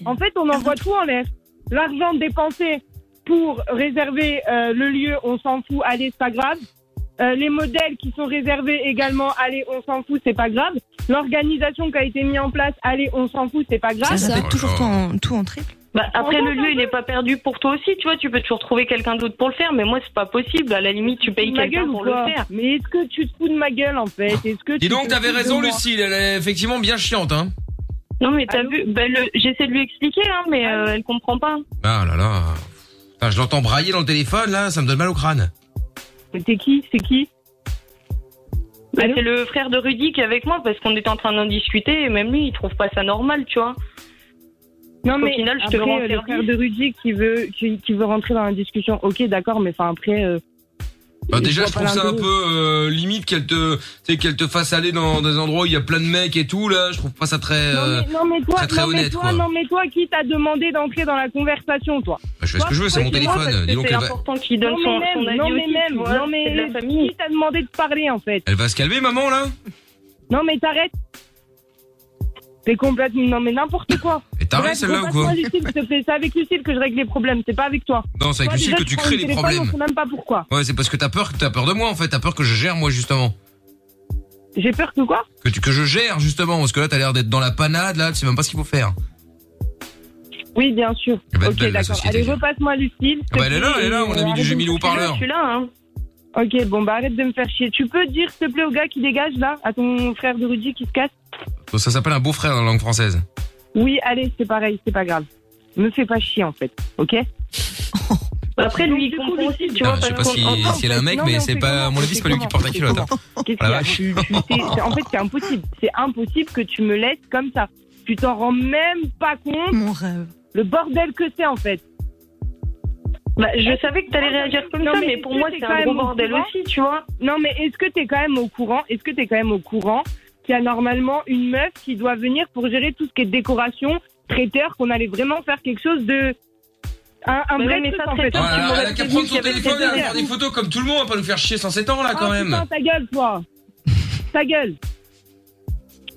[SPEAKER 12] en fait, on envoie tout en l'air. L'argent dépensé pour réserver euh, le lieu, on s'en fout, allez, c'est pas grave. Euh, les modèles qui sont réservés également, allez, on s'en fout, c'est pas grave. L'organisation qui a été mise en place, allez, on s'en fout, c'est pas grave.
[SPEAKER 17] Ça, peut toujours tout en, tout en triple.
[SPEAKER 5] Bah, après,
[SPEAKER 12] Entends,
[SPEAKER 5] le lieu, il est pas perdu pour toi aussi, tu vois. Tu peux toujours trouver quelqu'un d'autre pour le faire, mais moi, c'est pas possible. À la limite, tu payes
[SPEAKER 12] Ma
[SPEAKER 5] quelqu'un
[SPEAKER 12] gueule ou
[SPEAKER 5] pour le
[SPEAKER 12] quoi
[SPEAKER 5] faire.
[SPEAKER 12] Mais est-ce que tu te fous de ma gueule en fait Est-ce que
[SPEAKER 2] Dis
[SPEAKER 12] tu
[SPEAKER 2] donc,
[SPEAKER 12] te
[SPEAKER 2] t'avais
[SPEAKER 12] fous de
[SPEAKER 2] raison,
[SPEAKER 12] moi
[SPEAKER 2] Lucille. Elle est effectivement bien chiante, hein.
[SPEAKER 5] Non, mais t'as vu, bah, le- j'essaie de lui expliquer, hein, mais euh, elle comprend pas.
[SPEAKER 2] Ah là là. Putain, je l'entends brailler dans le téléphone, là. Ça me donne mal au crâne.
[SPEAKER 12] Mais t'es qui C'est qui
[SPEAKER 5] Bah, c'est le frère de Rudy qui est avec moi parce qu'on était en train d'en discuter et même lui, il trouve pas ça normal, tu vois.
[SPEAKER 12] Non
[SPEAKER 5] Au
[SPEAKER 12] mais
[SPEAKER 5] final, je te
[SPEAKER 12] après,
[SPEAKER 5] rends
[SPEAKER 12] euh, le
[SPEAKER 5] service.
[SPEAKER 12] frère de Rudy qui veut qui, qui veut rentrer dans la discussion. Ok, d'accord, mais enfin après. euh,
[SPEAKER 2] Bah déjà, je
[SPEAKER 12] vois pas
[SPEAKER 2] trouve ça un
[SPEAKER 12] l'intérêt.
[SPEAKER 2] peu euh, limite qu'elle te, tu sais, qu'elle te fasse aller dans des endroits où il y a plein de mecs et tout. Là, je trouve pas ça très, euh,
[SPEAKER 12] Non mais toi,
[SPEAKER 2] très très
[SPEAKER 12] non, mais
[SPEAKER 2] honnête.
[SPEAKER 12] toi
[SPEAKER 2] quoi.
[SPEAKER 12] non mais toi, qui t'a demandé d'entrer dans la conversation, toi
[SPEAKER 2] Bah, je fais ce que je veux, c'est mon téléphone. Dis donc, elle va,
[SPEAKER 5] qu'il donne
[SPEAKER 12] non, mais
[SPEAKER 5] son-
[SPEAKER 12] même,
[SPEAKER 5] son avis
[SPEAKER 12] non, mais
[SPEAKER 5] aussi,
[SPEAKER 12] même,
[SPEAKER 5] tu vois,
[SPEAKER 12] non, mais
[SPEAKER 5] c'est de la
[SPEAKER 12] qui t'a demandé de parler en fait
[SPEAKER 2] elle va se calmer, maman là.
[SPEAKER 12] Non mais t'arrêtes. T'es complètement non mais n'importe quoi.
[SPEAKER 2] Et t'arrêtes
[SPEAKER 12] Bref,
[SPEAKER 2] celle-là ou
[SPEAKER 12] repasse-moi
[SPEAKER 2] quoi
[SPEAKER 12] Lucille, s'il te plaît. C'est avec Lucille que je règle les problèmes, c'est pas avec toi.
[SPEAKER 2] Non, c'est avec
[SPEAKER 12] Toi,
[SPEAKER 2] Lucille
[SPEAKER 12] déjà,
[SPEAKER 2] que tu
[SPEAKER 12] tu prends
[SPEAKER 2] crées
[SPEAKER 12] le
[SPEAKER 2] les
[SPEAKER 12] téléphone,
[SPEAKER 2] problèmes.
[SPEAKER 12] On sait même pas pourquoi.
[SPEAKER 2] Ouais, c'est parce que t'as peur, t'as peur de moi en fait. T'as peur que je gère moi justement.
[SPEAKER 12] J'ai peur que quoi
[SPEAKER 2] Que tu, que je gère justement, parce que là, t'as l'air d'être dans la panade. Là, tu sais même pas ce qu'il faut faire.
[SPEAKER 12] Oui, bien sûr.
[SPEAKER 2] Elle va être
[SPEAKER 12] ok,
[SPEAKER 2] Eh ben, belle, la
[SPEAKER 12] d'accord.
[SPEAKER 2] société,
[SPEAKER 12] Allez,
[SPEAKER 2] tiens.
[SPEAKER 12] repasse-moi Lucille.
[SPEAKER 2] Ah bah, elle est là, elle est là, on a mis du J'ai mis le haut-parleur.
[SPEAKER 5] Je suis là, hein.
[SPEAKER 12] Ok, bon bah arrête de me faire chier. Tu peux dire s'il te plaît au gars qui dégage là, à ton frère de Rudy qui se casse
[SPEAKER 2] Donc, ça s'appelle un beau frère dans la langue française.
[SPEAKER 12] Oh, Oui, allez, c'est pareil, c'est pas grave. Me fais pas chier en fait, ok
[SPEAKER 5] Après, lui, il comprend aussi, tu vois.
[SPEAKER 2] Ah, je
[SPEAKER 12] bah,
[SPEAKER 2] sais pas
[SPEAKER 5] parce
[SPEAKER 2] si,
[SPEAKER 5] qu'on-
[SPEAKER 2] si elle a un mec,
[SPEAKER 12] oh, Non, mais
[SPEAKER 2] mais
[SPEAKER 12] on
[SPEAKER 2] c'est
[SPEAKER 12] fait
[SPEAKER 2] pas, à mon avis, c'est pas lui qui porte la culotte. hein.
[SPEAKER 12] Qu'est-ce
[SPEAKER 2] Ah,
[SPEAKER 12] qu'il y
[SPEAKER 2] la
[SPEAKER 12] a
[SPEAKER 2] vache.
[SPEAKER 12] Tu- tu- c'est- c'est- En fait, c'est impossible. C'est impossible que tu me laisses comme ça. Tu t'en rends même pas compte. Mon rêve. Le bordel que c'est en fait.
[SPEAKER 5] Bah, je savais que t'allais réagir comme ça, mais pour
[SPEAKER 12] est-ce
[SPEAKER 5] moi,
[SPEAKER 12] que
[SPEAKER 5] c'est
[SPEAKER 12] t'es
[SPEAKER 5] un
[SPEAKER 12] quand
[SPEAKER 5] gros
[SPEAKER 12] même au
[SPEAKER 5] bordel
[SPEAKER 12] courant
[SPEAKER 5] aussi, tu vois.
[SPEAKER 12] Non, mais est-ce que t'es quand même au courant Est-ce que t'es quand même au courant qu'il y a normalement une meuf qui doit venir pour gérer tout ce qui est décoration, traiteur, qu'on allait vraiment faire quelque chose de un, un
[SPEAKER 5] Mais
[SPEAKER 12] vrai
[SPEAKER 5] oui, mais
[SPEAKER 12] truc,
[SPEAKER 5] ça,
[SPEAKER 12] en fait.
[SPEAKER 5] traiteur,
[SPEAKER 2] Voilà, elle a qu'à prendre son téléphone et à faire des photos comme tout le monde, hein, pas nous faire chier sans 7 ans là quand
[SPEAKER 12] Ah,
[SPEAKER 2] même.
[SPEAKER 12] putain, ta gueule, toi. ta gueule.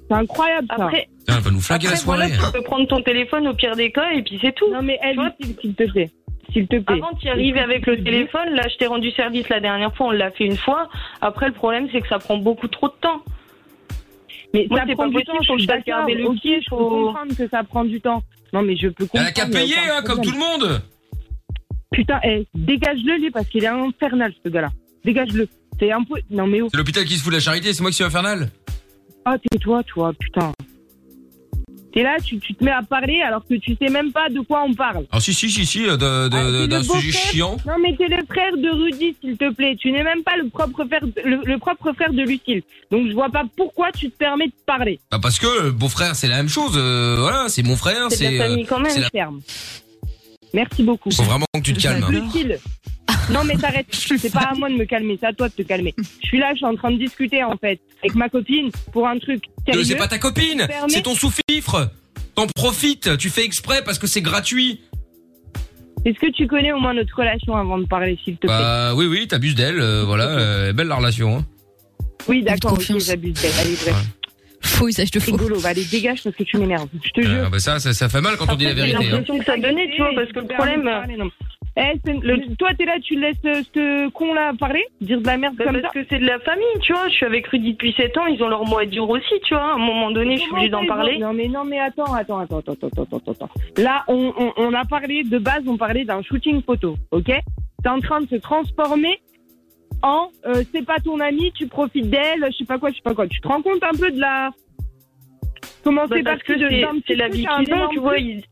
[SPEAKER 12] C'est incroyable, ça.
[SPEAKER 5] Après,
[SPEAKER 2] Putain, elle Ah, va nous flaguer la
[SPEAKER 5] après, voilà, tu
[SPEAKER 2] soirée.
[SPEAKER 5] peux prendre ton téléphone au pire des cas et puis c'est tout.
[SPEAKER 12] Non, mais elle, s'il te plaît. S'il te plaît.
[SPEAKER 5] Avant, tu arrives avec le téléphone. Là, je t'ai rendu service la dernière fois. On l'a fait une fois. Après, le problème, c'est que ça prend beaucoup trop de temps.
[SPEAKER 12] Mais
[SPEAKER 5] Moi,
[SPEAKER 12] ça
[SPEAKER 5] c'est
[SPEAKER 12] prend
[SPEAKER 5] pas
[SPEAKER 12] du
[SPEAKER 5] possible,
[SPEAKER 12] temps,
[SPEAKER 5] faut que je
[SPEAKER 12] d'accord,
[SPEAKER 5] dois garder le
[SPEAKER 12] ok,
[SPEAKER 5] pied,
[SPEAKER 12] je peux
[SPEAKER 5] faut-
[SPEAKER 12] comprendre que ça prend du temps. Non, mais je peux comprendre.
[SPEAKER 2] Elle a qu'à
[SPEAKER 12] mais
[SPEAKER 2] payer,
[SPEAKER 12] aucun
[SPEAKER 2] hein, comme
[SPEAKER 12] problème.
[SPEAKER 2] tout le monde.
[SPEAKER 12] Putain, eh, dégage-le, lui, parce qu'il est infernal, ce gars-là. Dégage-le. C'est un peu. Non, mais oh.
[SPEAKER 2] C'est l'hôpital qui se fout de la charité, c'est moi qui suis infernal.
[SPEAKER 12] Ah, tais-toi, toi, putain. T'es là, tu, tu te mets à parler alors que tu sais même pas de quoi on parle.
[SPEAKER 2] Ah si si si si, euh, de- de- de-
[SPEAKER 12] Ah, C'est
[SPEAKER 2] d'un
[SPEAKER 12] le
[SPEAKER 2] sujet
[SPEAKER 12] beau-frère-
[SPEAKER 2] chiant.
[SPEAKER 12] Non, mais t'es le frère de Rudy, s'il te plaît. Tu n'es même pas le propre frère, de- le, le propre frère de Lucille. Donc, je vois pas pourquoi tu te permets de parler.
[SPEAKER 2] Bah parce que le beau-frère c'est la même chose, euh, voilà, c'est mon frère, c'est... euh, c'est la-
[SPEAKER 12] ferme. Merci beaucoup.
[SPEAKER 2] Faut vraiment que tu te calmes.
[SPEAKER 12] Lucille. Non mais t'arrêtes, c'est pas à moi de me calmer, c'est à toi de te calmer. Je suis là, je suis en train de discuter en fait avec ma copine pour un truc.
[SPEAKER 2] Euh,
[SPEAKER 12] sérieux.
[SPEAKER 2] C'est pas ta
[SPEAKER 12] Tu
[SPEAKER 2] copine,
[SPEAKER 12] te permets-
[SPEAKER 2] c'est ton sous-fifre. T'en profites, tu fais exprès parce que c'est gratuit.
[SPEAKER 12] Est-ce que tu connais au moins notre relation avant de parler s'il te plaît
[SPEAKER 2] Bah oui oui, t'abuses d'elle, euh, voilà, euh, belle la relation. hein.
[SPEAKER 12] Oui, d'accord, ok, j'abuse d'elle. Allez, bref.
[SPEAKER 18] Faux usage de
[SPEAKER 12] faux. Rigolo, va, allez, dégage parce que tu m'énerves. Je te jure.
[SPEAKER 2] Ah bah ça, ça, ça fait mal quand on dit la
[SPEAKER 12] J'ai
[SPEAKER 2] vérité. hein.
[SPEAKER 12] l'impression que ça donnait, tu vois, parce que le problème. Eh, c'est- le- toi, t'es là, tu laisses euh, ce con là parler, dire de la merde
[SPEAKER 8] Bah,
[SPEAKER 12] comme
[SPEAKER 8] parce
[SPEAKER 12] ça.
[SPEAKER 8] que c'est de la famille, tu vois. Je suis avec Rudy depuis 7 ans, ils ont leur mot à dire aussi, tu vois. À un moment donné, je suis obligée d'en
[SPEAKER 12] Comment ça, ils
[SPEAKER 8] parler.
[SPEAKER 12] vont- Non mais non mais attends attends attends attends attends attends attends. Là on, on, on a parlé de base on parlait d'un shooting photo, ok T'es en train de se transformer en euh, c'est pas ton ami, tu profites d'elle, je sais pas quoi, je sais pas quoi. Tu te rends compte un peu de la comment
[SPEAKER 8] Bah,
[SPEAKER 12] c'est
[SPEAKER 8] parce
[SPEAKER 12] parti
[SPEAKER 8] que
[SPEAKER 12] de
[SPEAKER 8] c'est-
[SPEAKER 12] d'un petit
[SPEAKER 8] c'est la
[SPEAKER 12] truc
[SPEAKER 8] vie
[SPEAKER 12] à un
[SPEAKER 8] qu'ils ont,
[SPEAKER 12] énorme
[SPEAKER 8] tu vois.
[SPEAKER 12] truc
[SPEAKER 8] ils-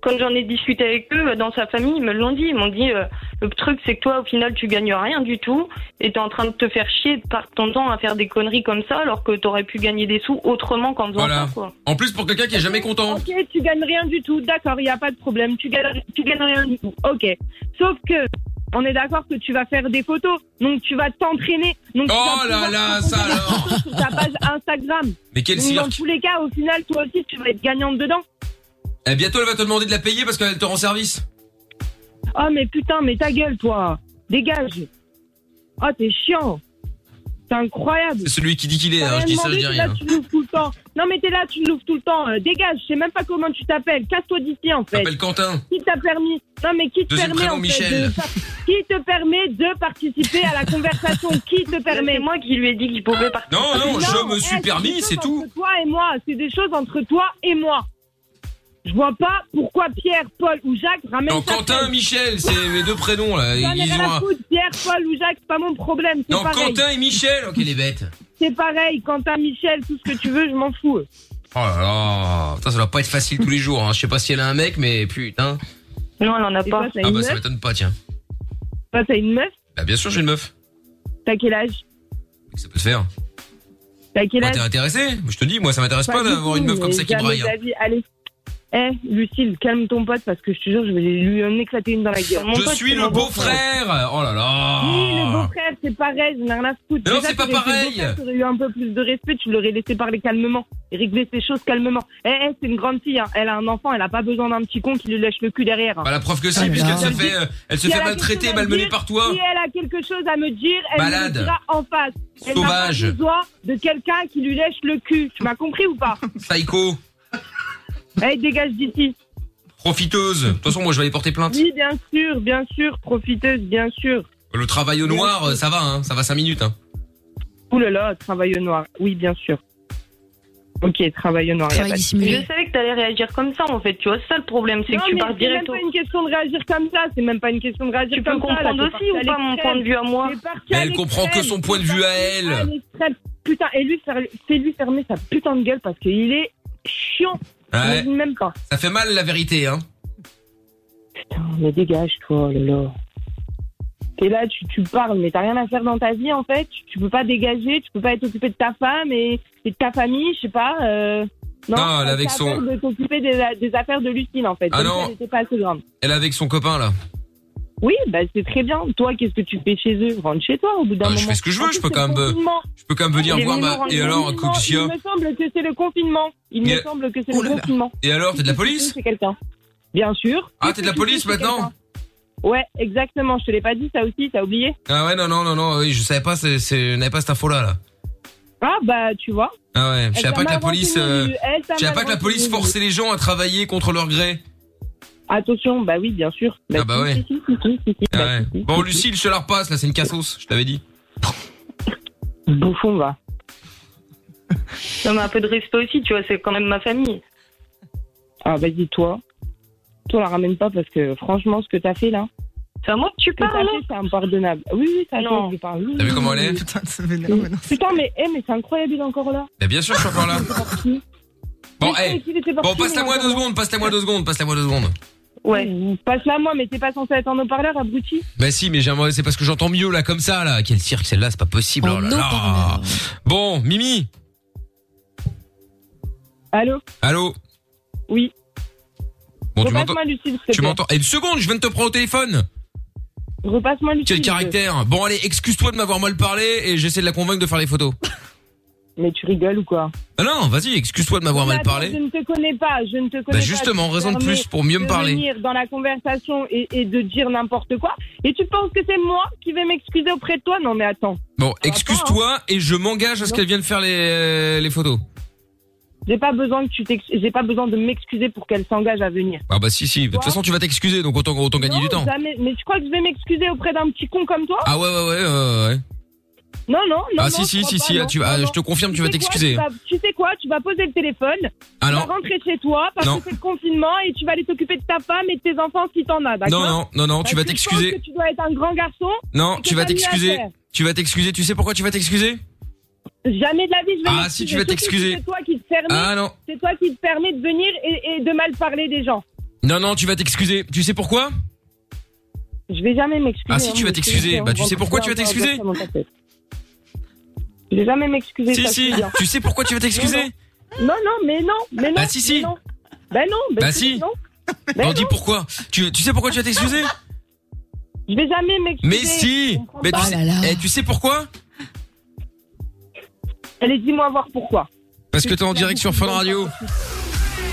[SPEAKER 8] quand j'en ai discuté avec eux, euh, dans sa famille, ils me l'ont dit. Ils m'ont dit, euh, le truc, c'est que toi, au final, tu gagnes rien du tout. Et t'es en train de te faire chier par ton temps à faire des conneries comme ça, alors que t'aurais pu gagner des sous autrement qu'en faisant
[SPEAKER 2] Voilà.
[SPEAKER 8] ça, quoi.
[SPEAKER 2] En plus, pour quelqu'un qui est jamais content.
[SPEAKER 12] Ok, tu gagnes rien du tout, d'accord, il n'y a pas de problème, tu gagnes, tu gagnes rien du tout, ok. Sauf que, on est d'accord que tu vas faire des photos, donc tu vas t'entraîner. donc tu
[SPEAKER 2] Oh
[SPEAKER 12] vas
[SPEAKER 2] là
[SPEAKER 12] pouvoir
[SPEAKER 2] là,
[SPEAKER 12] proposer
[SPEAKER 2] ça
[SPEAKER 12] des
[SPEAKER 2] alors.
[SPEAKER 12] photos sur ta page Instagram.
[SPEAKER 2] Mais quel
[SPEAKER 12] Donc, Dans
[SPEAKER 2] cirque.
[SPEAKER 12] tous les cas, au final, toi aussi, tu vas être gagnante dedans.
[SPEAKER 2] Eh, bientôt, elle va te demander de la payer parce qu'elle te rend service.
[SPEAKER 12] Oh, mais putain, mais ta gueule, toi. Dégage. Oh, t'es chiant. C'est incroyable.
[SPEAKER 2] C'est celui qui dit qu'il est,
[SPEAKER 12] T'as
[SPEAKER 2] hein,
[SPEAKER 12] rien
[SPEAKER 2] je dis ça, je
[SPEAKER 12] demandé,
[SPEAKER 2] dis
[SPEAKER 12] t'es
[SPEAKER 2] rien.
[SPEAKER 12] Là, tu l'ouvres tout le temps. Non, mais t'es là, tu l'ouvres tout le temps. Euh, dégage, je sais même pas comment tu t'appelles. Casse-toi d'ici, en fait.
[SPEAKER 2] Appelle Quentin.
[SPEAKER 12] Qui t'a permis Non, mais qui te
[SPEAKER 2] Deuxième
[SPEAKER 12] permet
[SPEAKER 2] prénom,
[SPEAKER 12] en fait,
[SPEAKER 2] Michel.
[SPEAKER 12] de par- Qui te permet de participer à la
[SPEAKER 2] *laughs*
[SPEAKER 12] conversation Qui te permet C'est
[SPEAKER 8] moi qui lui ai dit qu'il pouvait participer.
[SPEAKER 2] Non, non, je me suis
[SPEAKER 12] eh,
[SPEAKER 2] permis,
[SPEAKER 12] des
[SPEAKER 2] c'est
[SPEAKER 12] choses
[SPEAKER 2] tout.
[SPEAKER 12] Entre toi et moi, c'est des choses entre toi et moi. Je vois pas pourquoi Pierre, Paul ou Jacques ramènent.
[SPEAKER 2] Non,
[SPEAKER 12] ça
[SPEAKER 2] Quentin, Michel, c'est mes deux prénoms,
[SPEAKER 12] *laughs*
[SPEAKER 2] là.
[SPEAKER 12] J'en ai
[SPEAKER 2] Ils
[SPEAKER 12] rien
[SPEAKER 2] ont
[SPEAKER 12] à
[SPEAKER 2] un-
[SPEAKER 12] foutre, Pierre, Paul ou Jacques, c'est pas mon problème. c'est
[SPEAKER 2] Non,
[SPEAKER 12] pareil.
[SPEAKER 2] Quentin et Michel. Ok, les bêtes.
[SPEAKER 12] C'est pareil, Quentin, Michel, tout ce que tu veux, je m'en
[SPEAKER 2] Oh
[SPEAKER 12] fous.
[SPEAKER 2] là là. Putain, ça doit pas être facile tous les jours, hein. Je sais pas si elle a un mec, mais putain.
[SPEAKER 8] Non, elle en a
[SPEAKER 12] Et
[SPEAKER 8] pas.
[SPEAKER 12] toi, t'as
[SPEAKER 2] Ah
[SPEAKER 12] une
[SPEAKER 2] bah, ça
[SPEAKER 12] meuf
[SPEAKER 2] m'étonne pas, tiens.
[SPEAKER 12] Toi, t'as une meuf
[SPEAKER 2] Bah, bien sûr, j'ai une meuf.
[SPEAKER 12] T'as quel âge
[SPEAKER 2] Ça peut se faire.
[SPEAKER 12] T'as quel
[SPEAKER 2] Moi,
[SPEAKER 12] âge
[SPEAKER 2] t'es intéressé? Je te dis, moi, ça m'intéresse pas
[SPEAKER 12] du
[SPEAKER 2] d'avoir
[SPEAKER 12] tout,
[SPEAKER 2] une meuf
[SPEAKER 12] mais
[SPEAKER 2] comme ça qui
[SPEAKER 12] jamais
[SPEAKER 2] braille.
[SPEAKER 12] de
[SPEAKER 2] hein.
[SPEAKER 12] la vie. Allez. Eh, Lucille, calme ton pote parce que je te jure, je vais lui en éclater une dans la gueule. Mon
[SPEAKER 2] Je
[SPEAKER 12] pote,
[SPEAKER 2] suis
[SPEAKER 12] c'est
[SPEAKER 2] le
[SPEAKER 12] mon
[SPEAKER 2] beau-frère. Oh là là.
[SPEAKER 12] Oui, le beau-frère, c'est pareil, je n'ai rien à foutre.
[SPEAKER 2] Mais non,
[SPEAKER 12] Déjà,
[SPEAKER 2] c'est pas
[SPEAKER 12] t'aurais été
[SPEAKER 2] pareil.
[SPEAKER 12] beau-frère, T'aurais eu un peu plus de respect, tu l'aurais laissé parler calmement et régler ses choses calmement. Eh, eh, c'est une grande fille, hein. elle a un enfant, elle a pas besoin d'un petit con qui lui lèche le cul derrière. hein.
[SPEAKER 2] Bah, la preuve
[SPEAKER 12] Oh
[SPEAKER 2] que si, puisqu'elle se fait, euh, elle se
[SPEAKER 12] Si
[SPEAKER 2] fait
[SPEAKER 12] a
[SPEAKER 2] maltraiter,
[SPEAKER 12] quelque chose à
[SPEAKER 2] malmener
[SPEAKER 12] dire,
[SPEAKER 2] par toi.
[SPEAKER 12] Si elle a quelque chose à me dire, elle
[SPEAKER 2] Malade.
[SPEAKER 12] me le dira en face. Elle n'a pas
[SPEAKER 2] Sauvage.
[SPEAKER 12] besoin de quelqu'un qui lui lèche le cul. Tu m'as compris ou pas
[SPEAKER 2] *laughs* Psycho.
[SPEAKER 12] Eh, dégage d'ici.
[SPEAKER 2] Profiteuse. De toute façon, moi, je vais aller porter plainte.
[SPEAKER 12] Oui, bien sûr, bien sûr, profiteuse, bien sûr.
[SPEAKER 2] Le travail au noir, euh, ça va, hein. Ça va 5 minutes, hein.
[SPEAKER 12] Ouh là là, travail au noir. Oui, bien sûr. Ok, travail au noir. y a pas de-
[SPEAKER 8] Je savais que t'allais réagir comme ça, en fait, tu vois. C'est ça le problème, c'est
[SPEAKER 12] Non,
[SPEAKER 8] que tu
[SPEAKER 12] mais
[SPEAKER 8] pars
[SPEAKER 12] C'est
[SPEAKER 8] direct
[SPEAKER 12] même
[SPEAKER 8] au.
[SPEAKER 12] pas une question de réagir comme ça, c'est même pas une question de réagir
[SPEAKER 8] Tu peux
[SPEAKER 12] comme ça. là,
[SPEAKER 8] comprendre
[SPEAKER 12] t'es parti
[SPEAKER 8] aussi ou
[SPEAKER 12] à
[SPEAKER 8] pas mon
[SPEAKER 12] l'extrême.
[SPEAKER 8] point de vue à moi
[SPEAKER 12] T'es parti
[SPEAKER 2] Mais
[SPEAKER 12] à
[SPEAKER 2] elle comprend que
[SPEAKER 12] l'extrême.
[SPEAKER 2] son point de vue à
[SPEAKER 12] Ah,
[SPEAKER 2] elle.
[SPEAKER 12] l'extrême. Putain, et lui, faire- c'est lui fermer sa putain de gueule parce qu'il est chiant.
[SPEAKER 2] Ouais.
[SPEAKER 12] T'imagines même pas.
[SPEAKER 2] Ça fait mal, la vérité, hein.
[SPEAKER 12] Putain, mais dégage, toi, oh là là. T'es là, tu, tu parles, mais t'as rien à faire dans ta vie, en fait. Tu, tu peux pas dégager, tu peux pas être occupé de ta femme et, et de ta famille, je sais pas. euh,
[SPEAKER 2] Non, elle
[SPEAKER 12] t'as
[SPEAKER 2] avec
[SPEAKER 12] à
[SPEAKER 2] son-
[SPEAKER 12] faire De t'occuper des, des affaires de Lucille, en fait.
[SPEAKER 2] Ah
[SPEAKER 12] Comme
[SPEAKER 2] non.
[SPEAKER 12] si Elle était pas assez grande.
[SPEAKER 2] Elle est avec son copain, là.
[SPEAKER 12] Oui, bah c'est très bien. Toi, qu'est-ce que tu fais chez eux Rentre chez toi au bout d'un
[SPEAKER 2] Bah,
[SPEAKER 12] moment.
[SPEAKER 2] je fais ce que je veux,
[SPEAKER 12] En
[SPEAKER 2] je
[SPEAKER 12] plus,
[SPEAKER 2] peux
[SPEAKER 12] c'est
[SPEAKER 2] quand
[SPEAKER 12] le
[SPEAKER 2] même, euh,
[SPEAKER 12] confinement.
[SPEAKER 2] je peux quand même venir
[SPEAKER 12] Il est
[SPEAKER 2] voir,
[SPEAKER 12] venu
[SPEAKER 2] bah,
[SPEAKER 12] nous rendre
[SPEAKER 2] et alors,
[SPEAKER 12] confinement.
[SPEAKER 2] Coxia
[SPEAKER 12] Il me semble que c'est le confinement. Il
[SPEAKER 2] Et-
[SPEAKER 12] me semble que c'est le confinement.
[SPEAKER 2] Et alors, t'es de la police
[SPEAKER 12] C'est quelqu'un. Bien sûr.
[SPEAKER 2] Ah, t'es de la police maintenant
[SPEAKER 12] Ouais, exactement. Je te l'ai pas dit ça aussi. T'as oublié
[SPEAKER 2] Ah ouais, non, non, non, non, oui, je savais pas, c'est, c'est, je n'avais pas cette info-là, là.
[SPEAKER 12] Ah bah tu vois.
[SPEAKER 2] Ah ouais, je
[SPEAKER 12] Elle
[SPEAKER 2] savais
[SPEAKER 12] t'a
[SPEAKER 2] pas que la
[SPEAKER 12] mal
[SPEAKER 2] police,
[SPEAKER 12] renseigné,
[SPEAKER 2] euh,
[SPEAKER 12] lui. Elle t'a
[SPEAKER 2] je savais
[SPEAKER 12] mal
[SPEAKER 2] pas que la police
[SPEAKER 12] renseigné, lui.
[SPEAKER 2] forçait les gens à travailler contre leur gré.
[SPEAKER 12] Attention, bah oui, bien sûr.
[SPEAKER 2] Ah bah ouais.
[SPEAKER 12] si, si, si, si, si,
[SPEAKER 2] Ah
[SPEAKER 12] bah,
[SPEAKER 2] ouais. Bon, Lucille, je te la repasse, là, c'est une cassos, je t'avais dit.
[SPEAKER 12] Bouffon, va.
[SPEAKER 8] Non, mais un peu de respect aussi, tu vois, c'est quand même ma famille.
[SPEAKER 12] Ah vas-y toi. Toi, la ramène pas parce que franchement, ce que t'as fait là.
[SPEAKER 8] C'est à moi que tu hein.
[SPEAKER 12] parles. C'est impardonnable. Oui, oui, c'est à
[SPEAKER 8] Non.
[SPEAKER 12] toi que je parle. Oui,
[SPEAKER 2] T'as vu
[SPEAKER 12] oui,
[SPEAKER 2] comment
[SPEAKER 12] oui,
[SPEAKER 2] elle est
[SPEAKER 12] oui.
[SPEAKER 2] Putain,
[SPEAKER 12] Putain, mais, eh, mais c'est incroyable, il est encore là.
[SPEAKER 2] Bah, bien sûr, je suis encore
[SPEAKER 12] *laughs*
[SPEAKER 2] là. Bon, eh.
[SPEAKER 12] Mais c'est- il était parti,
[SPEAKER 2] Bon, passe-la
[SPEAKER 12] mais
[SPEAKER 2] moi deux
[SPEAKER 12] encore là.
[SPEAKER 2] secondes, passe-la moi deux secondes, passe-la moi deux secondes.
[SPEAKER 12] Ouais. Passe-la mmh. moi, mais t'es pas censé être en haut-parleur, abruti.
[SPEAKER 2] Bah si, mais j'aimerais, c'est parce que j'entends mieux, là, comme ça, là. Quel cirque, celle-là, c'est pas possible, oh là là. Bon, Mimi.
[SPEAKER 12] Allô
[SPEAKER 2] Allô?
[SPEAKER 12] Oui.
[SPEAKER 2] Bon, tu m'entends?
[SPEAKER 12] Repasse-moi, Lucille, s'il te
[SPEAKER 2] Tu
[SPEAKER 12] plaît.
[SPEAKER 2] m'entends? Eh, une seconde, je viens de te prendre au téléphone.
[SPEAKER 12] Repasse-moi, Lucille.
[SPEAKER 2] Quel caractère Bon allez, excuse-toi de m'avoir mal parlé et j'essaie de la convaincre de faire les photos.
[SPEAKER 12] Mais tu rigoles ou quoi
[SPEAKER 19] Ah non, vas-y, excuse-toi de m'avoir mal
[SPEAKER 12] Attends,
[SPEAKER 19] parlé.
[SPEAKER 12] Je ne te connais pas, je ne te connais pas.
[SPEAKER 19] justement,
[SPEAKER 12] Tu te
[SPEAKER 19] raison de
[SPEAKER 12] permets
[SPEAKER 19] plus pour mieux me parler.
[SPEAKER 12] De venir dans la conversation et, et de dire n'importe quoi. Et tu penses que c'est moi qui vais m'excuser auprès de toi Non, mais attends.
[SPEAKER 2] Bon,
[SPEAKER 12] hein.
[SPEAKER 2] excuse-toi et je m'engage à ce qu'elle vienne faire les, les photos.
[SPEAKER 12] J'ai pas besoin que tu t'ex- j'ai pas besoin de m'excuser pour qu'elle s'engage à venir.
[SPEAKER 2] Ah bah si si, de toute façon tu vas t'excuser donc autant, autant gagner du temps.
[SPEAKER 12] Jamais- Mais tu crois que je vais m'excuser auprès d'un petit con comme toi
[SPEAKER 2] Ah ouais ouais ouais euh, ouais.
[SPEAKER 12] Non non non.
[SPEAKER 2] ah
[SPEAKER 12] non,
[SPEAKER 2] si
[SPEAKER 12] je
[SPEAKER 2] si
[SPEAKER 12] crois
[SPEAKER 2] si
[SPEAKER 12] pas,
[SPEAKER 2] si, ah,
[SPEAKER 12] non,
[SPEAKER 2] tu,
[SPEAKER 12] non,
[SPEAKER 2] ah,
[SPEAKER 12] non.
[SPEAKER 2] je te confirme tu vas
[SPEAKER 12] sais quoi,
[SPEAKER 2] t'excuser.
[SPEAKER 12] vas- Tu sais quoi Tu vas poser le téléphone.
[SPEAKER 2] Ah non.
[SPEAKER 12] Tu vas rentrer chez toi parce
[SPEAKER 2] Non.
[SPEAKER 12] que c'est le confinement et tu vas aller t'occuper de ta femme et de tes enfants si t'en as. d'accord
[SPEAKER 2] Non non non non,
[SPEAKER 12] Parce
[SPEAKER 2] tu vas
[SPEAKER 12] que je pense
[SPEAKER 2] t'excuser.
[SPEAKER 12] que Tu dois être un grand garçon.
[SPEAKER 2] Non,
[SPEAKER 12] et que
[SPEAKER 2] tu vas
[SPEAKER 12] t'as mieux à
[SPEAKER 2] t'excuser.
[SPEAKER 12] faire.
[SPEAKER 2] Tu vas t'excuser, tu sais pourquoi tu vas t'excuser
[SPEAKER 12] Jamais de la vie je vais.
[SPEAKER 2] Ah,
[SPEAKER 12] m'excuser.
[SPEAKER 2] si, tu vas
[SPEAKER 12] Surtout
[SPEAKER 2] t'excuser.
[SPEAKER 12] que C'est toi qui te permets.
[SPEAKER 2] Ah, non.
[SPEAKER 12] C'est toi qui te permets de venir et, et de mal parler des gens.
[SPEAKER 2] Non non, tu vas t'excuser. Tu sais pourquoi
[SPEAKER 12] Je vais jamais m'excuser.
[SPEAKER 2] Ah si,
[SPEAKER 12] hein,
[SPEAKER 2] tu vas
[SPEAKER 12] mais
[SPEAKER 2] t'excuser.
[SPEAKER 12] c'est-
[SPEAKER 2] Bah, tu
[SPEAKER 12] on
[SPEAKER 2] sais pourquoi tu vas
[SPEAKER 12] rentre dans
[SPEAKER 2] t'excuser
[SPEAKER 12] ça dans ta tête. Je vais jamais m'excuser.
[SPEAKER 2] Si
[SPEAKER 12] ça, je
[SPEAKER 2] si,
[SPEAKER 12] te le dis.
[SPEAKER 2] tu sais pourquoi tu vas t'excuser
[SPEAKER 12] Non, non, mais non, mais non.
[SPEAKER 2] Bah, si, si.
[SPEAKER 12] mais non. Bah non.
[SPEAKER 2] Bah,
[SPEAKER 12] tu-
[SPEAKER 2] si.
[SPEAKER 12] non.
[SPEAKER 2] On dit pourquoi tu, tu sais pourquoi tu vas t'excuser
[SPEAKER 12] Je vais jamais m'excuser.
[SPEAKER 2] Mais si
[SPEAKER 12] Je comprends
[SPEAKER 2] Mais tu
[SPEAKER 12] pas. Oh
[SPEAKER 2] sais, eh, tu sais pourquoi
[SPEAKER 12] Allez, dis-moi voir pourquoi.
[SPEAKER 2] Parce que t'es en direct sur Fun Radio.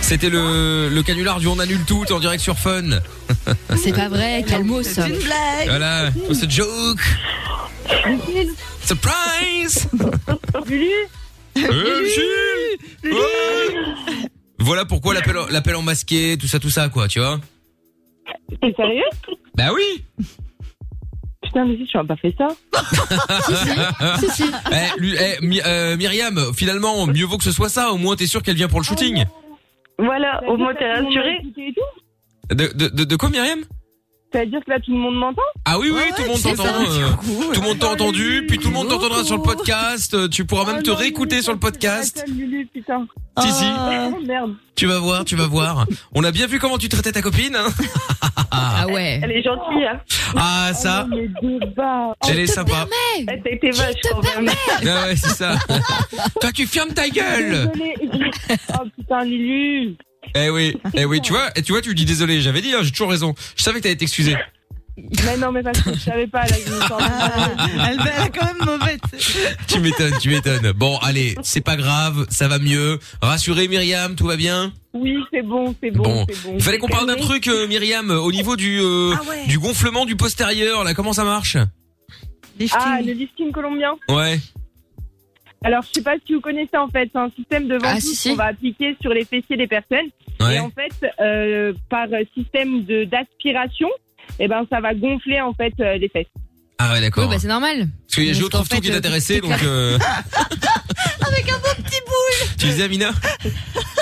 [SPEAKER 2] C'était le, le canular du On annule tout, t'es en direct sur
[SPEAKER 12] *laughs*
[SPEAKER 2] Fun. Euh, *laughs*
[SPEAKER 3] C'est pas vrai, calmos. C'est une
[SPEAKER 15] blague.
[SPEAKER 2] Voilà, c'est joke. Surprise
[SPEAKER 12] Lulu
[SPEAKER 2] Euh, Jules Ouais. Voilà pourquoi l'appel en- l'appel en masqué, tout ça, tout ça, quoi, tu vois
[SPEAKER 12] T'es sérieux
[SPEAKER 2] Bah oui
[SPEAKER 12] Putain, mais si, tu m'as pas fait ça. si, si.
[SPEAKER 2] Eh, lui- eh, Mi- euh, Myriam, finalement, mieux vaut que ce soit ça, au moins t'es sûr qu'elle vient pour le shooting.
[SPEAKER 12] Voilà,
[SPEAKER 20] au moins, t'es rassurée.
[SPEAKER 2] De, de, de, de quoi, Myriam
[SPEAKER 12] Ça veut dire que là, tout le monde m'entend
[SPEAKER 2] Ah oui, oui, tout le monde
[SPEAKER 12] c'est
[SPEAKER 2] t'entend.
[SPEAKER 12] ça, du
[SPEAKER 2] euh, tout le monde t'a entendu, puis tout le monde t'entendra sur le podcast. euh, Tu
[SPEAKER 12] Oh
[SPEAKER 2] pourras même te réécouter sur le podcast.
[SPEAKER 12] Ah, Lulu, putain.
[SPEAKER 2] Si, si.
[SPEAKER 12] Oh, merde.
[SPEAKER 2] Tu vas voir, tu vas voir. On a bien vu comment tu traitais ta copine.
[SPEAKER 12] *laughs*
[SPEAKER 2] hein.
[SPEAKER 3] Ah ouais.
[SPEAKER 12] Elle est gentille, hein. Oh,
[SPEAKER 2] Ah ça.
[SPEAKER 12] Mais débat.
[SPEAKER 2] Elle est sympa.
[SPEAKER 12] Elle t'a été vache, quand même.
[SPEAKER 2] Ah ouais, c'est ça. Toi, tu fermes ta gueule.
[SPEAKER 12] Désolée. *laughs* Oh putain, Lulu.
[SPEAKER 2] Eh oui, eh oui, tu vois, et tu vois, tu dis désolé. J'avais dit, hein, j'ai toujours raison. Je savais que t'allais t'excuser.
[SPEAKER 12] Mais non, mais parce que je savais pas, là, je me sens-
[SPEAKER 15] Elle est quand même mauvaise.
[SPEAKER 2] Tu m'étonnes, tu m'étonnes. Bon, allez, c'est pas grave, ça va mieux. Rassurez Myriam, tout va bien.
[SPEAKER 12] Oui, c'est bon, c'est bon,
[SPEAKER 2] Bon.
[SPEAKER 12] c'est bon.
[SPEAKER 2] Il fallait qu'on parle d'un
[SPEAKER 12] Calmez.
[SPEAKER 2] truc, euh, Myriam, au niveau du euh, du gonflement du postérieur. Là, comment ça marche
[SPEAKER 12] Ah, le lifting colombien.
[SPEAKER 2] Ouais.
[SPEAKER 12] Alors, je sais pas si vous connaissez en fait, c'est un système de ventouse qu'on va appliquer sur les fessiers des personnes.
[SPEAKER 2] Ouais.
[SPEAKER 12] Et en fait, euh, par système de d'aspiration, eh ben, ça va gonfler en fait euh, les fesses.
[SPEAKER 2] Ah ouais, d'accord.
[SPEAKER 3] bah c'est normal.
[SPEAKER 2] Parce que je trouve tout qui est intéressé, donc euh,
[SPEAKER 12] Avec un beau petit boule.
[SPEAKER 2] tu disais Amina.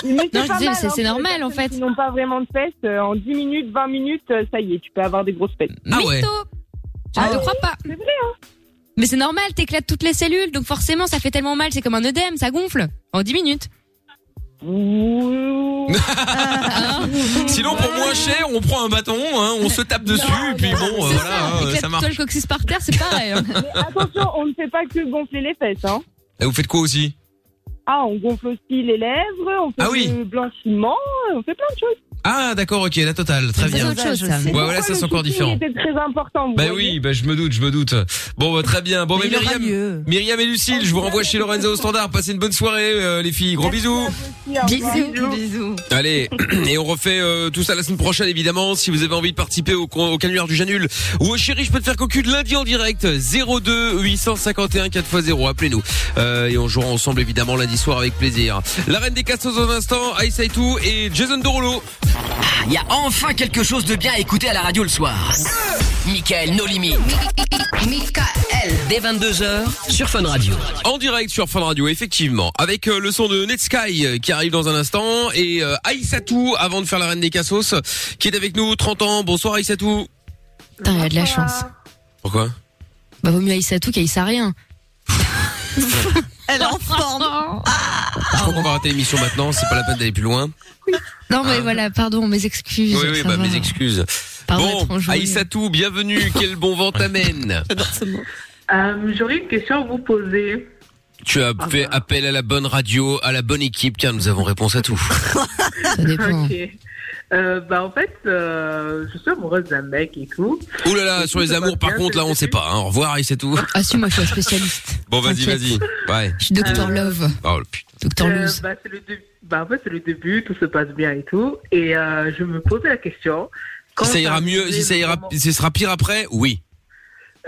[SPEAKER 12] Mais
[SPEAKER 3] Non, je
[SPEAKER 12] pas
[SPEAKER 3] disais,
[SPEAKER 12] mal,
[SPEAKER 3] c'est-
[SPEAKER 12] hein,
[SPEAKER 3] c'est
[SPEAKER 12] pour
[SPEAKER 3] normal,
[SPEAKER 12] les
[SPEAKER 3] en
[SPEAKER 12] personnes qui n'ont pas vraiment de fesses. euh, en 10 minutes, 20 minutes, euh, ça y est, tu peux avoir des grosses fesses.
[SPEAKER 2] Ah ouais. Mytho.
[SPEAKER 3] Je
[SPEAKER 12] Ah
[SPEAKER 3] ne
[SPEAKER 12] oui,
[SPEAKER 3] crois pas. hein. Mais c'est normal, t'éclates toutes les cellules, donc forcément ça fait tellement mal, c'est comme un œdème, ça gonfle en 10 minutes.
[SPEAKER 2] Ah. Sinon, pour moins cher, on prend un bâton, hein, on se tape dessus, et puis bon, euh,
[SPEAKER 3] C'est
[SPEAKER 2] voilà, hein,
[SPEAKER 3] Éclate
[SPEAKER 2] ça
[SPEAKER 3] tout
[SPEAKER 2] marche.
[SPEAKER 3] le coccyx par terre, c'est pareil. hein.
[SPEAKER 12] *laughs* Mais attention, on ne fait pas que gonfler les fesses. Hein.
[SPEAKER 2] Et vous faites quoi aussi
[SPEAKER 12] Ah, on gonfle aussi les lèvres, on fait
[SPEAKER 2] Ah oui.
[SPEAKER 12] le blanchiment, on fait plein de choses.
[SPEAKER 2] Ah, d'accord, ok, la totale, très
[SPEAKER 12] C'est
[SPEAKER 2] bien.
[SPEAKER 12] autre chose,
[SPEAKER 2] Ouais, voilà, ça c'est encore différent.
[SPEAKER 12] C'était très important. vous
[SPEAKER 2] Bah
[SPEAKER 12] voyez.
[SPEAKER 2] oui, bah je me doute, je me doute. Bon, bah, très bien. Bon, mais,
[SPEAKER 12] il aura
[SPEAKER 2] Myriam, Myriam et Lucille, je vous renvoie chez Lorenzo au standard. Passez une bonne soirée, euh, les filles. Gros bisous.
[SPEAKER 3] Bisous.
[SPEAKER 15] Bisous.
[SPEAKER 2] Allez, *clears throat* et on refait euh, tout ça la semaine prochaine évidemment. Si vous avez envie de participer au, con- au canular du Janul ou au chéri, je peux te faire cocu de lundi en direct 02 851 4x0. Appelez-nous Euh, et on jouera ensemble évidemment lundi soir avec plaisir. La reine des cassos dans un instant, Ice tout et Jason Dorolo.
[SPEAKER 1] Il Ah, y a enfin quelque chose de bien à écouter à la radio le soir. Michael, nos limites. Michael. Dès 22h sur Fun Radio.
[SPEAKER 2] En direct sur Fun Radio, effectivement, avec euh, le son de Netsky euh, qui arrive dans un instant et euh, Aïssatou avant de faire la reine des cassos qui est avec nous 30 ans. Bonsoir Aïssatou.
[SPEAKER 3] Putain, il a de la chance.
[SPEAKER 2] Pourquoi
[SPEAKER 3] Bah vaut mieux Aïssa tout qu'Aïssa rien.
[SPEAKER 15] Elle est en forme.
[SPEAKER 2] Je crois qu'on va rater l'émission maintenant, c'est pas la peine d'aller plus loin.
[SPEAKER 3] Non mais voilà, pardon, mes excuses.
[SPEAKER 2] Ah. Oui, oui,
[SPEAKER 3] ça
[SPEAKER 2] bah,
[SPEAKER 3] va.
[SPEAKER 2] mes excuses.
[SPEAKER 3] Pardon d'être
[SPEAKER 2] bon,
[SPEAKER 3] enjouée.
[SPEAKER 2] Aïssatou, bienvenue. Quel bon vent t'amène
[SPEAKER 21] Euh, J'aurais une question à vous poser.
[SPEAKER 2] Tu as fait appel à la bonne radio, à la bonne équipe, car nous avons réponse à tout.
[SPEAKER 21] Ok. Euh, bah, en fait, euh, je suis amoureuse d'un mec et tout.
[SPEAKER 2] Ouh là là, sur les amours, par contre, là, on sait pas. hein. Au revoir et c'est tout.
[SPEAKER 3] Ah si, moi je suis un spécialiste.
[SPEAKER 2] Bon, vas-y,
[SPEAKER 3] T'inquiète.
[SPEAKER 2] vas-y. Ouais.
[SPEAKER 3] Je suis Docteur Love.
[SPEAKER 2] Oh, le putain.
[SPEAKER 3] Docteur
[SPEAKER 21] Euh,
[SPEAKER 3] Lose.
[SPEAKER 21] bah, c'est le dé- bah, en fait, c'est le début, tout se passe bien et tout. Et euh, je me posais la question. quand
[SPEAKER 2] Si ça ira mieux, si ça ira, si ce sera pire après, oui.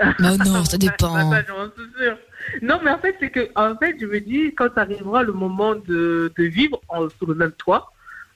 [SPEAKER 2] Eh
[SPEAKER 21] *laughs*
[SPEAKER 3] Non, non, ça
[SPEAKER 21] Ah
[SPEAKER 3] dépend.
[SPEAKER 21] bah, j'en suis sûre. Non, mais en fait, c'est que, en fait, je me dis, quand arrivera le moment de, de vivre en- sous le même toit,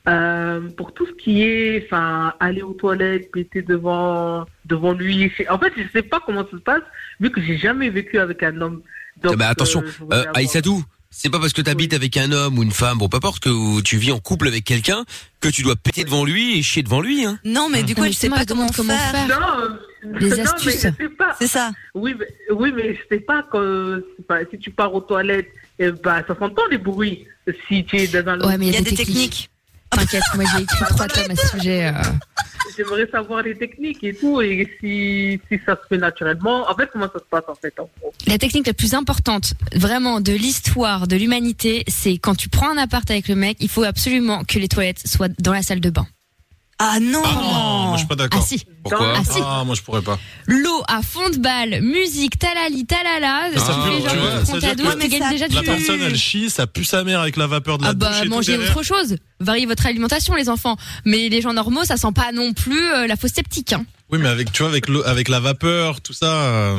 [SPEAKER 21] euh, pour tout ce qui est, enfin, aller aux toilettes, péter devant, devant lui. c'est- En fait, je sais pas comment ça se passe, vu que j'ai jamais vécu avec un homme. Donc,
[SPEAKER 2] Ah bah, attention,
[SPEAKER 21] euh, je voulais
[SPEAKER 2] euh,
[SPEAKER 21] avoir-
[SPEAKER 2] Aïssatou, c'est pas parce que t'habites avec un homme ou une femme, bon, peu importe, que tu vis en couple avec quelqu'un, que tu dois péter devant lui et chier devant lui, hein.
[SPEAKER 5] Non, mais du coup,
[SPEAKER 3] mais
[SPEAKER 5] je sais
[SPEAKER 3] justement,
[SPEAKER 5] pas
[SPEAKER 3] elle demande
[SPEAKER 5] comment,
[SPEAKER 3] comment
[SPEAKER 5] faire.
[SPEAKER 3] faire.
[SPEAKER 21] Non, euh,
[SPEAKER 3] Les
[SPEAKER 21] non, mais
[SPEAKER 3] astuces.
[SPEAKER 21] je sais pas.
[SPEAKER 5] C'est ça.
[SPEAKER 21] Oui, mais, oui, mais je sais pas que enfin, si tu pars aux toilettes, eh ben, ça s'entend les bruits. Si tu es dans un
[SPEAKER 3] Ouais, mais il y a,
[SPEAKER 5] des techniques.
[SPEAKER 3] T'inquiète, moi j'ai *laughs* écrit trois tomes à ce sujet. euh.
[SPEAKER 21] J'aimerais savoir les techniques et tout, et si, si ça se fait naturellement. En fait, comment ça se passe en fait en gros
[SPEAKER 3] La technique la plus importante, vraiment, de l'histoire de l'humanité, c'est quand tu prends un appart avec le mec, il faut absolument que les toilettes soient dans la salle de bain.
[SPEAKER 5] Ah non
[SPEAKER 7] Ah non, moi je suis pas d'accord.
[SPEAKER 3] Ah si.
[SPEAKER 7] Pourquoi
[SPEAKER 3] Ah si.
[SPEAKER 7] moi je pourrais pas.
[SPEAKER 3] L'eau à fond de balle, musique, talali, talala, tu
[SPEAKER 7] ça pue,
[SPEAKER 3] fais
[SPEAKER 7] Ah, tu vois,
[SPEAKER 3] genre
[SPEAKER 7] ça veut dire
[SPEAKER 3] Contado,
[SPEAKER 5] que-
[SPEAKER 3] tu gagnes déjà
[SPEAKER 7] La
[SPEAKER 3] du
[SPEAKER 7] personne elle chie, ça pue sa mère avec la vapeur de la
[SPEAKER 3] Ah bah
[SPEAKER 7] douche et
[SPEAKER 3] mangez
[SPEAKER 7] tout derrière.
[SPEAKER 3] autre chose, variez votre alimentation les enfants. Mais les gens normaux, ça sent pas non plus euh, la fausse sceptique. Hein.
[SPEAKER 7] Oui, mais avec tu vois avec l'eau- avec la vapeur, tout ça, euh,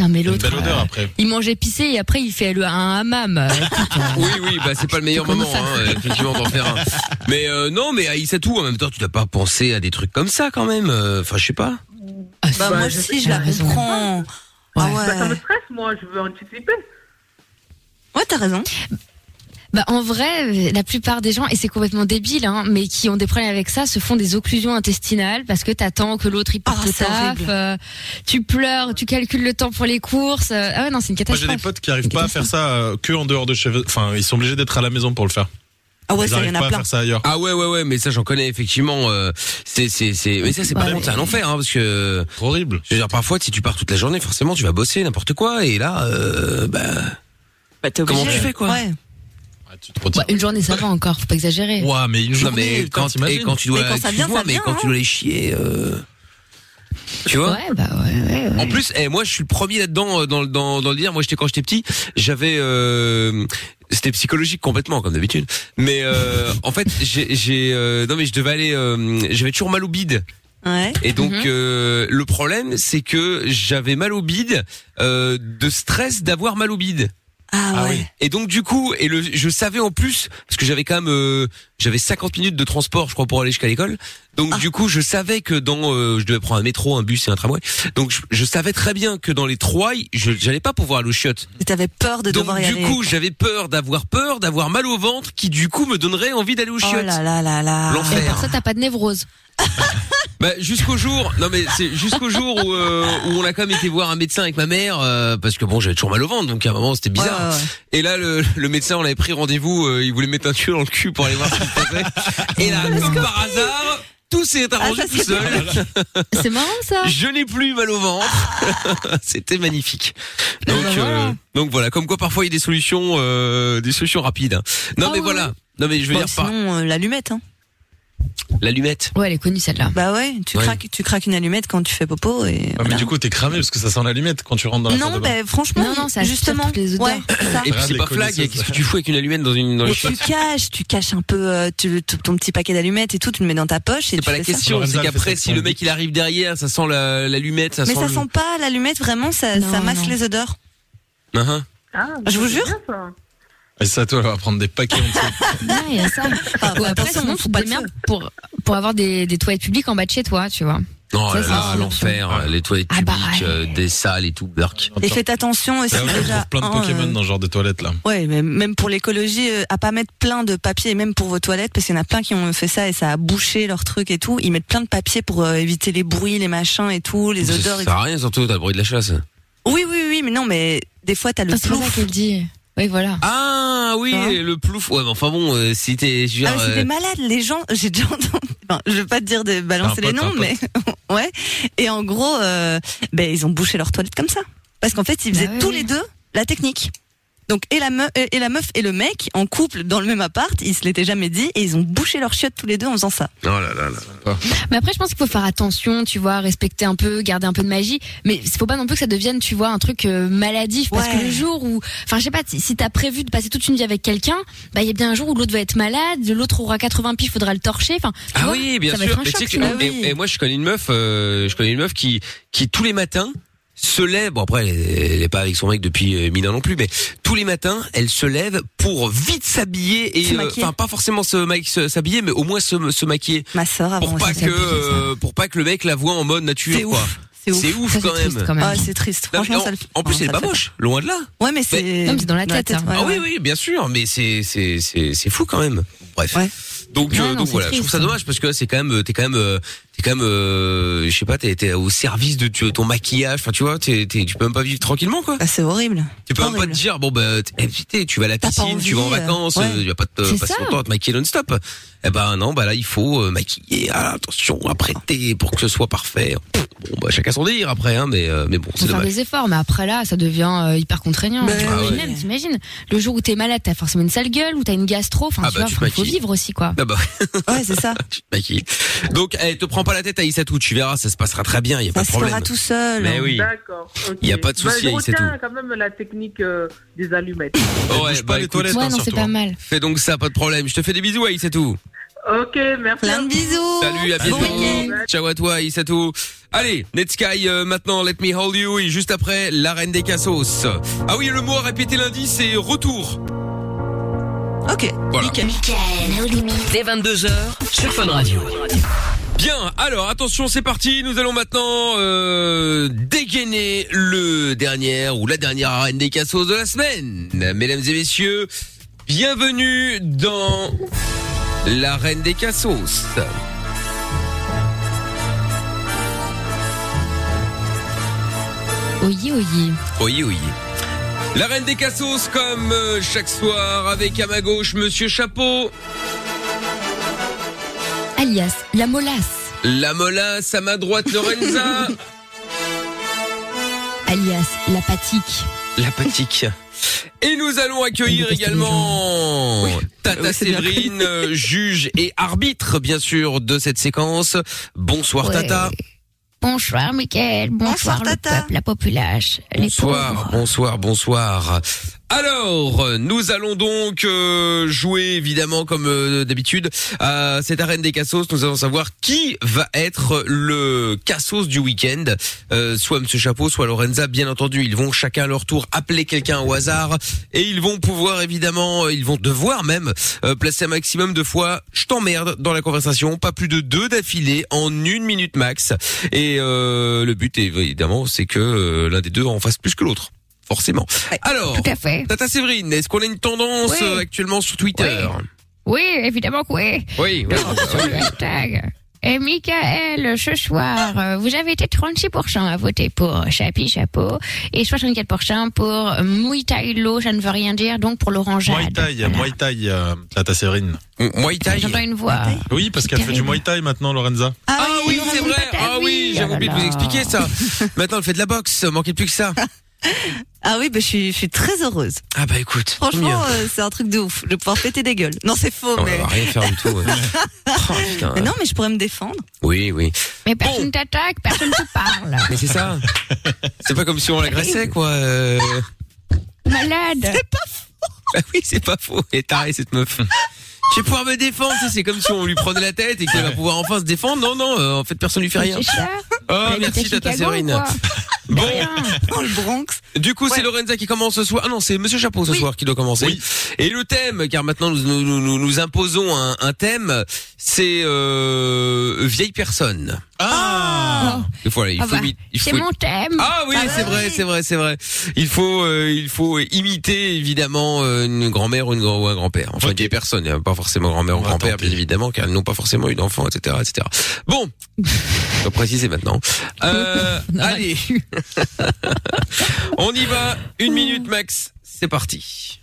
[SPEAKER 3] Non mais
[SPEAKER 7] il y a une
[SPEAKER 3] l'autre,
[SPEAKER 7] belle odeur
[SPEAKER 3] euh,
[SPEAKER 7] après.
[SPEAKER 3] il mange épicé et après il fait le, un hammam. Euh, *laughs* écoute, euh,
[SPEAKER 2] Oui, oui, bah c'est pas le meilleur
[SPEAKER 3] Comment
[SPEAKER 2] moment,
[SPEAKER 3] ça
[SPEAKER 2] hein, euh, effectivement, d'en faire un. Mais euh, non, mais Aïssatou, en même temps, tu dois pas penser à des trucs comme ça quand même. euh, Enfin, je sais pas.
[SPEAKER 3] ah,
[SPEAKER 5] Bah,
[SPEAKER 3] si,
[SPEAKER 5] moi
[SPEAKER 3] elle
[SPEAKER 5] aussi, je la
[SPEAKER 3] a raison.
[SPEAKER 5] comprends. Ah
[SPEAKER 3] Ouais.
[SPEAKER 5] ouais.
[SPEAKER 21] Bah, Ça me stresse, moi, je veux anticiper.
[SPEAKER 5] Ouais, t'as raison.
[SPEAKER 3] Bah en vrai, la plupart des gens et c'est complètement débile, hein, mais qui ont des problèmes avec ça, se font des occlusions intestinales parce que t'attends que l'autre il parte
[SPEAKER 5] Ah,
[SPEAKER 3] au
[SPEAKER 5] c'est
[SPEAKER 3] taf,
[SPEAKER 5] horrible.
[SPEAKER 3] euh, tu pleures, tu calcules le temps pour les courses. euh, ah ouais non, c'est une
[SPEAKER 7] Moi j'ai
[SPEAKER 3] catastrophe.
[SPEAKER 7] des potes qui arrivent pas à faire ça euh, que en dehors de chez eux. Enfin, ils sont obligés d'être à la maison pour le faire.
[SPEAKER 5] Ah ouais,
[SPEAKER 7] Ils
[SPEAKER 5] ça, il y
[SPEAKER 7] arrivent
[SPEAKER 5] en
[SPEAKER 7] pas
[SPEAKER 5] a
[SPEAKER 7] à
[SPEAKER 5] plein.
[SPEAKER 7] faire ça ailleurs.
[SPEAKER 2] Ah ouais, ouais, ouais, mais ça j'en connais effectivement. euh, c'est, c'est, c'est. Mais ça c'est pas
[SPEAKER 3] Ouais.
[SPEAKER 2] contre, c'est un enfer, hein, parce que.
[SPEAKER 7] C'est Horrible.
[SPEAKER 2] Je veux dire, parfois, si tu pars toute la journée, forcément, tu vas bosser n'importe quoi, et là, euh, bah. Comment tu fais quoi
[SPEAKER 5] Ouais.
[SPEAKER 7] Ah, tu te retires.
[SPEAKER 3] Bah, une journée ça va encore, faut pas exagérer.
[SPEAKER 7] Ouah, mais une
[SPEAKER 2] Non
[SPEAKER 7] journée,
[SPEAKER 2] mais
[SPEAKER 7] putain,
[SPEAKER 2] quand, et
[SPEAKER 7] t'imagines
[SPEAKER 2] quand tu dois,
[SPEAKER 5] Mais quand ça vient,
[SPEAKER 2] excuse-moi,
[SPEAKER 5] ça
[SPEAKER 2] mais
[SPEAKER 5] vient, hein.
[SPEAKER 2] quand tu dois les chier, euh, tu vois.
[SPEAKER 3] Ouais *laughs* bah ouais. ouais, ouais.
[SPEAKER 2] En plus, eh, moi, je suis le premier là-dedans euh, dans, le- dans, dans le dire. Moi, j'étais quand j'étais petit, j'avais, euh, c'était psychologique complètement comme d'habitude. Mais euh, en fait, j'ai, j'ai, euh, non mais je devais aller, euh, j'avais toujours mal au bide.
[SPEAKER 5] Ouais.
[SPEAKER 2] Et donc,
[SPEAKER 3] Mhm.
[SPEAKER 2] euh, le problème, c'est que j'avais mal au bide euh, de stress d'avoir mal au bide.
[SPEAKER 5] Ah
[SPEAKER 7] Ah
[SPEAKER 5] ouais.
[SPEAKER 7] oui.
[SPEAKER 2] Et donc du coup, et le, je savais en plus parce que j'avais quand même, euh, j'avais 50 minutes de transport, je crois, pour aller jusqu'à l'école. Donc
[SPEAKER 5] Ah.
[SPEAKER 2] du coup, je savais que dans, euh, je devais prendre un métro, un bus et un tramway. Donc je, je savais très bien que dans les trois, je j'allais pas pouvoir aller aux chiottes.
[SPEAKER 5] Et T'avais peur de
[SPEAKER 2] Donc
[SPEAKER 5] devoir y
[SPEAKER 2] du
[SPEAKER 5] aller.
[SPEAKER 2] coup, j'avais peur d'avoir peur, d'avoir mal au ventre, qui du coup me donnerait envie d'aller aux
[SPEAKER 5] oh
[SPEAKER 2] chiottes.
[SPEAKER 5] là là là là.
[SPEAKER 2] L'enfer.
[SPEAKER 3] Et pour ça t'as pas de
[SPEAKER 5] *laughs*
[SPEAKER 3] névrose.
[SPEAKER 2] Bah, jusqu'au jour, non mais c'est jusqu'au jour où, euh, où on a quand même été voir un médecin avec ma mère euh, parce que bon j'avais toujours mal au ventre donc à un moment c'était bizarre.
[SPEAKER 5] Ouais, ouais,
[SPEAKER 2] Et là le, le médecin on avait pris rendez-vous, euh, il voulait mettre un tuyau dans le cul pour aller voir ce qu'il faisait. Ah, Et là comme par hasard tout s'est arrangé
[SPEAKER 5] Ah, ça,
[SPEAKER 2] tout
[SPEAKER 5] c'est
[SPEAKER 2] seul.
[SPEAKER 5] *laughs*
[SPEAKER 3] C'est marrant ça.
[SPEAKER 2] Je n'ai plus mal au ventre. c'était magnifique.
[SPEAKER 5] Eh ben
[SPEAKER 2] Donc
[SPEAKER 3] bah voilà.
[SPEAKER 2] euh, donc voilà comme quoi parfois il y a des solutions euh, des solutions rapides. hein. Non
[SPEAKER 3] Ah
[SPEAKER 2] mais
[SPEAKER 3] ouais.
[SPEAKER 2] voilà. Non mais je veux
[SPEAKER 5] Bon,
[SPEAKER 2] dire pas
[SPEAKER 5] sinon, euh, l'allumette. Hein.
[SPEAKER 2] l'allumette.
[SPEAKER 3] Ouais, elle est connue celle-là.
[SPEAKER 5] Bah ouais, tu
[SPEAKER 2] Ouais.
[SPEAKER 5] craques, tu craques une allumette quand tu fais popo et.
[SPEAKER 7] Ah, mais
[SPEAKER 5] voilà.
[SPEAKER 7] du coup, t'es cramé parce que ça sent l'allumette quand tu rentres dans la salle de
[SPEAKER 5] non,
[SPEAKER 7] bain.
[SPEAKER 5] bah, franchement,
[SPEAKER 3] Non, non, ça aspire
[SPEAKER 5] justement,
[SPEAKER 3] toutes les odeurs.
[SPEAKER 5] ouais, c'est ça.
[SPEAKER 2] Et puis
[SPEAKER 7] Regarde
[SPEAKER 2] c'est
[SPEAKER 7] les
[SPEAKER 2] pas flag,
[SPEAKER 7] connaisseuses.
[SPEAKER 2] qu'est-ce que tu fous avec une allumette dans une dans les
[SPEAKER 5] Mais
[SPEAKER 2] chiottes
[SPEAKER 5] tu caches, tu caches un peu euh, tu- t- ton petit paquet d'allumettes et tout, tu le mets dans ta poche et
[SPEAKER 2] C'est
[SPEAKER 5] tu
[SPEAKER 2] pas la
[SPEAKER 5] fais ça.
[SPEAKER 2] question,
[SPEAKER 7] Lorenza,
[SPEAKER 2] c'est
[SPEAKER 7] elle fait
[SPEAKER 2] qu'après
[SPEAKER 7] ça
[SPEAKER 2] si le mec il arrive derrière, ça sent la- l'allumette, ça
[SPEAKER 5] Mais
[SPEAKER 2] sent.
[SPEAKER 5] ça
[SPEAKER 2] le-
[SPEAKER 5] sent pas l'allumette vraiment, ça,
[SPEAKER 3] Non,
[SPEAKER 5] ça masse
[SPEAKER 3] non.
[SPEAKER 5] les odeurs.
[SPEAKER 2] Hein,
[SPEAKER 21] Ah,
[SPEAKER 5] Je vous
[SPEAKER 21] c'est
[SPEAKER 5] jure
[SPEAKER 21] bien, ça.
[SPEAKER 7] Et ça, Ah, toi, elle va prendre des
[SPEAKER 3] *laughs*
[SPEAKER 7] paquets entiers.
[SPEAKER 3] Ouais, il y a ça. Ou après
[SPEAKER 5] Ah, bah, attention,
[SPEAKER 3] sinon
[SPEAKER 5] faut
[SPEAKER 3] tu te
[SPEAKER 5] pas de
[SPEAKER 3] démerdes pour pour avoir des des toilettes publiques en bas de chez toi, tu vois.
[SPEAKER 2] hein. Non,
[SPEAKER 3] Ça,
[SPEAKER 2] là,
[SPEAKER 3] c'est
[SPEAKER 2] là,
[SPEAKER 3] une
[SPEAKER 2] l'enfer, les toilettes
[SPEAKER 3] Ah
[SPEAKER 2] publiques,
[SPEAKER 3] bah ouais.
[SPEAKER 2] euh, des salles et tout, burk.
[SPEAKER 5] Et faites attention aussi
[SPEAKER 2] Bah
[SPEAKER 7] Là, ouais, on
[SPEAKER 5] déjà.
[SPEAKER 7] trouve plein de
[SPEAKER 3] Oh,
[SPEAKER 5] hein,
[SPEAKER 7] Pokémon
[SPEAKER 5] euh,
[SPEAKER 7] dans ce genre de toilettes là.
[SPEAKER 5] Ouais, mais même pour l'écologie, euh, à pas mettre plein de papier, et même pour vos toilettes, parce qu'il y en a plein qui ont fait ça et ça a bouché leur truc et tout. Ils mettent plein de papier pour euh, éviter les bruits, les machins et tout, les
[SPEAKER 2] Ça
[SPEAKER 5] odeurs.
[SPEAKER 2] ça
[SPEAKER 5] Et
[SPEAKER 2] sert à rien surtout, t'as le bruit de la chasse.
[SPEAKER 5] tout. Oui, oui, oui, mais non, mais des fois t'as le
[SPEAKER 3] Ah, C'est pour ça
[SPEAKER 5] plouf.
[SPEAKER 3] qu'elle dit. Oui, voilà.
[SPEAKER 2] Ah oui,
[SPEAKER 5] Hein
[SPEAKER 2] le plouf. Ouais, mais enfin bon, euh, si t'es, je veux
[SPEAKER 5] Ah,
[SPEAKER 2] dire,
[SPEAKER 5] mais c'est
[SPEAKER 2] euh,
[SPEAKER 5] des malades, les gens. *laughs* J'ai déjà entendu. Enfin, je veux pas te dire de balancer
[SPEAKER 7] C'est un
[SPEAKER 5] les noms,
[SPEAKER 7] pote,
[SPEAKER 5] mais *laughs* ouais. Et en gros, euh, ben ils ont bouché leur toilette comme ça, parce qu'en fait, ils
[SPEAKER 3] Bah
[SPEAKER 5] faisaient
[SPEAKER 3] oui,
[SPEAKER 5] tous
[SPEAKER 3] oui.
[SPEAKER 5] les deux la technique. Donc et la, meuf, et la meuf et le mec en couple dans le même appart, ils se l'étaient jamais dit et ils ont bouché leur chiottes tous les deux en faisant ça.
[SPEAKER 22] Oh là là là. là.
[SPEAKER 2] Ah
[SPEAKER 3] Mais après, je pense qu'il faut faire attention, tu vois, respecter un peu, garder un peu de magie. Mais il faut pas non plus que ça devienne, tu vois, un truc euh, maladif. Parce
[SPEAKER 5] Ouais.
[SPEAKER 3] que le jour où, enfin, je sais pas, si, si t'as prévu de passer toute une vie avec quelqu'un, bah, il y a bien un jour où l'autre va être malade, l'autre aura 80 piges, faudra le torcher. Enfin, tu
[SPEAKER 2] Ah
[SPEAKER 3] vois,
[SPEAKER 2] oui, bien
[SPEAKER 3] ça
[SPEAKER 2] sûr.
[SPEAKER 3] va
[SPEAKER 2] Mais
[SPEAKER 3] être un
[SPEAKER 2] tu sais
[SPEAKER 3] choc. Bah
[SPEAKER 2] que-
[SPEAKER 3] sinon.
[SPEAKER 2] et, et moi, je connais une meuf, euh, je connais une meuf qui, qui tous les matins se lève. Bon après, elle est- elle est pas avec son mec depuis euh, mille ans non plus, mais tous les matins, elle se lève pour vite s'habiller
[SPEAKER 22] Se
[SPEAKER 2] et, euh,
[SPEAKER 22] maquiller.
[SPEAKER 2] enfin, pas forcément se, ma- se- s'habiller, mais au moins se, se maquiller.
[SPEAKER 5] Ma sœur avant
[SPEAKER 2] Pour pas
[SPEAKER 5] aussi, ça a
[SPEAKER 2] que,
[SPEAKER 5] pris, ça.
[SPEAKER 2] euh, pour pas que le mec la voit en mode nature.
[SPEAKER 5] C'est
[SPEAKER 2] quoi.
[SPEAKER 5] ouf.
[SPEAKER 2] C'est ouf, quand, même.
[SPEAKER 5] Ah, c'est triste.
[SPEAKER 2] Non, mais
[SPEAKER 5] Franchement,
[SPEAKER 2] en-
[SPEAKER 5] ça le fait-
[SPEAKER 2] en plus,
[SPEAKER 5] non,
[SPEAKER 2] elle est
[SPEAKER 5] ça
[SPEAKER 2] pas
[SPEAKER 5] le fait
[SPEAKER 2] moche, loin de là.
[SPEAKER 5] Ouais, mais c'est.
[SPEAKER 3] Non, mais c'est dans la tête, hein.
[SPEAKER 5] ouais,
[SPEAKER 2] ah
[SPEAKER 5] ouais.
[SPEAKER 2] oui, oui, bien sûr, mais c'est c'est c'est c'est fou quand même. Bref. Donc
[SPEAKER 22] Ouais,
[SPEAKER 2] euh,
[SPEAKER 22] non,
[SPEAKER 2] donc
[SPEAKER 22] c'est
[SPEAKER 2] voilà, je trouve
[SPEAKER 22] triste.
[SPEAKER 2] ça dommage parce que c'est quand même euh, t'es quand même euh, t'es quand même euh, je sais pas t'es t'es au service de tu- ton maquillage, enfin tu vois t'es t'es- tu peux même pas vivre tranquillement quoi.
[SPEAKER 5] Bah, c'est horrible.
[SPEAKER 2] Tu peux même pas te dire bon bah t'es invité, tu vas à la piscine, tu vas en
[SPEAKER 5] envie, euh,
[SPEAKER 2] vacances,
[SPEAKER 5] ouais.
[SPEAKER 2] euh, tu vas pas te
[SPEAKER 5] C'est
[SPEAKER 2] passer
[SPEAKER 5] ça.
[SPEAKER 2] ton temps à te maquiller non-stop. Eh ben non bah là il faut euh, maquiller, ah, attention apprêter pour que ce soit parfait. Pff, Bon bah chacun son délire après hein mais euh, mais bon
[SPEAKER 3] faut
[SPEAKER 2] c'est
[SPEAKER 3] faire
[SPEAKER 2] dommage.
[SPEAKER 3] des efforts, mais après là, ça devient euh, hyper contraignant.
[SPEAKER 5] Bah
[SPEAKER 2] Ben
[SPEAKER 3] Mais
[SPEAKER 2] oui.
[SPEAKER 3] même, t'imagines, le jour où t'es malade, t'as forcément une sale gueule, ou t'as une gastro, enfin,
[SPEAKER 2] Ah
[SPEAKER 3] tu
[SPEAKER 2] bah,
[SPEAKER 3] vois,
[SPEAKER 2] tu te
[SPEAKER 3] faut- faut
[SPEAKER 2] maquilles.
[SPEAKER 3] vivre aussi, quoi.
[SPEAKER 2] Ah bah. *laughs*
[SPEAKER 5] Ouais, c'est ça.
[SPEAKER 2] tu te maquilles. Bah, Donc, eh, te prends pas la tête à Issatou, tu verras, ça se passera très bien, il y a pas
[SPEAKER 5] Ça
[SPEAKER 2] de
[SPEAKER 5] se
[SPEAKER 2] problème.
[SPEAKER 5] fera tout seul. hein.
[SPEAKER 2] Mais oui.
[SPEAKER 21] D'accord. ok.
[SPEAKER 2] Y a pas de souci,
[SPEAKER 21] Bah, je
[SPEAKER 2] et c'est
[SPEAKER 21] retiens quand même la technique euh, des allumettes.
[SPEAKER 2] Ouais, bah, écoute,
[SPEAKER 21] hein,
[SPEAKER 3] ouais, non, c'est pas mal.
[SPEAKER 2] Fais donc ça, pas de problème. Je te fais des bisous, Aïe, c'est tout.
[SPEAKER 21] Ok, merci.
[SPEAKER 5] Plein de bisous.
[SPEAKER 2] Salut, à bientôt. Ciao à toi, Aïe, c'est tout. Allez, Netsky, euh, maintenant, Let Me Hold You, et juste après, la reine des cassos. Ah oui, le mot à répéter lundi, c'est retour.
[SPEAKER 5] Ok.
[SPEAKER 2] Voilà.
[SPEAKER 1] Dès 22h sur Fun Radio.
[SPEAKER 2] Bien, alors attention, c'est parti. Nous allons maintenant euh, dégainer le dernier ou la dernière arène des cassos de la semaine. Mesdames et messieurs, bienvenue dans l'arène des cassos.
[SPEAKER 3] *laughs* Oyez, oyez.
[SPEAKER 2] Oui, oui. La reine des cassos, comme euh, chaque soir, avec à ma gauche Monsieur Chapeau,
[SPEAKER 3] Alias, la molasse.
[SPEAKER 2] la molasse, à ma droite Lorenza,
[SPEAKER 3] Alias, la patique.
[SPEAKER 2] la patique. Et nous allons accueillir également Tata Séverine, euh, juge et arbitre, bien sûr, de cette séquence. Bonsoir
[SPEAKER 3] Ouais.
[SPEAKER 2] Tata.
[SPEAKER 3] Bonsoir, Mickaël. Bonsoir, le peuple, la populace. les
[SPEAKER 2] Bonsoir, bonsoir, bonsoir. Alors, euh, nous allons donc euh, jouer évidemment comme euh, d'habitude à cette arène des cassos. Nous allons savoir qui va être le cassos du week-end. Euh, soit Monsieur Chapeau, soit Lorenza. Bien entendu, ils vont chacun à leur tour appeler quelqu'un au hasard et ils vont pouvoir évidemment, euh, ils vont devoir même euh, placer un maximum de fois "je t'emmerde" dans la conversation, pas plus de deux d'affilée en une minute max. Et euh, le but évidemment, c'est que euh, l'un des deux en fasse plus que l'autre. Forcément. Alors,
[SPEAKER 3] Tout à fait.
[SPEAKER 2] Tata Séverine, est-ce qu'on a une tendance
[SPEAKER 3] Oui.
[SPEAKER 2] euh, actuellement sur Twitter
[SPEAKER 3] Oui, évidemment que oui.
[SPEAKER 2] Oui, oui.
[SPEAKER 3] Hashtag. Et Michael, ce soir, euh, vous avez été 36% à voter pour euh, Chapi Chapeau et 64% pour Muay Thai Lo, ça ne veut rien dire, donc pour
[SPEAKER 7] Muay
[SPEAKER 3] l'orangeade.
[SPEAKER 7] Thai, Muay Thai, euh, Tata Séverine.
[SPEAKER 2] Muay
[SPEAKER 3] J'entends une voix.
[SPEAKER 7] Oui, parce qu'elle fait du Muay Thai maintenant, Lorenza.
[SPEAKER 2] Ah, oui, c'est vrai. Ah oui, j'avais oublié de vous expliquer ça.
[SPEAKER 3] Ah.
[SPEAKER 2] *laughs* Maintenant, elle fait de la boxe. Manquez plus que ça.
[SPEAKER 5] Ah oui, bah, je, suis, je suis très heureuse.
[SPEAKER 2] Ah bah écoute.
[SPEAKER 5] Franchement, euh, c'est un truc de ouf. Je vais pouvoir péter des gueules. Non, c'est faux,
[SPEAKER 2] On
[SPEAKER 5] mais...
[SPEAKER 2] va rien faire du tout. ouais. Oh, putain. Oh.
[SPEAKER 5] mais non, mais je pourrais me défendre.
[SPEAKER 2] Oui, oui.
[SPEAKER 3] Mais personne t'attaque, personne te
[SPEAKER 5] *laughs*
[SPEAKER 3] parle.
[SPEAKER 2] Mais c'est ça. C'est pas comme si on l'agressait, quoi. euh.
[SPEAKER 3] Malade.
[SPEAKER 2] Bah oui, c'est pas faux. Elle est tarée, cette meuf. Je vais pouvoir me défendre. tu sais, C'est comme si on lui prenait la tête et qu'elle va pouvoir enfin se défendre. Non, non, euh, en fait, personne lui fait rien.
[SPEAKER 3] C'est ça.
[SPEAKER 2] Oh,
[SPEAKER 3] Elle
[SPEAKER 2] merci,
[SPEAKER 3] habite à
[SPEAKER 2] Tata
[SPEAKER 3] Chicago,
[SPEAKER 2] Séverine.
[SPEAKER 3] quoi.
[SPEAKER 2] Bon.
[SPEAKER 5] Dans le Bronx.
[SPEAKER 2] Du coup, c'est Lorenza qui commence ce soir. Ah non, c'est Monsieur Chapeau ce soir qui doit commencer. Et le thème, car maintenant nous nous, nous- nous- nous imposons un, un thème, c'est euh, vieille personne.
[SPEAKER 7] Ah.
[SPEAKER 2] Il faut, aller, il
[SPEAKER 3] Ah
[SPEAKER 2] faut
[SPEAKER 3] bah,
[SPEAKER 2] imiter- il
[SPEAKER 3] c'est
[SPEAKER 2] faut-
[SPEAKER 3] mon thème.
[SPEAKER 2] Ah oui,
[SPEAKER 3] Ah
[SPEAKER 2] c'est
[SPEAKER 3] bah
[SPEAKER 2] vrai, c'est vrai, c'est vrai. Il faut, euh, il faut imiter évidemment euh, une grand-mère ou, une, grand- ou un grand-père. Enfin, une vieille personne, euh, pas forcément grand-mère ou grand-père, bien évidemment, car ils n'ont pas forcément eu d'enfant, etc., etc.
[SPEAKER 3] *laughs*
[SPEAKER 2] Bon, je dois préciser maintenant. Euh, allez, *laughs* on y va. Une minute max. C'est parti.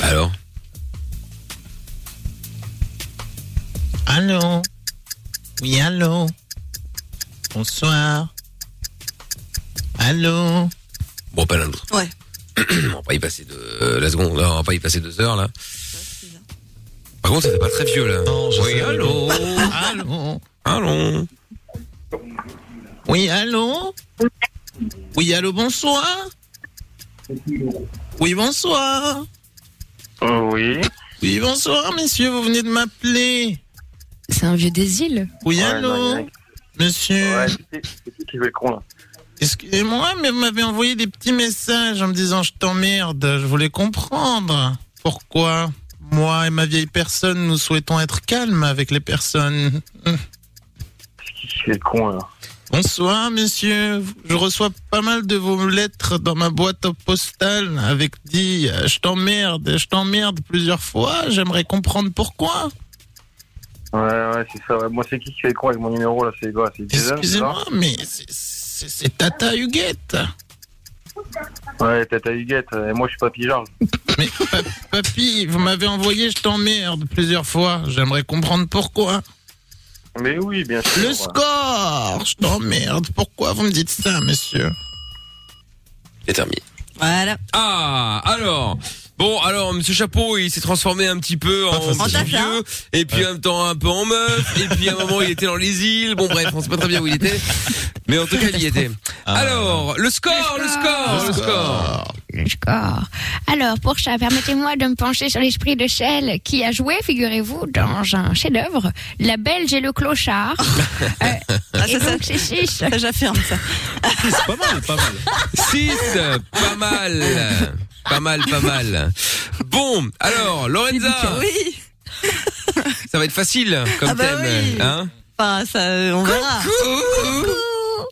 [SPEAKER 2] Alors
[SPEAKER 23] Bonsoir. Allô
[SPEAKER 2] Bon, pas l'autre.
[SPEAKER 5] Ouais.
[SPEAKER 2] *clears throat* on va pas y passer de euh, la seconde, là, on va pas y passer deux heures là. Par contre, ça fait pas très vieux là. Non, oui, Oh, allô.
[SPEAKER 23] Allô
[SPEAKER 2] allô.
[SPEAKER 23] Oui, allô Oui, allô, bonsoir Oui, bonsoir
[SPEAKER 21] Oh, oui.
[SPEAKER 23] Oui, bonsoir, messieurs, vous venez de m'appeler.
[SPEAKER 3] C'est un vieux des îles.
[SPEAKER 23] Oui,
[SPEAKER 21] Ouais, bah,
[SPEAKER 23] allô
[SPEAKER 21] maniaque.
[SPEAKER 23] Monsieur
[SPEAKER 21] Ouais, c'est c'est qui le con là
[SPEAKER 23] Excusez-moi, mais vous m'avez envoyé des petits messages en me disant je t'emmerde. Je voulais comprendre pourquoi moi et ma vieille personne, nous souhaitons être calmes avec les personnes.
[SPEAKER 21] Qui est le con là
[SPEAKER 23] Bonsoir, monsieur. Je reçois pas mal de vos lettres dans ma boîte postale avec dit euh, je t'emmerde, je t'emmerde plusieurs fois. J'aimerais comprendre pourquoi.
[SPEAKER 21] Ouais, ouais, c'est ça. ouais. Moi, c'est qui qui fait le con avec mon numéro là C'est quoi C'est Jason c'est ça
[SPEAKER 23] Excusez-moi, mais c'est- c'est c'est Tata Huguette.
[SPEAKER 21] Ouais, Tata Huguette. Et moi, je suis Papy Georges.
[SPEAKER 23] Papy, vous m'avez envoyé je t'emmerde plusieurs fois. J'aimerais comprendre pourquoi.
[SPEAKER 21] Mais oui, bien sûr.
[SPEAKER 23] Le score Je t'emmerde. Pourquoi vous me dites ça, monsieur
[SPEAKER 2] C'est terminé.
[SPEAKER 5] Voilà.
[SPEAKER 2] Ah, alors. Bon, alors, Monsieur Chapeau, il s'est transformé un petit peu en,
[SPEAKER 5] En
[SPEAKER 2] petit
[SPEAKER 5] tata.
[SPEAKER 2] vieux, et puis en même temps un peu en meuf, et puis à un moment il était dans les îles. Bon, bref, on sait pas très bien où il était, mais en tout cas il y était. Alors, le score, le score, le score.
[SPEAKER 24] D'accord. Alors, pour ça, permettez-moi de me pencher sur l'esprit de celle qui a joué, figurez-vous, dans un chef-d'œuvre, La Belge et le Clochard.
[SPEAKER 5] Ah,
[SPEAKER 24] Et
[SPEAKER 5] ça, ça,
[SPEAKER 24] donc, c'est
[SPEAKER 3] *laughs*
[SPEAKER 24] chiche.
[SPEAKER 5] ça, j'affirme ça.
[SPEAKER 7] C'est pas mal, pas mal.
[SPEAKER 2] 6, pas mal. Pas mal, pas mal. Bon, alors, Lorenza,
[SPEAKER 5] *laughs* Oui.
[SPEAKER 2] ça va être facile comme
[SPEAKER 5] Ah bah
[SPEAKER 2] thème.
[SPEAKER 5] oui.
[SPEAKER 2] Hein
[SPEAKER 5] Enfin, ça, euh, on verra.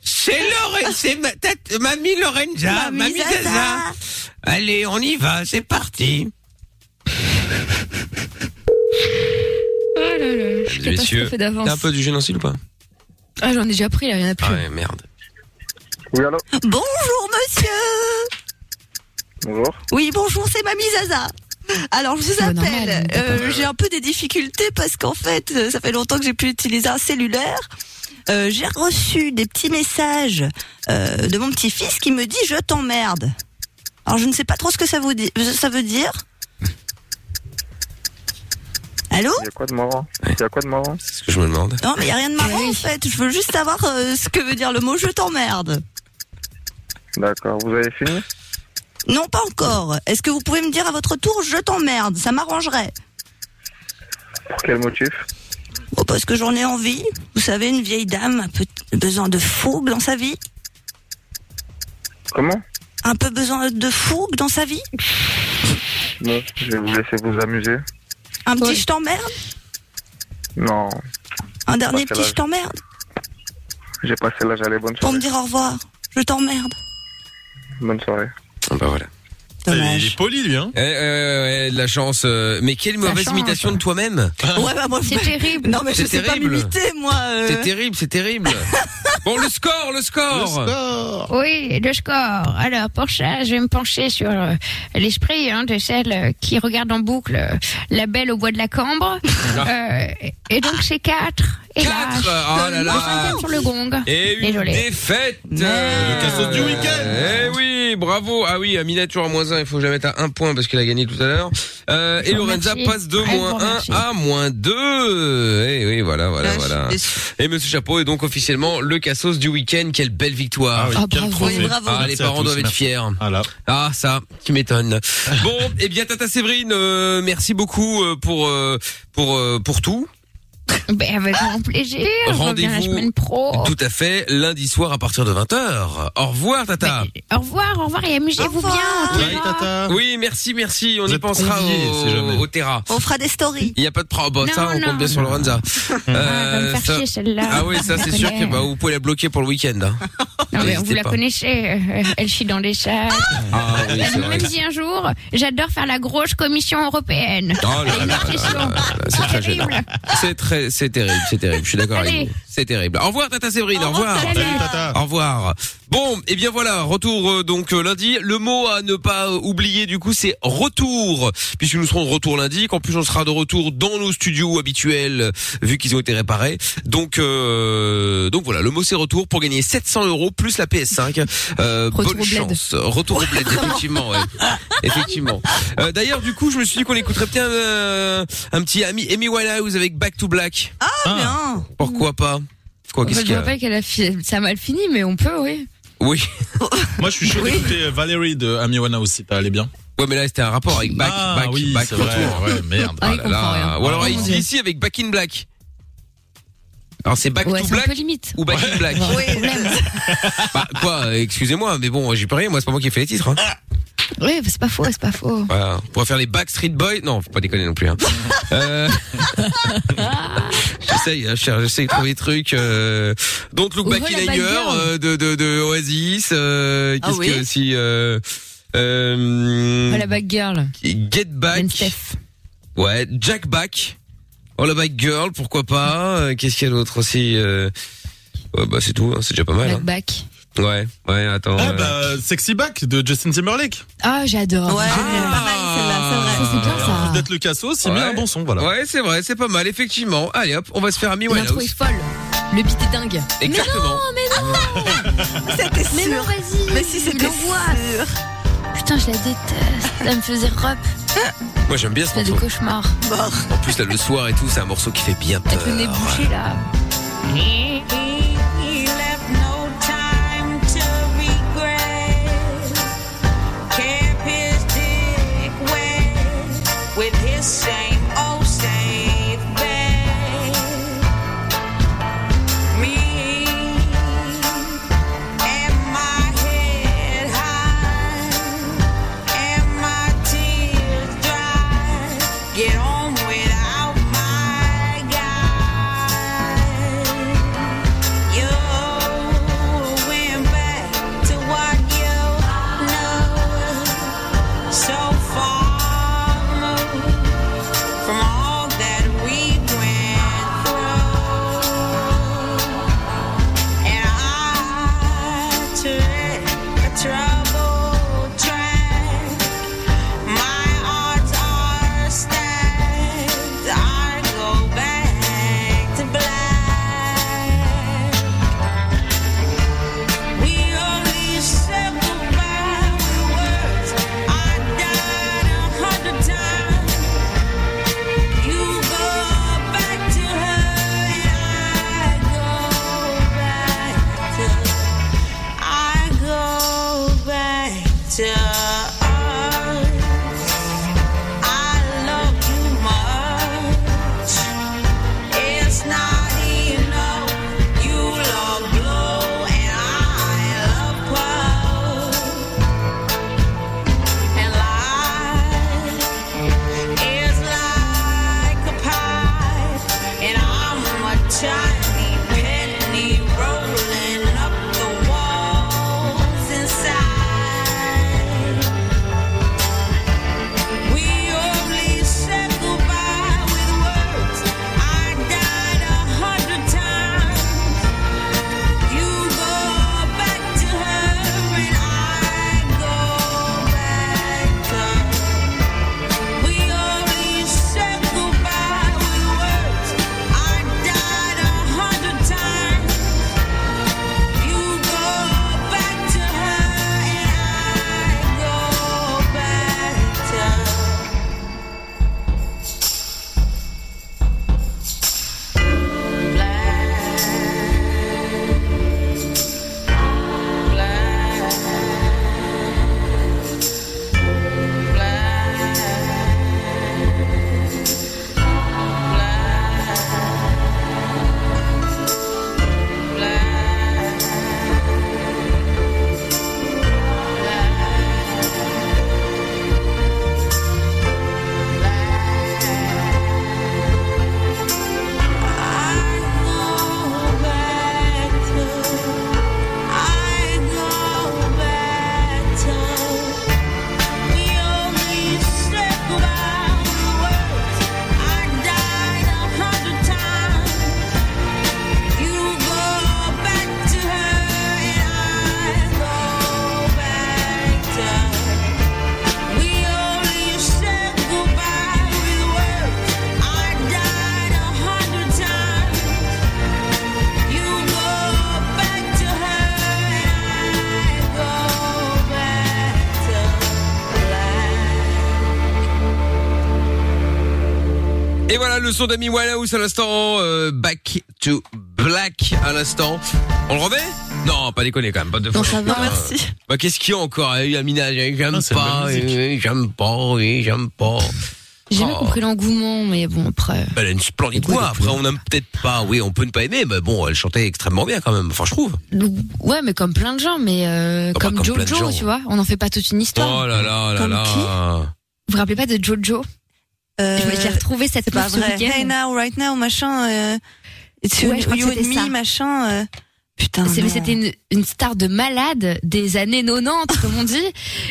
[SPEAKER 25] C'est Lorenza, c'est ma- ta- mamie Lorenza,
[SPEAKER 5] Mamie
[SPEAKER 25] mamie
[SPEAKER 5] Zaza.
[SPEAKER 25] Zaza. Allez, on y va, c'est parti.
[SPEAKER 3] Oh là là, je suis
[SPEAKER 2] Mesdames et messieurs,
[SPEAKER 3] catastrophée d'avance.
[SPEAKER 2] t'as un peu du génocide ou pas
[SPEAKER 3] Ah, j'en ai déjà pris, là, il y en a plus.
[SPEAKER 2] Ah ouais, merde.
[SPEAKER 21] Oui, allô
[SPEAKER 5] Bonjour, monsieur.
[SPEAKER 21] Bonjour.
[SPEAKER 5] Oui, bonjour, c'est Mamie Zaza. Alors, je vous
[SPEAKER 3] C'est normal,
[SPEAKER 5] appelle.
[SPEAKER 3] hein, t'as
[SPEAKER 5] Euh, j'ai un peu des difficultés parce qu'en fait, euh, ça fait longtemps que j'ai pu utiliser un cellulaire. Euh, j'ai reçu des petits messages euh, de mon petit-fils qui me dit je t'emmerde. Alors, je ne sais pas trop ce que ça, vous dit- ça veut dire. Allô
[SPEAKER 21] Il y a quoi de marrant Il y a quoi de marrant
[SPEAKER 2] C'est ce que je me demande.
[SPEAKER 5] Non, mais il n'y a rien de marrant en fait. Je veux juste savoir euh, ce que veut dire le mot je t'emmerde.
[SPEAKER 21] D'accord, vous avez fini
[SPEAKER 5] Non, pas encore. Est-ce que vous pouvez me dire à votre tour je t'emmerde Ça m'arrangerait.
[SPEAKER 21] Pour quel motif
[SPEAKER 5] Oh, parce que j'en ai envie. Vous savez, une vieille dame, un peu besoin de fougue dans sa vie.
[SPEAKER 21] Comment
[SPEAKER 5] Un peu besoin de fougue dans sa vie.
[SPEAKER 21] Bon, je vais vous laisser vous amuser.
[SPEAKER 5] Un petit je t'emmerde.
[SPEAKER 21] Non,
[SPEAKER 5] Un dernier
[SPEAKER 21] ça
[SPEAKER 5] petit
[SPEAKER 21] va.
[SPEAKER 5] je t'emmerde.
[SPEAKER 21] j'ai passé l'âge à les bonnes
[SPEAKER 5] Pour me
[SPEAKER 21] soirées.
[SPEAKER 5] dire au revoir. Je t'emmerde.
[SPEAKER 21] Bonne soirée.
[SPEAKER 2] Ah bah voilà.
[SPEAKER 7] Il est poli, lui, hein
[SPEAKER 2] Eh, eh, ouais, de la chance. euh, Mais quelle
[SPEAKER 7] Ça
[SPEAKER 2] mauvaise
[SPEAKER 7] change.
[SPEAKER 2] imitation de toi-même.
[SPEAKER 5] Ouais, bah, moi, je-
[SPEAKER 24] C'est terrible.
[SPEAKER 5] Non, mais je
[SPEAKER 2] C'est
[SPEAKER 5] sais
[SPEAKER 2] terrible.
[SPEAKER 5] pas m'imiter, moi. euh.
[SPEAKER 2] C'est terrible,
[SPEAKER 5] *laughs*
[SPEAKER 2] c'est terrible. bon, le score, le score.
[SPEAKER 24] Oui, le score. Alors, pour ça, je vais me pencher sur euh, l'esprit hein, de celle euh, qui regarde en boucle euh, La Belle au bois de la Cambre.
[SPEAKER 2] Ah.
[SPEAKER 24] Euh, et donc, c'est 4. Et
[SPEAKER 2] Quatre. Oh là là.
[SPEAKER 24] Le cinquième sur le
[SPEAKER 7] Euh,
[SPEAKER 24] gong.
[SPEAKER 2] Et une
[SPEAKER 24] Désolé.
[SPEAKER 2] défaite Le
[SPEAKER 7] cassos du
[SPEAKER 2] week-end Eh oui, bravo Ah oui, Amina toujours à moins 1, il faut que je la mette à 1 point parce qu'elle a gagné tout à l'heure. Euh, et
[SPEAKER 24] Je vous
[SPEAKER 2] Lorenza
[SPEAKER 24] remercie.
[SPEAKER 2] passe de
[SPEAKER 24] Ah, je vous
[SPEAKER 2] moins 1
[SPEAKER 24] remercie.
[SPEAKER 2] à moins 2 Eh oui, voilà, voilà, voilà. Et Monsieur Chapeau est donc officiellement le cassos du week-end. Quelle belle victoire
[SPEAKER 7] Ah oui, quel trophée.
[SPEAKER 5] Oui, bravo.
[SPEAKER 2] Ah, les
[SPEAKER 7] Merci à
[SPEAKER 2] parents
[SPEAKER 7] tous,
[SPEAKER 2] doivent être
[SPEAKER 7] merci.
[SPEAKER 2] fiers.
[SPEAKER 7] Voilà.
[SPEAKER 2] Ah ça, tu m'étonnes. Bon, eh bien Tata Séverine, euh, merci beaucoup euh, pour euh, pour euh, pour tout.
[SPEAKER 24] Ben, avec grand plaisir. Je reviens la
[SPEAKER 2] Rendez-vous.
[SPEAKER 24] semaine pro.
[SPEAKER 2] Tout à fait, lundi soir à partir de 20h. Au revoir Tata.
[SPEAKER 24] Au revoir, au revoir et amusez-vous bien. au
[SPEAKER 7] Bye,
[SPEAKER 24] revoir.
[SPEAKER 7] tata.
[SPEAKER 2] Oui, merci, merci, on
[SPEAKER 7] Vous
[SPEAKER 2] y
[SPEAKER 7] êtes
[SPEAKER 2] pensera
[SPEAKER 7] conviés, si
[SPEAKER 2] au,
[SPEAKER 7] jamais.
[SPEAKER 2] au Terra.
[SPEAKER 5] On fera des stories.
[SPEAKER 2] Il n'y a pas de problème.
[SPEAKER 24] Non,
[SPEAKER 2] ça, on
[SPEAKER 24] non.
[SPEAKER 2] compte bien sur Lorenza.
[SPEAKER 24] Ah, elle va me
[SPEAKER 2] Euh,
[SPEAKER 24] faire
[SPEAKER 2] ça-
[SPEAKER 24] chier celle-là.
[SPEAKER 2] Ah oui, ça
[SPEAKER 24] Je la
[SPEAKER 2] c'est sûr
[SPEAKER 24] connais.
[SPEAKER 2] que bah, vous pouvez la bloquer pour le week-end. hein.
[SPEAKER 24] Non, mais vous
[SPEAKER 2] N'hésitez
[SPEAKER 24] la
[SPEAKER 2] pas.
[SPEAKER 24] connaissez, euh, elle chie dans les sacs.
[SPEAKER 2] Ah oui, c'est
[SPEAKER 24] Elle m'a
[SPEAKER 2] vrai.
[SPEAKER 24] même dit un jour, j'adore faire la grosse commission européenne.
[SPEAKER 2] Oh là là là là
[SPEAKER 24] Question.
[SPEAKER 2] là Ah, là, c'est très
[SPEAKER 24] terrible.
[SPEAKER 2] gênant. C'est très, c'est terrible, c'est terrible. Je suis d'accord avec
[SPEAKER 24] Allez.
[SPEAKER 2] vous. C'est terrible. Au revoir, Tata Séverine. Au revoir.
[SPEAKER 7] Salut, tata.
[SPEAKER 2] Au revoir. Bon, et bien voilà, retour euh, donc euh, lundi. Le mot à ne pas euh, oublier du coup, c'est retour, puisque nous serons de retour lundi. Qu'en plus, on sera de retour dans nos studios habituels, euh, vu qu'ils ont été réparés. Donc, euh, donc voilà, le mot c'est retour pour gagner 700 euros plus la PS5. Euh,
[SPEAKER 26] Retour
[SPEAKER 2] bonne
[SPEAKER 26] au bled.
[SPEAKER 2] chance. Retour au
[SPEAKER 15] *laughs*
[SPEAKER 2] bled, effectivement. ouais. *laughs* Effectivement. Euh, D'ailleurs, du coup, je me suis dit qu'on écouterait peut un petit ami Amy Winehouse avec Back to Black. Ah,
[SPEAKER 5] bien.
[SPEAKER 2] Pourquoi pas Quoi
[SPEAKER 3] Enfin, Bah,
[SPEAKER 2] Qu'est-ce
[SPEAKER 3] je
[SPEAKER 2] qu'il y
[SPEAKER 3] vois
[SPEAKER 2] a
[SPEAKER 3] pas qu'elle a fi- ça a mal fini, mais on peut, oui.
[SPEAKER 2] Oui.
[SPEAKER 7] Moi, je suis chaud d'écouter euh, Valérie de Ami Wana aussi, t'as allé bien.
[SPEAKER 2] Ouais, mais là, c'était un rapport avec Back,
[SPEAKER 7] ah,
[SPEAKER 2] Back,
[SPEAKER 7] oui,
[SPEAKER 2] Back,
[SPEAKER 7] c'est vrai,
[SPEAKER 2] retour.
[SPEAKER 7] ouais, merde.
[SPEAKER 2] Ah, il comprend rien. Ou
[SPEAKER 3] Oh
[SPEAKER 2] alors ici, ici, avec Back in Black. Alors c'est Back
[SPEAKER 3] Ouais,
[SPEAKER 2] to
[SPEAKER 3] c'est un peu
[SPEAKER 2] Black
[SPEAKER 3] limite.
[SPEAKER 2] ou Back in Black Bah quoi, euh, excusez-moi, mais bon, j'y peux rien, moi c'est pas moi qui ai fait les titres. Hein.
[SPEAKER 3] Oui, c'est pas faux, c'est pas faux.
[SPEAKER 2] Voilà. On pourrait faire les Backstreet Boys. Non, faut pas déconner
[SPEAKER 3] *laughs*
[SPEAKER 2] non plus. Hein. Euh... *laughs* j'essaye, hein, cher, j'essaye de trouver des trucs. Euh... Don't Look Back
[SPEAKER 26] Ouvrez
[SPEAKER 2] in
[SPEAKER 26] la
[SPEAKER 2] Anger
[SPEAKER 26] bagarre.
[SPEAKER 2] euh, de, de, de Oasis. Euh...
[SPEAKER 3] Ah
[SPEAKER 2] Qu'est-ce
[SPEAKER 3] oui. Oh
[SPEAKER 2] que si... Euh... Euh...
[SPEAKER 3] Voilà, back girl.
[SPEAKER 2] Get Back. Ouais, Jack Back. All About Girl, pourquoi pas. Euh, Qu'est-ce qu'il y a d'autre aussi euh... ouais, bah c'est tout, hein, c'est déjà pas mal.
[SPEAKER 3] Back
[SPEAKER 2] hein.
[SPEAKER 3] back.
[SPEAKER 2] Ouais, ouais, attends.
[SPEAKER 7] Ah
[SPEAKER 2] euh,
[SPEAKER 7] bah, Sexy Back de Justin Timberlake.
[SPEAKER 3] Ah, j'adore. Ouais, pas mal celle-là, Bah, c'est vrai. Ça, c'est bien ça.
[SPEAKER 7] Peut-être Ah. le cassos, il met un bon son, voilà.
[SPEAKER 2] Ouais, c'est vrai, c'est pas mal, effectivement. Allez hop, on va se faire Amy
[SPEAKER 3] L'intro
[SPEAKER 2] Winehouse.
[SPEAKER 3] est folle. Le beat est dingue.
[SPEAKER 2] Ah, Exactement.
[SPEAKER 3] Mais non, mais non
[SPEAKER 5] C'était
[SPEAKER 3] Mais non,
[SPEAKER 5] sûr.
[SPEAKER 3] vas-y.
[SPEAKER 5] Mais si, c'était
[SPEAKER 3] l'angoisse. Putain, je la déteste. Ça me faisait rep.
[SPEAKER 2] Moi j'aime bien ce
[SPEAKER 3] C'était des
[SPEAKER 2] morceau.
[SPEAKER 3] cauchemars.
[SPEAKER 2] En plus là le soir et tout, c'est un morceau qui fait bien peur.
[SPEAKER 3] Avec le nez bouché, là.
[SPEAKER 15] With his same old safe way, me and my head high and my tears dry, get on without my guy.
[SPEAKER 2] Et voilà le son d'Amy Winehouse à l'instant. euh, back to Black à l'instant. On le remet Non, pas déconner quand même. Pas de
[SPEAKER 5] Non,
[SPEAKER 2] fou.
[SPEAKER 5] ça va.
[SPEAKER 2] Euh,
[SPEAKER 5] Merci.
[SPEAKER 2] Bah, qu'est-ce qu'il y a encore Il y a Mina, j'aime
[SPEAKER 23] Ah, c'est
[SPEAKER 2] pas,
[SPEAKER 23] une bonne musique.
[SPEAKER 2] euh, j'aime pas, oui, j'aime pas.
[SPEAKER 3] J'ai
[SPEAKER 2] Oh.
[SPEAKER 3] jamais compris l'engouement, mais bon, après.
[SPEAKER 2] Bah, elle a une splendide voix. Après, on n'aime peut-être pas. Oui, on peut ne pas aimer, mais bon, elle chantait extrêmement bien quand même. Enfin, je trouve.
[SPEAKER 3] Ouais, mais comme plein de gens, mais euh,
[SPEAKER 2] Ah bah,
[SPEAKER 3] comme,
[SPEAKER 2] comme plein de
[SPEAKER 3] Jojo,
[SPEAKER 2] gens.
[SPEAKER 3] tu vois. On n'en fait pas toute une histoire.
[SPEAKER 2] Oh là là là
[SPEAKER 3] Comme
[SPEAKER 2] là.
[SPEAKER 3] qui Vous vous rappelez pas de Jojo Je me suis retrouvée cette
[SPEAKER 5] Euh, C'est pas
[SPEAKER 3] meuf ce
[SPEAKER 5] vrai.
[SPEAKER 3] week-end.
[SPEAKER 5] Hey now, right now, machin. Euh, it's
[SPEAKER 3] Ouais,
[SPEAKER 5] you-
[SPEAKER 3] je crois que
[SPEAKER 5] you and
[SPEAKER 3] c'était
[SPEAKER 5] me,
[SPEAKER 3] ça.
[SPEAKER 5] machin. euh, putain.
[SPEAKER 3] C'est- mais
[SPEAKER 5] non.
[SPEAKER 3] c'était une, une star de malade des années 90, comme on dit.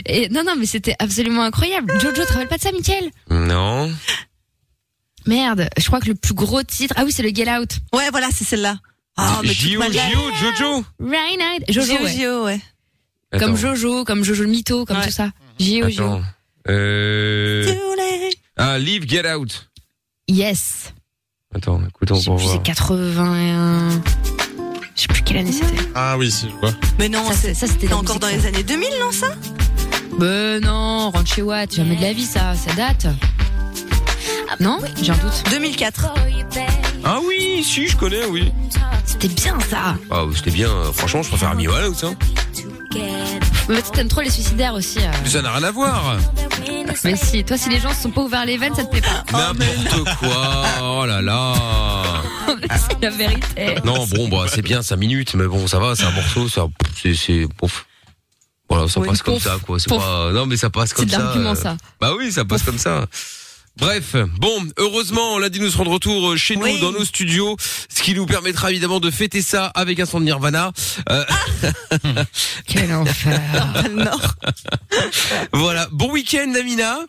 [SPEAKER 3] Et non, non, mais c'était absolument incroyable. Jojo, te rappelles pas de ça, Mickaël
[SPEAKER 2] Non.
[SPEAKER 3] Merde, je crois que le plus gros titre. Ah oui, c'est le Get Out.
[SPEAKER 5] Ouais, voilà, c'est celle-là. Ah, mais toute
[SPEAKER 2] J.O.
[SPEAKER 5] ma life.
[SPEAKER 2] J.O. Jojo.
[SPEAKER 3] Right Night. Jojo,
[SPEAKER 5] J.O.,
[SPEAKER 3] ouais.
[SPEAKER 5] J.O., ouais. Mm.
[SPEAKER 3] Comme
[SPEAKER 2] Attends.
[SPEAKER 3] Jojo, comme Jojo le mytho, comme tout ça. J.O. J.O.
[SPEAKER 2] Attends. Euh... Ah, Leave, Get Out.
[SPEAKER 3] Yes.
[SPEAKER 2] Attends, écoutons pour
[SPEAKER 3] Plus
[SPEAKER 2] voir.
[SPEAKER 3] c'est 81. Je sais plus quelle année c'était.
[SPEAKER 7] Ah oui, si, je vois.
[SPEAKER 5] Mm. Mais non, c'est-
[SPEAKER 3] ça, c'était
[SPEAKER 5] c'est
[SPEAKER 3] la
[SPEAKER 5] encore
[SPEAKER 3] musique,
[SPEAKER 5] dans les années 2000, non, ça
[SPEAKER 3] Ben non, rentre chez Watt, jamais de la vie, ça, ça date. Non J'ai un doute.
[SPEAKER 5] 2004.
[SPEAKER 2] Ah oui, si, je connais, oui.
[SPEAKER 3] C'était bien ça.
[SPEAKER 2] Ah, c'était bien. euh, Franchement, je préfère Amy Winehouse. Hein.
[SPEAKER 3] Mais tu t'aimes trop les suicidaires aussi. euh.
[SPEAKER 2] Mais ça n'a rien à voir.
[SPEAKER 3] Mais si, toi, si les gens se sont pas ouverts les veines, ça te plaît pas.
[SPEAKER 2] N'importe quoi. Oh là là.
[SPEAKER 3] *laughs* c'est la vérité. *laughs*
[SPEAKER 2] Non, bon, bah, c'est bien 5 minutes, mais bon, ça va, c'est un morceau, ça, c'est, c'est, pouf. Voilà, ça
[SPEAKER 3] Oui,
[SPEAKER 2] passe comme
[SPEAKER 3] pouf,
[SPEAKER 2] ça, quoi. C'est
[SPEAKER 3] pouf.
[SPEAKER 2] pas, non, mais ça passe
[SPEAKER 3] C'est
[SPEAKER 2] comme
[SPEAKER 3] de
[SPEAKER 2] ça.
[SPEAKER 3] l'argument,
[SPEAKER 2] euh,
[SPEAKER 3] ça.
[SPEAKER 2] Bah oui, ça passe comme ça. Bref, bon, heureusement, lundi nous serons de retour euh, chez nous dans nos studios, ce qui nous permettra évidemment de fêter ça avec un son de Nirvana. Euh,
[SPEAKER 3] Ah.
[SPEAKER 2] *laughs*
[SPEAKER 3] Quel enfer.
[SPEAKER 2] voilà, bon week-end, Amina.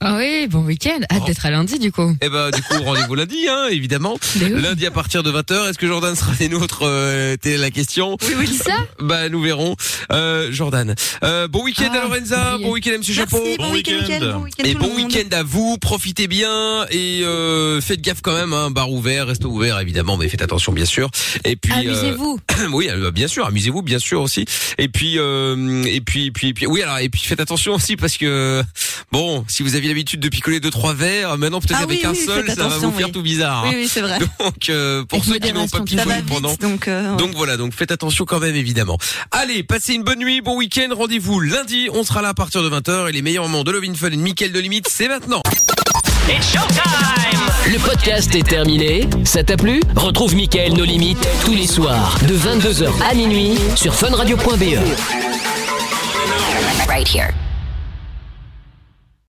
[SPEAKER 3] Ah oui, bon week-end. Hâte d'être à lundi, du coup.
[SPEAKER 2] Eh ben, du coup, rendez-vous lundi, hein, évidemment.
[SPEAKER 3] Mais oui.
[SPEAKER 2] Lundi à partir de 20h. Est-ce que Jordan sera des nôtres euh, Telle est la question.
[SPEAKER 3] Oui, oui. Qui ça
[SPEAKER 2] Bah, nous verrons. Euh, Jordan. Euh, bon week-end à Lorenza.
[SPEAKER 3] oui.
[SPEAKER 2] Bon week-end à Monsieur
[SPEAKER 5] Ah, Merci,
[SPEAKER 2] Chapeau.
[SPEAKER 5] bon Bon week-end, week-end. Mickaël, bon week-end
[SPEAKER 2] Et
[SPEAKER 5] tout le
[SPEAKER 2] bon
[SPEAKER 5] monde.
[SPEAKER 2] week-end à vous. Profitez bien et euh, faites gaffe quand même. Hein, bar ouvert, resto ouvert, évidemment, mais faites attention, bien sûr. Et puis euh,
[SPEAKER 3] Amusez-vous.
[SPEAKER 2] *coughs* oui, euh, bien sûr, amusez-vous, bien sûr aussi. Et puis, euh, et puis, et puis, et puis, oui, alors, et puis faites attention aussi parce que bon, si vous avez l'habitude de picoler deux trois verres, maintenant peut-être
[SPEAKER 5] Ah
[SPEAKER 2] avec
[SPEAKER 5] oui,
[SPEAKER 2] un
[SPEAKER 5] oui,
[SPEAKER 2] seul,
[SPEAKER 5] faites
[SPEAKER 2] ça va vous
[SPEAKER 5] attention,
[SPEAKER 2] faire
[SPEAKER 5] oui.
[SPEAKER 2] tout bizarre. hein.
[SPEAKER 5] Oui, oui, c'est vrai.
[SPEAKER 2] *laughs* Donc, euh, pour
[SPEAKER 5] Avec
[SPEAKER 2] ceux qui n'ont
[SPEAKER 5] modération, tout
[SPEAKER 2] pas
[SPEAKER 5] ça
[SPEAKER 2] picolé
[SPEAKER 5] va vite,
[SPEAKER 2] pendant.
[SPEAKER 5] Donc, euh, ouais.
[SPEAKER 2] Donc voilà, donc faites attention quand même évidemment. Allez, passez une bonne nuit, bon week-end, rendez-vous lundi, on sera là à partir de 20h et les meilleurs moments de Lovin Fun et de Mickaël de Limite, c'est maintenant.
[SPEAKER 1] Le podcast est terminé. Ça t'a plu Retrouve Mickaël nos limites tous les soirs E. de 22h à minuit sur funradio.be.
[SPEAKER 15] Right here.